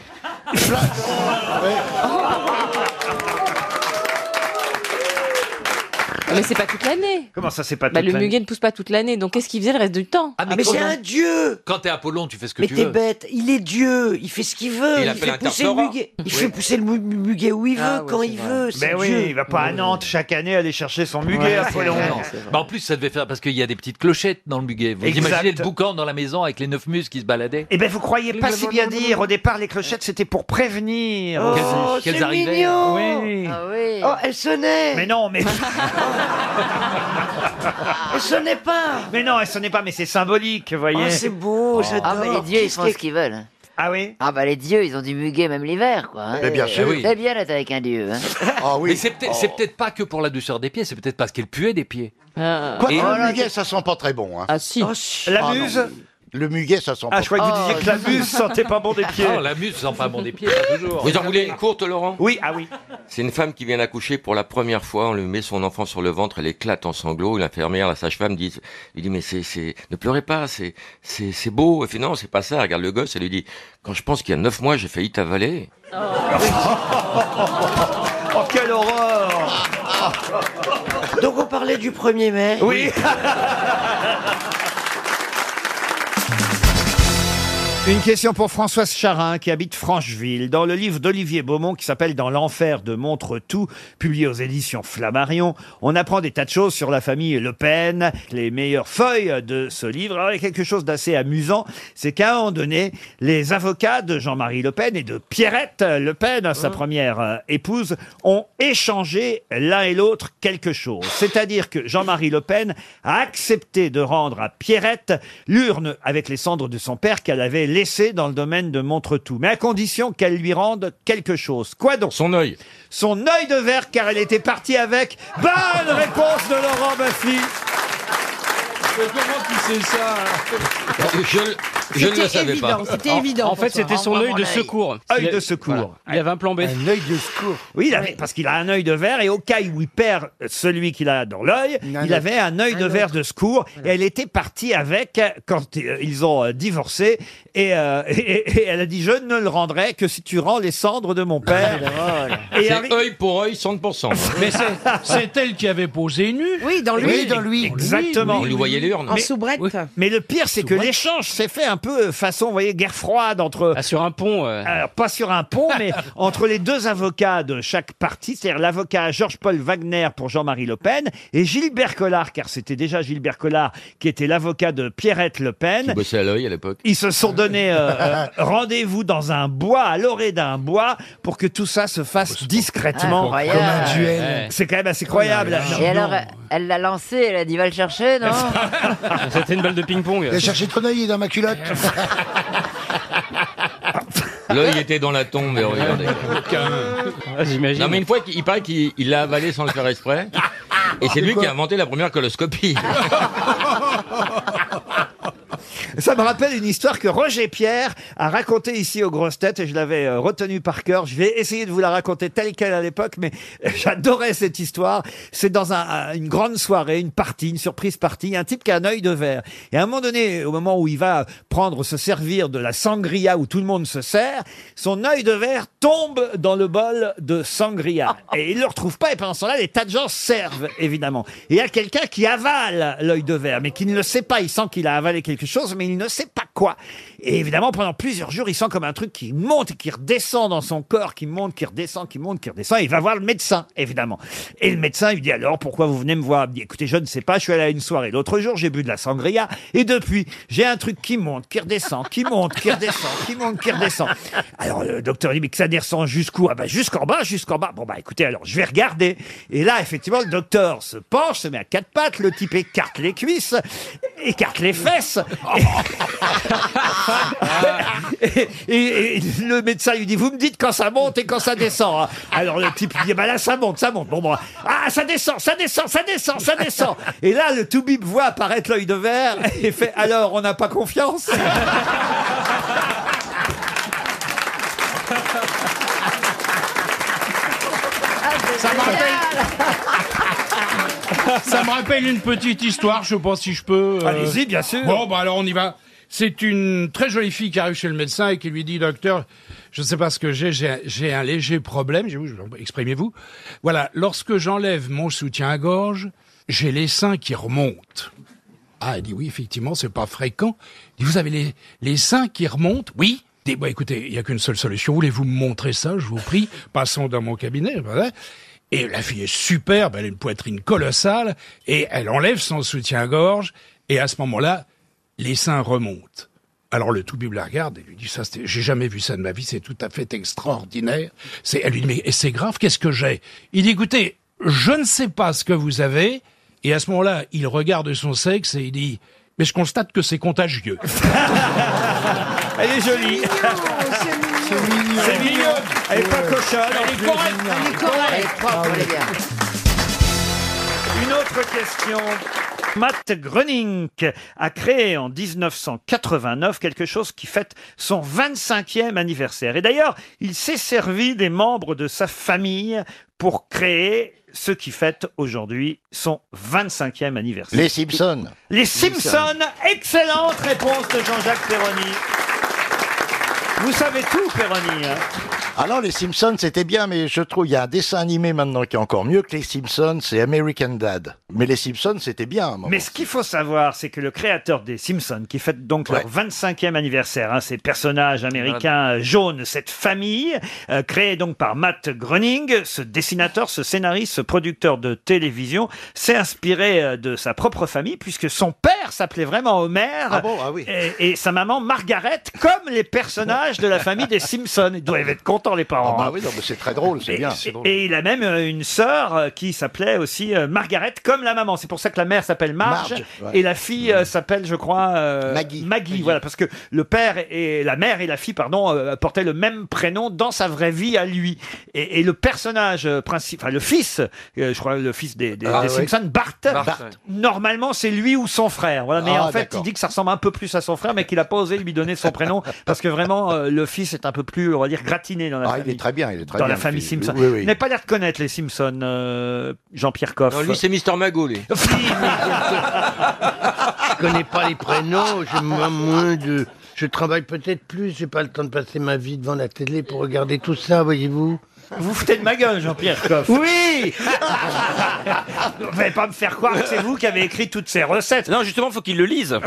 Mais c'est pas toute l'année. Comment ça, c'est pas Bah, toute le l'année muguet ne pousse pas toute l'année, donc qu'est-ce qu'il faisait le reste du temps Ah, Apollon. dieu Quand t'es Apollon, tu fais ce que Mais tu t'es veux. bête, il est Dieu, il fait ce qu'il veut, Il il, appelle un fait pousser le Tartarin. muguet, il Oui. fait pousser le mu- mu- muguet où il veut, Ah ouais, quand c'est il vrai. veut. Mais c'est Ben oui, Dieu. il va pas à Nantes chaque année aller chercher son muguet à Apollon. Bah, en plus, ça devait faire parce qu'il y a des petites clochettes dans le muguet. Vous Exact. imaginez le boucan dans la maison avec les neuf muses qui se baladaient Eh ben, vous croyez pas si bien dire. Au départ, les clochettes, c'était pour prévenir. Oh, Qu'elles- qu'elles c'est arrivaient. mignon. Oui. Oh, elle sonnait Mais non, mais. Elle sonnait pas Mais non, ce n'est pas, mais c'est symbolique, vous voyez. Oh, c'est beau, j'adore Ah, mais les dieux, ils Qu'est-ce font qu'il- ce qu'ils veulent. Ah oui Ah, bah les dieux, ils ont du muguet même l'hiver, quoi. hein. Mais bien sûr. Oui. C'est bien d'être avec un dieu. hein. Ah Mais c'est peut-être c'est peut-être pas que pour la douceur des pieds, c'est peut-être parce qu'elle puait des pieds. Ah. Quoi Et- le muguet, ça sent pas très bon. Hein. Ah si. Oh, La non. muse Le muguet, ça sent Ah, pas je croyais que vous disiez que la muse sentait pas bon des pieds. Ah, Non, la muse sent pas bon des pieds, pas toujours. Vous en voulez une courte, Laurent Oui, ah oui. C'est une femme qui vient d'accoucher pour la première fois. On lui met son enfant sur le ventre, elle éclate en sanglots. L'infirmière, la sage-femme, dit, lui dit mais c'est, c'est, ne pleurez pas, c'est, c'est, c'est beau. Elle fait non, c'est pas ça. Regarde le gosse, elle lui dit quand je pense qu'il y a neuf mois, j'ai failli t'avaler. Oh, quelle horreur Donc on parlait du 1er mai. Oui. Une question pour Françoise Charin qui habite Francheville. Dans le livre d'Olivier Beaumont qui s'appelle Dans l'enfer de Montretout, publié aux éditions Flammarion, on apprend des tas de choses sur la famille Le Pen, les meilleures feuilles de ce livre. Alors, il y a quelque chose d'assez amusant, c'est qu'à un moment donné, les avocats de Jean-Marie Le Pen et de Pierrette Le Pen, sa première euh, épouse, ont échangé l'un et l'autre quelque chose. C'est-à-dire que Jean-Marie Le Pen a accepté de rendre à Pierrette l'urne avec les cendres de son père qu'elle avait laissée dans le domaine de Montretout, mais à condition qu'elle lui rende quelque chose. Quoi donc Son œil. Son œil de verre, car elle était partie avec. Bonne réponse de Laurent Baffy. Comment tu sais ça hein Je, je ne le savais pas. En- En fait, c'était son œil de secours. secours. Œil Il a- de secours. voilà. Il avait un plan B. Un œil de secours. Oui, il avait, parce qu'il a un œil de verre et au cas où il perd celui qu'il a dans l'œil, il, autre. avait un œil Un de verre autre. de secours et elle était partie avec euh, quand euh, ils ont euh, divorcé et, euh, et- et elle a dit je ne le rendrai que si tu rends les cendres de mon père. Et C'est Harry- œil pour œil, 100%. Mais c'est- c'est elle qui avait posé nu. Oui, dans lui. Oui, dans lui. Exactement. On lui voyait l'urne. En soubrette. Mais le pire, c'est que l'échange s'est fait un peu euh, façon, vous voyez, guerre froide entre. Ah, sur un pont. euh. Alors, pas sur un pont, mais entre les deux avocats de chaque parti, c'est-à-dire l'avocat Georges-Paul Wagner pour Jean-Marie Le Pen et Gilbert Collard, car c'était déjà Gilbert Collard qui était l'avocat de Pierrette Le Pen. Il bossait à l'œil à l'époque. Ils se sont donné euh, euh, rendez-vous dans un bois, à l'orée d'un bois, pour que tout ça se Oh, fasse discrètement. Ah, incroyable. Comme un duel. Ouais. C'est quand même assez croyable. Et alors, elle l'a lancé, elle a dit va le chercher, non Ah. euh, C'était une balle de ping-pong. J'ai cherché ton œil il est dans ma culotte. Eh, L'œil était dans la tombe et regardez. J'imagine. Non mais une fois qu'il il paraît qu'il il l'a avalé sans le faire exprès. Et c'est lui qui a inventé la première coloscopie. Ça me rappelle une histoire que Roger Pierre a racontée ici aux grosses têtes et je l'avais euh, retenue par cœur. Je vais essayer de vous la raconter telle qu'elle à l'époque, mais j'adorais cette histoire. C'est dans un- un- une grande soirée, une partie, une surprise partie, Il y a un type qui a un œil de verre. Et à un moment donné, au moment où il va prendre, se servir de la sangria où tout le monde se sert, son œil de verre tombe dans le bol de sangria. Et il le retrouve pas et pendant ce temps-là, les tas de gens servent, évidemment. Et il y a quelqu'un qui avale l'œil de verre, mais qui ne le sait pas. Il sent qu'il a avalé quelque chose, mais mais il ne sait pas quoi. Et évidemment, pendant plusieurs jours, il sent comme un truc qui monte et qui redescend dans son corps, qui monte, qui redescend, qui monte, qui redescend. Et il va voir le médecin, évidemment. Et le médecin, il lui dit alors, pourquoi vous venez me voir Il dit, écoutez, je ne sais pas, je suis allé à une soirée l'autre jour, j'ai bu de la sangria, et depuis, j'ai un truc qui monte, qui redescend, qui monte, qui redescend, qui monte, qui redescend. Alors, le docteur dit, mais que ça descend jusqu'où Ah bah, jusqu'en bas, jusqu'en bas. Bon bah, écoutez, alors, je vais regarder. Et là, effectivement, le docteur se penche, se met à quatre pattes, le type écarte les cuisses, écarte les fesses. Bah, Bah, et, et- et le médecin lui dit, vous me dites quand ça monte et quand ça descend. hein. Alors le type lui dit, bah là ça monte, ça monte. Bon, bon, ah ça descend, ça descend, ça descend, ça descend. Et là le toubib voit apparaître l'œil de verre et fait, alors on n'a pas confiance. Ça me rappelle. Ça me rappelle une petite histoire, je pense si je peux. euh. Allez-y, bien sûr. Bon, bah alors on y va. C'est une très jolie fille qui arrive chez le médecin et qui lui dit, docteur, je ne sais pas ce que j'ai, j'ai, j'ai un léger problème. J'ai, oui, exprimez-vous. Voilà, lorsque j'enlève mon soutien-gorge, j'ai les seins qui remontent. Ah, elle dit oui, effectivement, c'est pas fréquent. Elle dit, vous avez les, les seins qui remontent Oui. Elle dit, bah, écoutez, il y a qu'une seule solution. Voulez-vous me montrer ça Je vous prie. Passons dans mon cabinet. Voilà. Et la fille est superbe, elle a une poitrine colossale, et elle enlève son soutien-gorge, et à ce moment-là, les seins remontent. Alors le tout la regarde et lui dit ça, c'était- j'ai jamais vu ça de ma vie, c'est tout à fait extraordinaire. C'est, elle lui dit mais et c'est grave, qu'est-ce que j'ai Il dit écoutez, je ne sais pas ce que vous avez. Et à ce moment-là, il regarde son sexe et il dit mais je constate que c'est contagieux. Elle est jolie. C'est mignon. Elle est pas cochonne. Elle est correcte. Elle est correcte. Elle est Ah, propre, elle est bien. Une autre question. Matt Groening a créé en 1989 quelque chose qui fête son 25e anniversaire. Et d'ailleurs, il s'est servi des membres de sa famille pour créer ce qui fête aujourd'hui son 25e anniversaire. Les Simpsons. Les Simpsons. Excellente réponse de Jean-Jacques Perroni. Vous savez tout, hein Péroni. Alors les Simpsons c'était bien, mais je trouve il y a un dessin animé maintenant qui est encore mieux que les Simpsons, c'est American Dad. Mais les Simpsons c'était bien. à un moment. Mais ce qu'il faut savoir, c'est que le créateur des Simpsons, qui fête donc leur 25e anniversaire, hein, ces personnages américains euh, jaunes, cette famille, euh, créée donc par Matt Groening, ce dessinateur, ce scénariste, ce producteur de télévision, s'est inspiré euh, de sa propre famille, puisque son père s'appelait vraiment Homer, Ah et, et sa maman Margaret, comme les personnages de la famille des Simpsons. Ils doivent être contents, les parents. Ah hein. oui, non, mais c'est très drôle, c'est bien. c'est drôle. Et il a même euh, une sœur euh, qui s'appelait aussi euh, Margaret, comme la maman. C'est pour ça que la mère s'appelle Marge, Marge, ouais. et la fille euh, s'appelle, je crois, euh, Maggie. Voilà, parce que le père et la mère et la fille, pardon, euh, portaient le même prénom dans sa vraie vie à lui. Et, et le personnage euh, principal, enfin, le fils, euh, je crois, le fils des, des- Ah, des ouais. Simpsons, Bart. Bart, Bart. ouais. Normalement, c'est lui ou son frère. Voilà, mais Ah, en fait, d'accord. il dit que ça ressemble un peu plus à son frère, mais qu'il a pas osé lui donner son prénom parce que vraiment, euh, le fils est un peu plus, on va dire, gratiné dans la Ah, famille il est très bien, il est très dans bien. la famille Puis- Simpson. oui, oui. Vous n'avez pas l'air de connaître les Simpsons, euh, Jean-Pierre Coff. Non, lui, c'est Mister Mago, lui. Je connais pas les prénoms, je m'en moins de. Je travaille peut-être plus, j'ai pas le temps de passer ma vie devant la télé pour regarder tout ça, voyez-vous. Vous foutez de ma gueule, Jean-Pierre Coff. Oui Vous n'allez pas me faire croire que c'est vous qui avez écrit toutes ces recettes. Non, justement, faut qu'il le lise.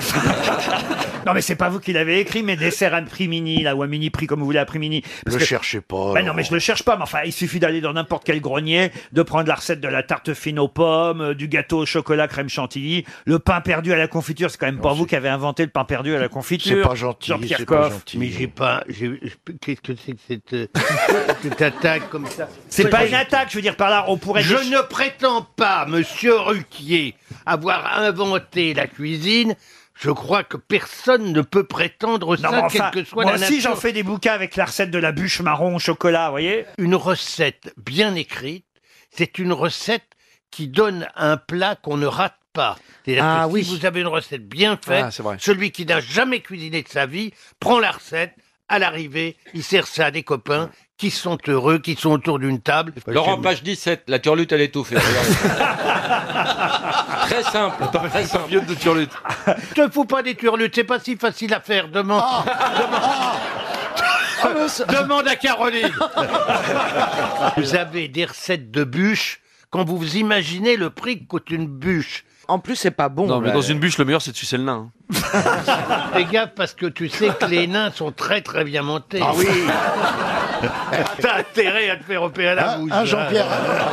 Non, mais c'est pas vous qui l'avez écrit, mais desserts à primini, là, ou à mini prix, comme vous voulez, à primini. Le cherchez pas, Bah Laurent. non, mais je le cherche pas, mais enfin, il suffit d'aller dans n'importe quel grenier, de prendre la recette de la tarte fine aux pommes, euh, du gâteau au chocolat crème chantilly, le pain perdu à la confiture. C'est quand même pas vous qui avez inventé le pain perdu à la confiture. C'est pas gentil, Jean-Pierre c'est pas Coff. gentil. Mais j'ai pas. j'ai- je- Qu'est-ce que c'est que cette, euh, cette attaque comme ça C'est pas une attaque, je veux dire par là, on pourrait. Je ne prétends pas, monsieur Ruquier, avoir inventé la cuisine. Je crois que personne ne peut prétendre Non, ça, mais enfin, quelle que soit moi la aussi, nature. j'en fais des bouquins avec la recette de la bûche marron au chocolat, vous voyez Une recette bien écrite, c'est une recette qui donne un plat qu'on ne rate pas. C'est-à-dire Ah que oui. si vous avez une recette bien faite, Ah, c'est vrai. celui qui n'a jamais cuisiné de sa vie prend la recette, à l'arrivée, il sert ça à des copains qui sont heureux, qui sont autour d'une table. Laurent, page 17, la turlute, elle est tout faite. Regardez. très simple, très simple. de turlute. Je te fous pas des turlutes, c'est pas si facile à faire. Demande, Ah. demande, demande à Caroline. vous avez des recettes de bûches. Quand vous imaginez le prix que coûte une bûche, En plus, c'est pas bon. Non, mais là. dans une bûche, le meilleur, c'est de sucer le nain. Fais gaffe parce que tu sais que les nains sont très très bien montés. Ah oui T'as intérêt à te faire opérer la bouche. Ah. Ah, Jean-Pierre.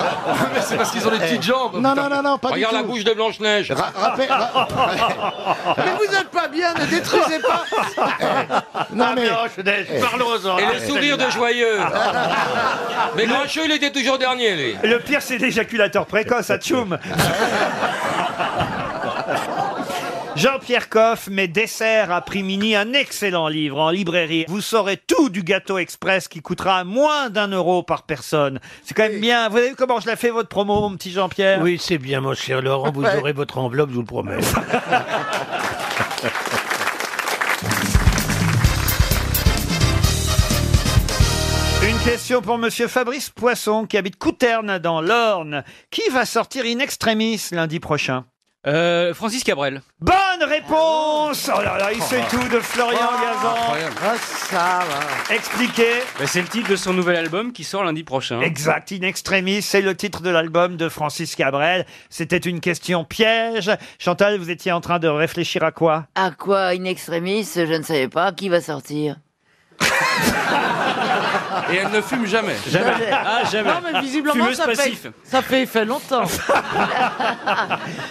mais c'est parce qu'ils ont des petites jambes. Non, non, non, non, pas Regarde du la tout. bouche de Blanche-Neige. Mais vous n'êtes pas bien, ne détruisez pas. Ah, Non, mais. Eh. parlons-en. Et Ah, le c'est sourire de là. joyeux. mais Grincheux, il était toujours dernier, lui. Le pire, c'est l'éjaculateur précoce, à Tchoum. Jean-Pierre Coff, Mes desserts à prix mini, un excellent livre en librairie. Vous saurez tout du gâteau express qui coûtera moins d'un euro par personne. C'est quand même bien. Vous avez vu comment je l'ai fait, votre promo, mon petit Jean-Pierre Oui, c'est bien, mon cher Laurent. Vous Ouais. aurez votre enveloppe, je vous le promets. Une question pour Monsieur Fabrice Poisson qui habite Couterne dans l'Orne. Qui va sortir in extremis lundi prochain Euh, Francis Cabrel. Bonne réponse Oh là là, il sait tout de Florian Gazan. Expliquez. Bah, c'est le titre de son nouvel album qui sort lundi prochain. Exact, In Extremis, c'est le titre de l'album de Francis Cabrel. C'était une question piège. Chantal, vous étiez en train de réfléchir à quoi À quoi, in extremis, je ne savais pas qui va sortir. Et elle ne fume jamais. Jamais. Ah, jamais. Non, mais visiblement, Fumeuse ça fait- passif. Ça fait, fait longtemps.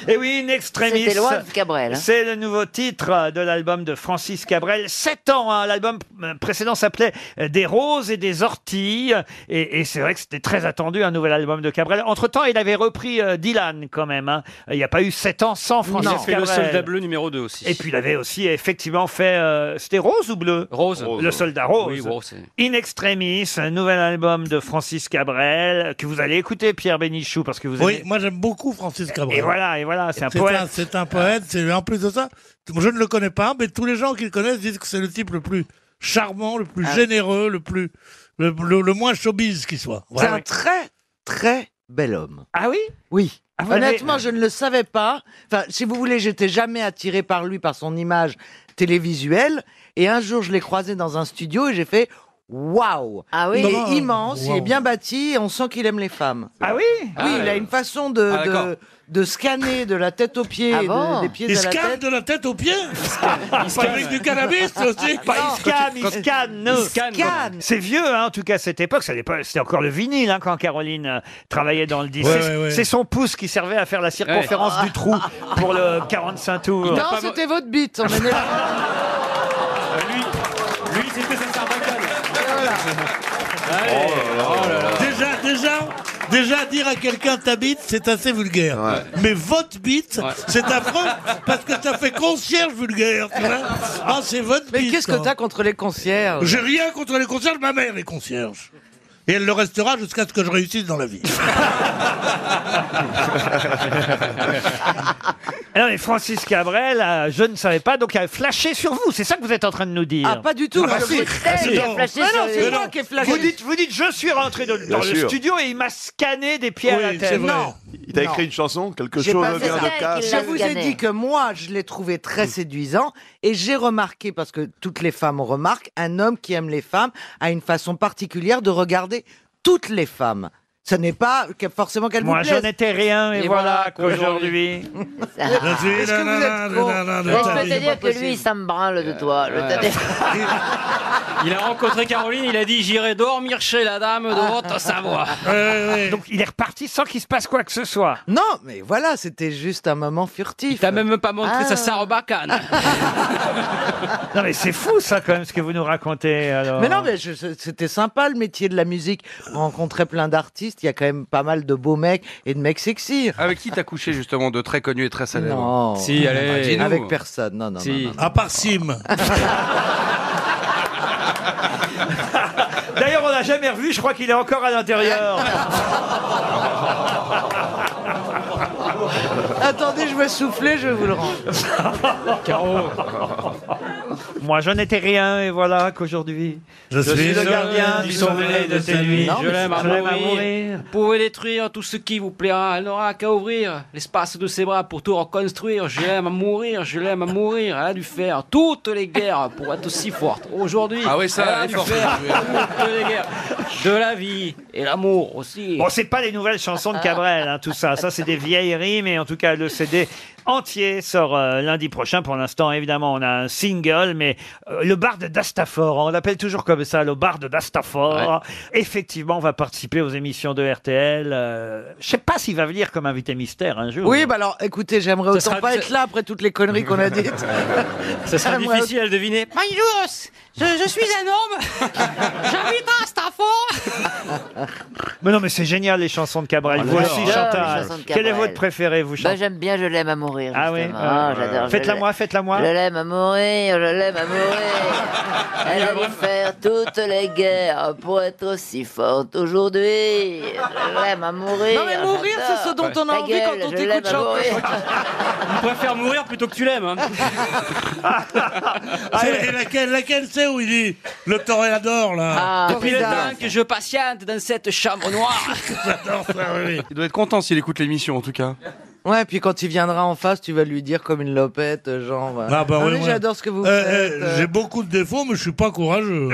Et Eh oui, In Extremis. C'était loin de Cabrel, hein. C'est le nouveau titre de l'album de Francis Cabrel. 7 ans, hein. l'album euh, précédent s'appelait euh, Des roses et des orties. Et, et c'est vrai que c'était très attendu, un nouvel album de Cabrel. Entre-temps, il avait repris euh, Dylan quand même. hein. Il n'y a pas eu 7 ans sans Il Francis a fait Cabrel. le soldat bleu numéro 2 aussi. Et puis il avait aussi effectivement fait. euh, C'était rose ou bleu Rose. Le soldat rose. Oui, rose, c'est- In Extremis, un nouvel album de Francis Cabrel que vous allez écouter, Pierre Bénichou, parce que vous Oui, aimez- moi j'aime beaucoup Francis Cabrel. Et voilà, et voilà, c'est un C'est poète. un- C'est un poète. C'est en plus de ça, je ne le connais pas, mais tous les gens qui le connaissent disent que c'est le type le plus charmant, le Ah. plus généreux, le plus le, le- le moins showbiz qui soit. C'est un très, très bel homme. Ah oui Oui. Ah, vous Honnêtement, l'avez- je ne le savais pas. Enfin, si vous voulez, j'étais jamais attiré par lui, par son image télévisuelle. Et un jour, je l'ai croisé dans un studio et j'ai fait Waouh Ah oui. Il Comment- est immense, il Waouh. est bien bâti et on sent qu'il aime les femmes. Ah oui Oui, Ah, il ouais. a une façon de, Ah, d'accord. de, de scanner de la tête aux pieds, Ah et de- bon des pieds Il à la scanne tête. de la tête aux pieds Il Pas avec du cannabis aussi Pas il scanne, il scanne, non. Il scanne. C'est vieux, hein, en tout cas, cette époque. ça n'est pas- C'était encore le vinyle hein, quand Caroline euh, travaillait dans le disque. Ouais, C'est- ouais, ouais. C'est son pouce qui servait à faire la circonférence Ouais. du trou pour le 45 tours. Non, c'était votre bite. on en est là. Lui, c'était sa sarbacane. Oh Oh Déjà, déjà, déjà dire à quelqu'un t'habites, c'est assez vulgaire. Mais votre bite, c'est affreux parce que ça fait concierge vulgaire. tu vois. Ah, c'est votre bite. hein. Mais qu'est-ce que t'as contre les concierges J'ai rien contre les concierges, ma mère est concierge. Et elle le restera jusqu'à ce que je réussisse dans la vie. Alors, mais Francis Cabrel, euh, je ne savais pas, donc a flashé sur vous. C'est ça que vous êtes en train de nous dire. Ah, pas du tout. Ah, bah, le si. hôtel, Ah, si. il a Non. flashé Mais sur non, les- c'est Mais moi non. qui ai flashé. Vous dites, vous dites, je suis rentré de- dans Bien le sûr. studio et il m'a scanné des pieds à la tête. Non. Il t'a écrit Non. une chanson, quelque J'ai chose pas fait vient ça. de casse. Je vous ai dit que moi, je l'ai trouvé Mm. très séduisant et j'ai remarqué, parce que toutes les femmes remarquent, un homme qui aime les femmes a une façon particulière de regarder toutes les femmes. Ce n'est pas que- forcément qu'elles vous Moi, je plaisent. n'étais rien, et, Et voilà voilà Ah, qu'aujourd'hui. Est-ce que vous Ah, êtes con Mais je peux te dire que lui, ça me branle de toi. le ouais. Il a rencontré Caroline, il a dit J'irai dormir chez la dame de Ah. Haute-Savoie. Donc, il est reparti sans qu'il se passe quoi que ce soit. Non, mais voilà, c'était juste un moment furtif. T'as même pas montré Ah. sa sarbacane. Non, mais c'est fou, ça, quand même, ce que vous nous racontez. Alors. Mais non, mais je- je- c'était sympa le métier de la musique. Rencontrer plein d'artistes, il y a quand même pas mal de beaux mecs et de mecs sexy. Avec qui t'as couché justement de très connu et très célèbre Non. Si, allez. dis-nous. Avec personne. Non, non, Si. non, non, non. À part Sim. Ah D'ailleurs, on l'a jamais revu, je crois qu'il est encore à l'intérieur. Attendez, je vais souffler, je vous le rends. Caro. Moi, je n'étais rien et voilà qu'aujourd'hui. Je suis le heureux, gardien du sommeil de ces nuits. Non, Je mais l'aime c'est- je l'aime à mourir. Vous pouvez détruire tout ce qui vous plaira. Elle n'aura qu'à ouvrir l'espace de ses bras pour tout reconstruire. Je l'aime à mourir, je l'aime à mourir. Elle a dû faire toutes les guerres pour être aussi forte. Aujourd'hui, Ah oui, ça, elle a est dû forte, faire oui. toutes les guerres de la vie et l'amour aussi. Bon, c'est pas les nouvelles chansons de Cabrel, hein, tout ça. Ça, c'est des vieilleries, mais en tout cas, le CD entier sort euh, lundi prochain. Pour l'instant, évidemment, on a un single, mais euh, le bar de Dastafort, on l'appelle toujours comme ça, le bar de Dastafort. Effectivement, on va participer aux émissions de RTL. euh, Je sais pas s'il va venir comme invité mystère un jour. Oui, bah alors, écoutez, j'aimerais Ça autant sera- pas ça- être là après toutes les conneries qu'on a dites. Ça sera J'aimerais- difficile à deviner. Bonjour, je, je suis un homme, j'habite à Stafford. Mais non, mais c'est génial, les chansons de Cabrel. Oh là vous là. aussi, J'adore les Chantal. chansons de Quelle est Cabrel. votre préférée, vous, Bah, Chantal j'aime bien, je l'aime à mourir. Ah oui justement. Ah, Ah, j'adore, je Faites-la l'aime. moi, faites-la moi. Je l'aime à mourir, je l'aime à mourir. Elle a dû faire toutes les guerres pour être aussi forte aujourd'hui. Je l'aime à mourir. Non, mais mourir, c'est ce dont j'adore. on a Ta envie gueule, quand on je t'écoute l'aime à chanter. mourir. On préfère mourir plutôt que tu l'aimes. hein. C'est- et laquelle, laquelle c'est où il dit le toréador là Ah, Depuis le temps que je patiente dans cette chambre noire. Il doit être content s'il écoute l'émission, en tout cas. Ouais, puis quand il viendra en face, tu vas lui dire comme une lopette, euh, genre. euh, Ah bah Non, ouais, mais ouais. J'adore ce que vous Euh, faites. euh, euh. J'ai beaucoup de défauts, mais je suis pas courageux.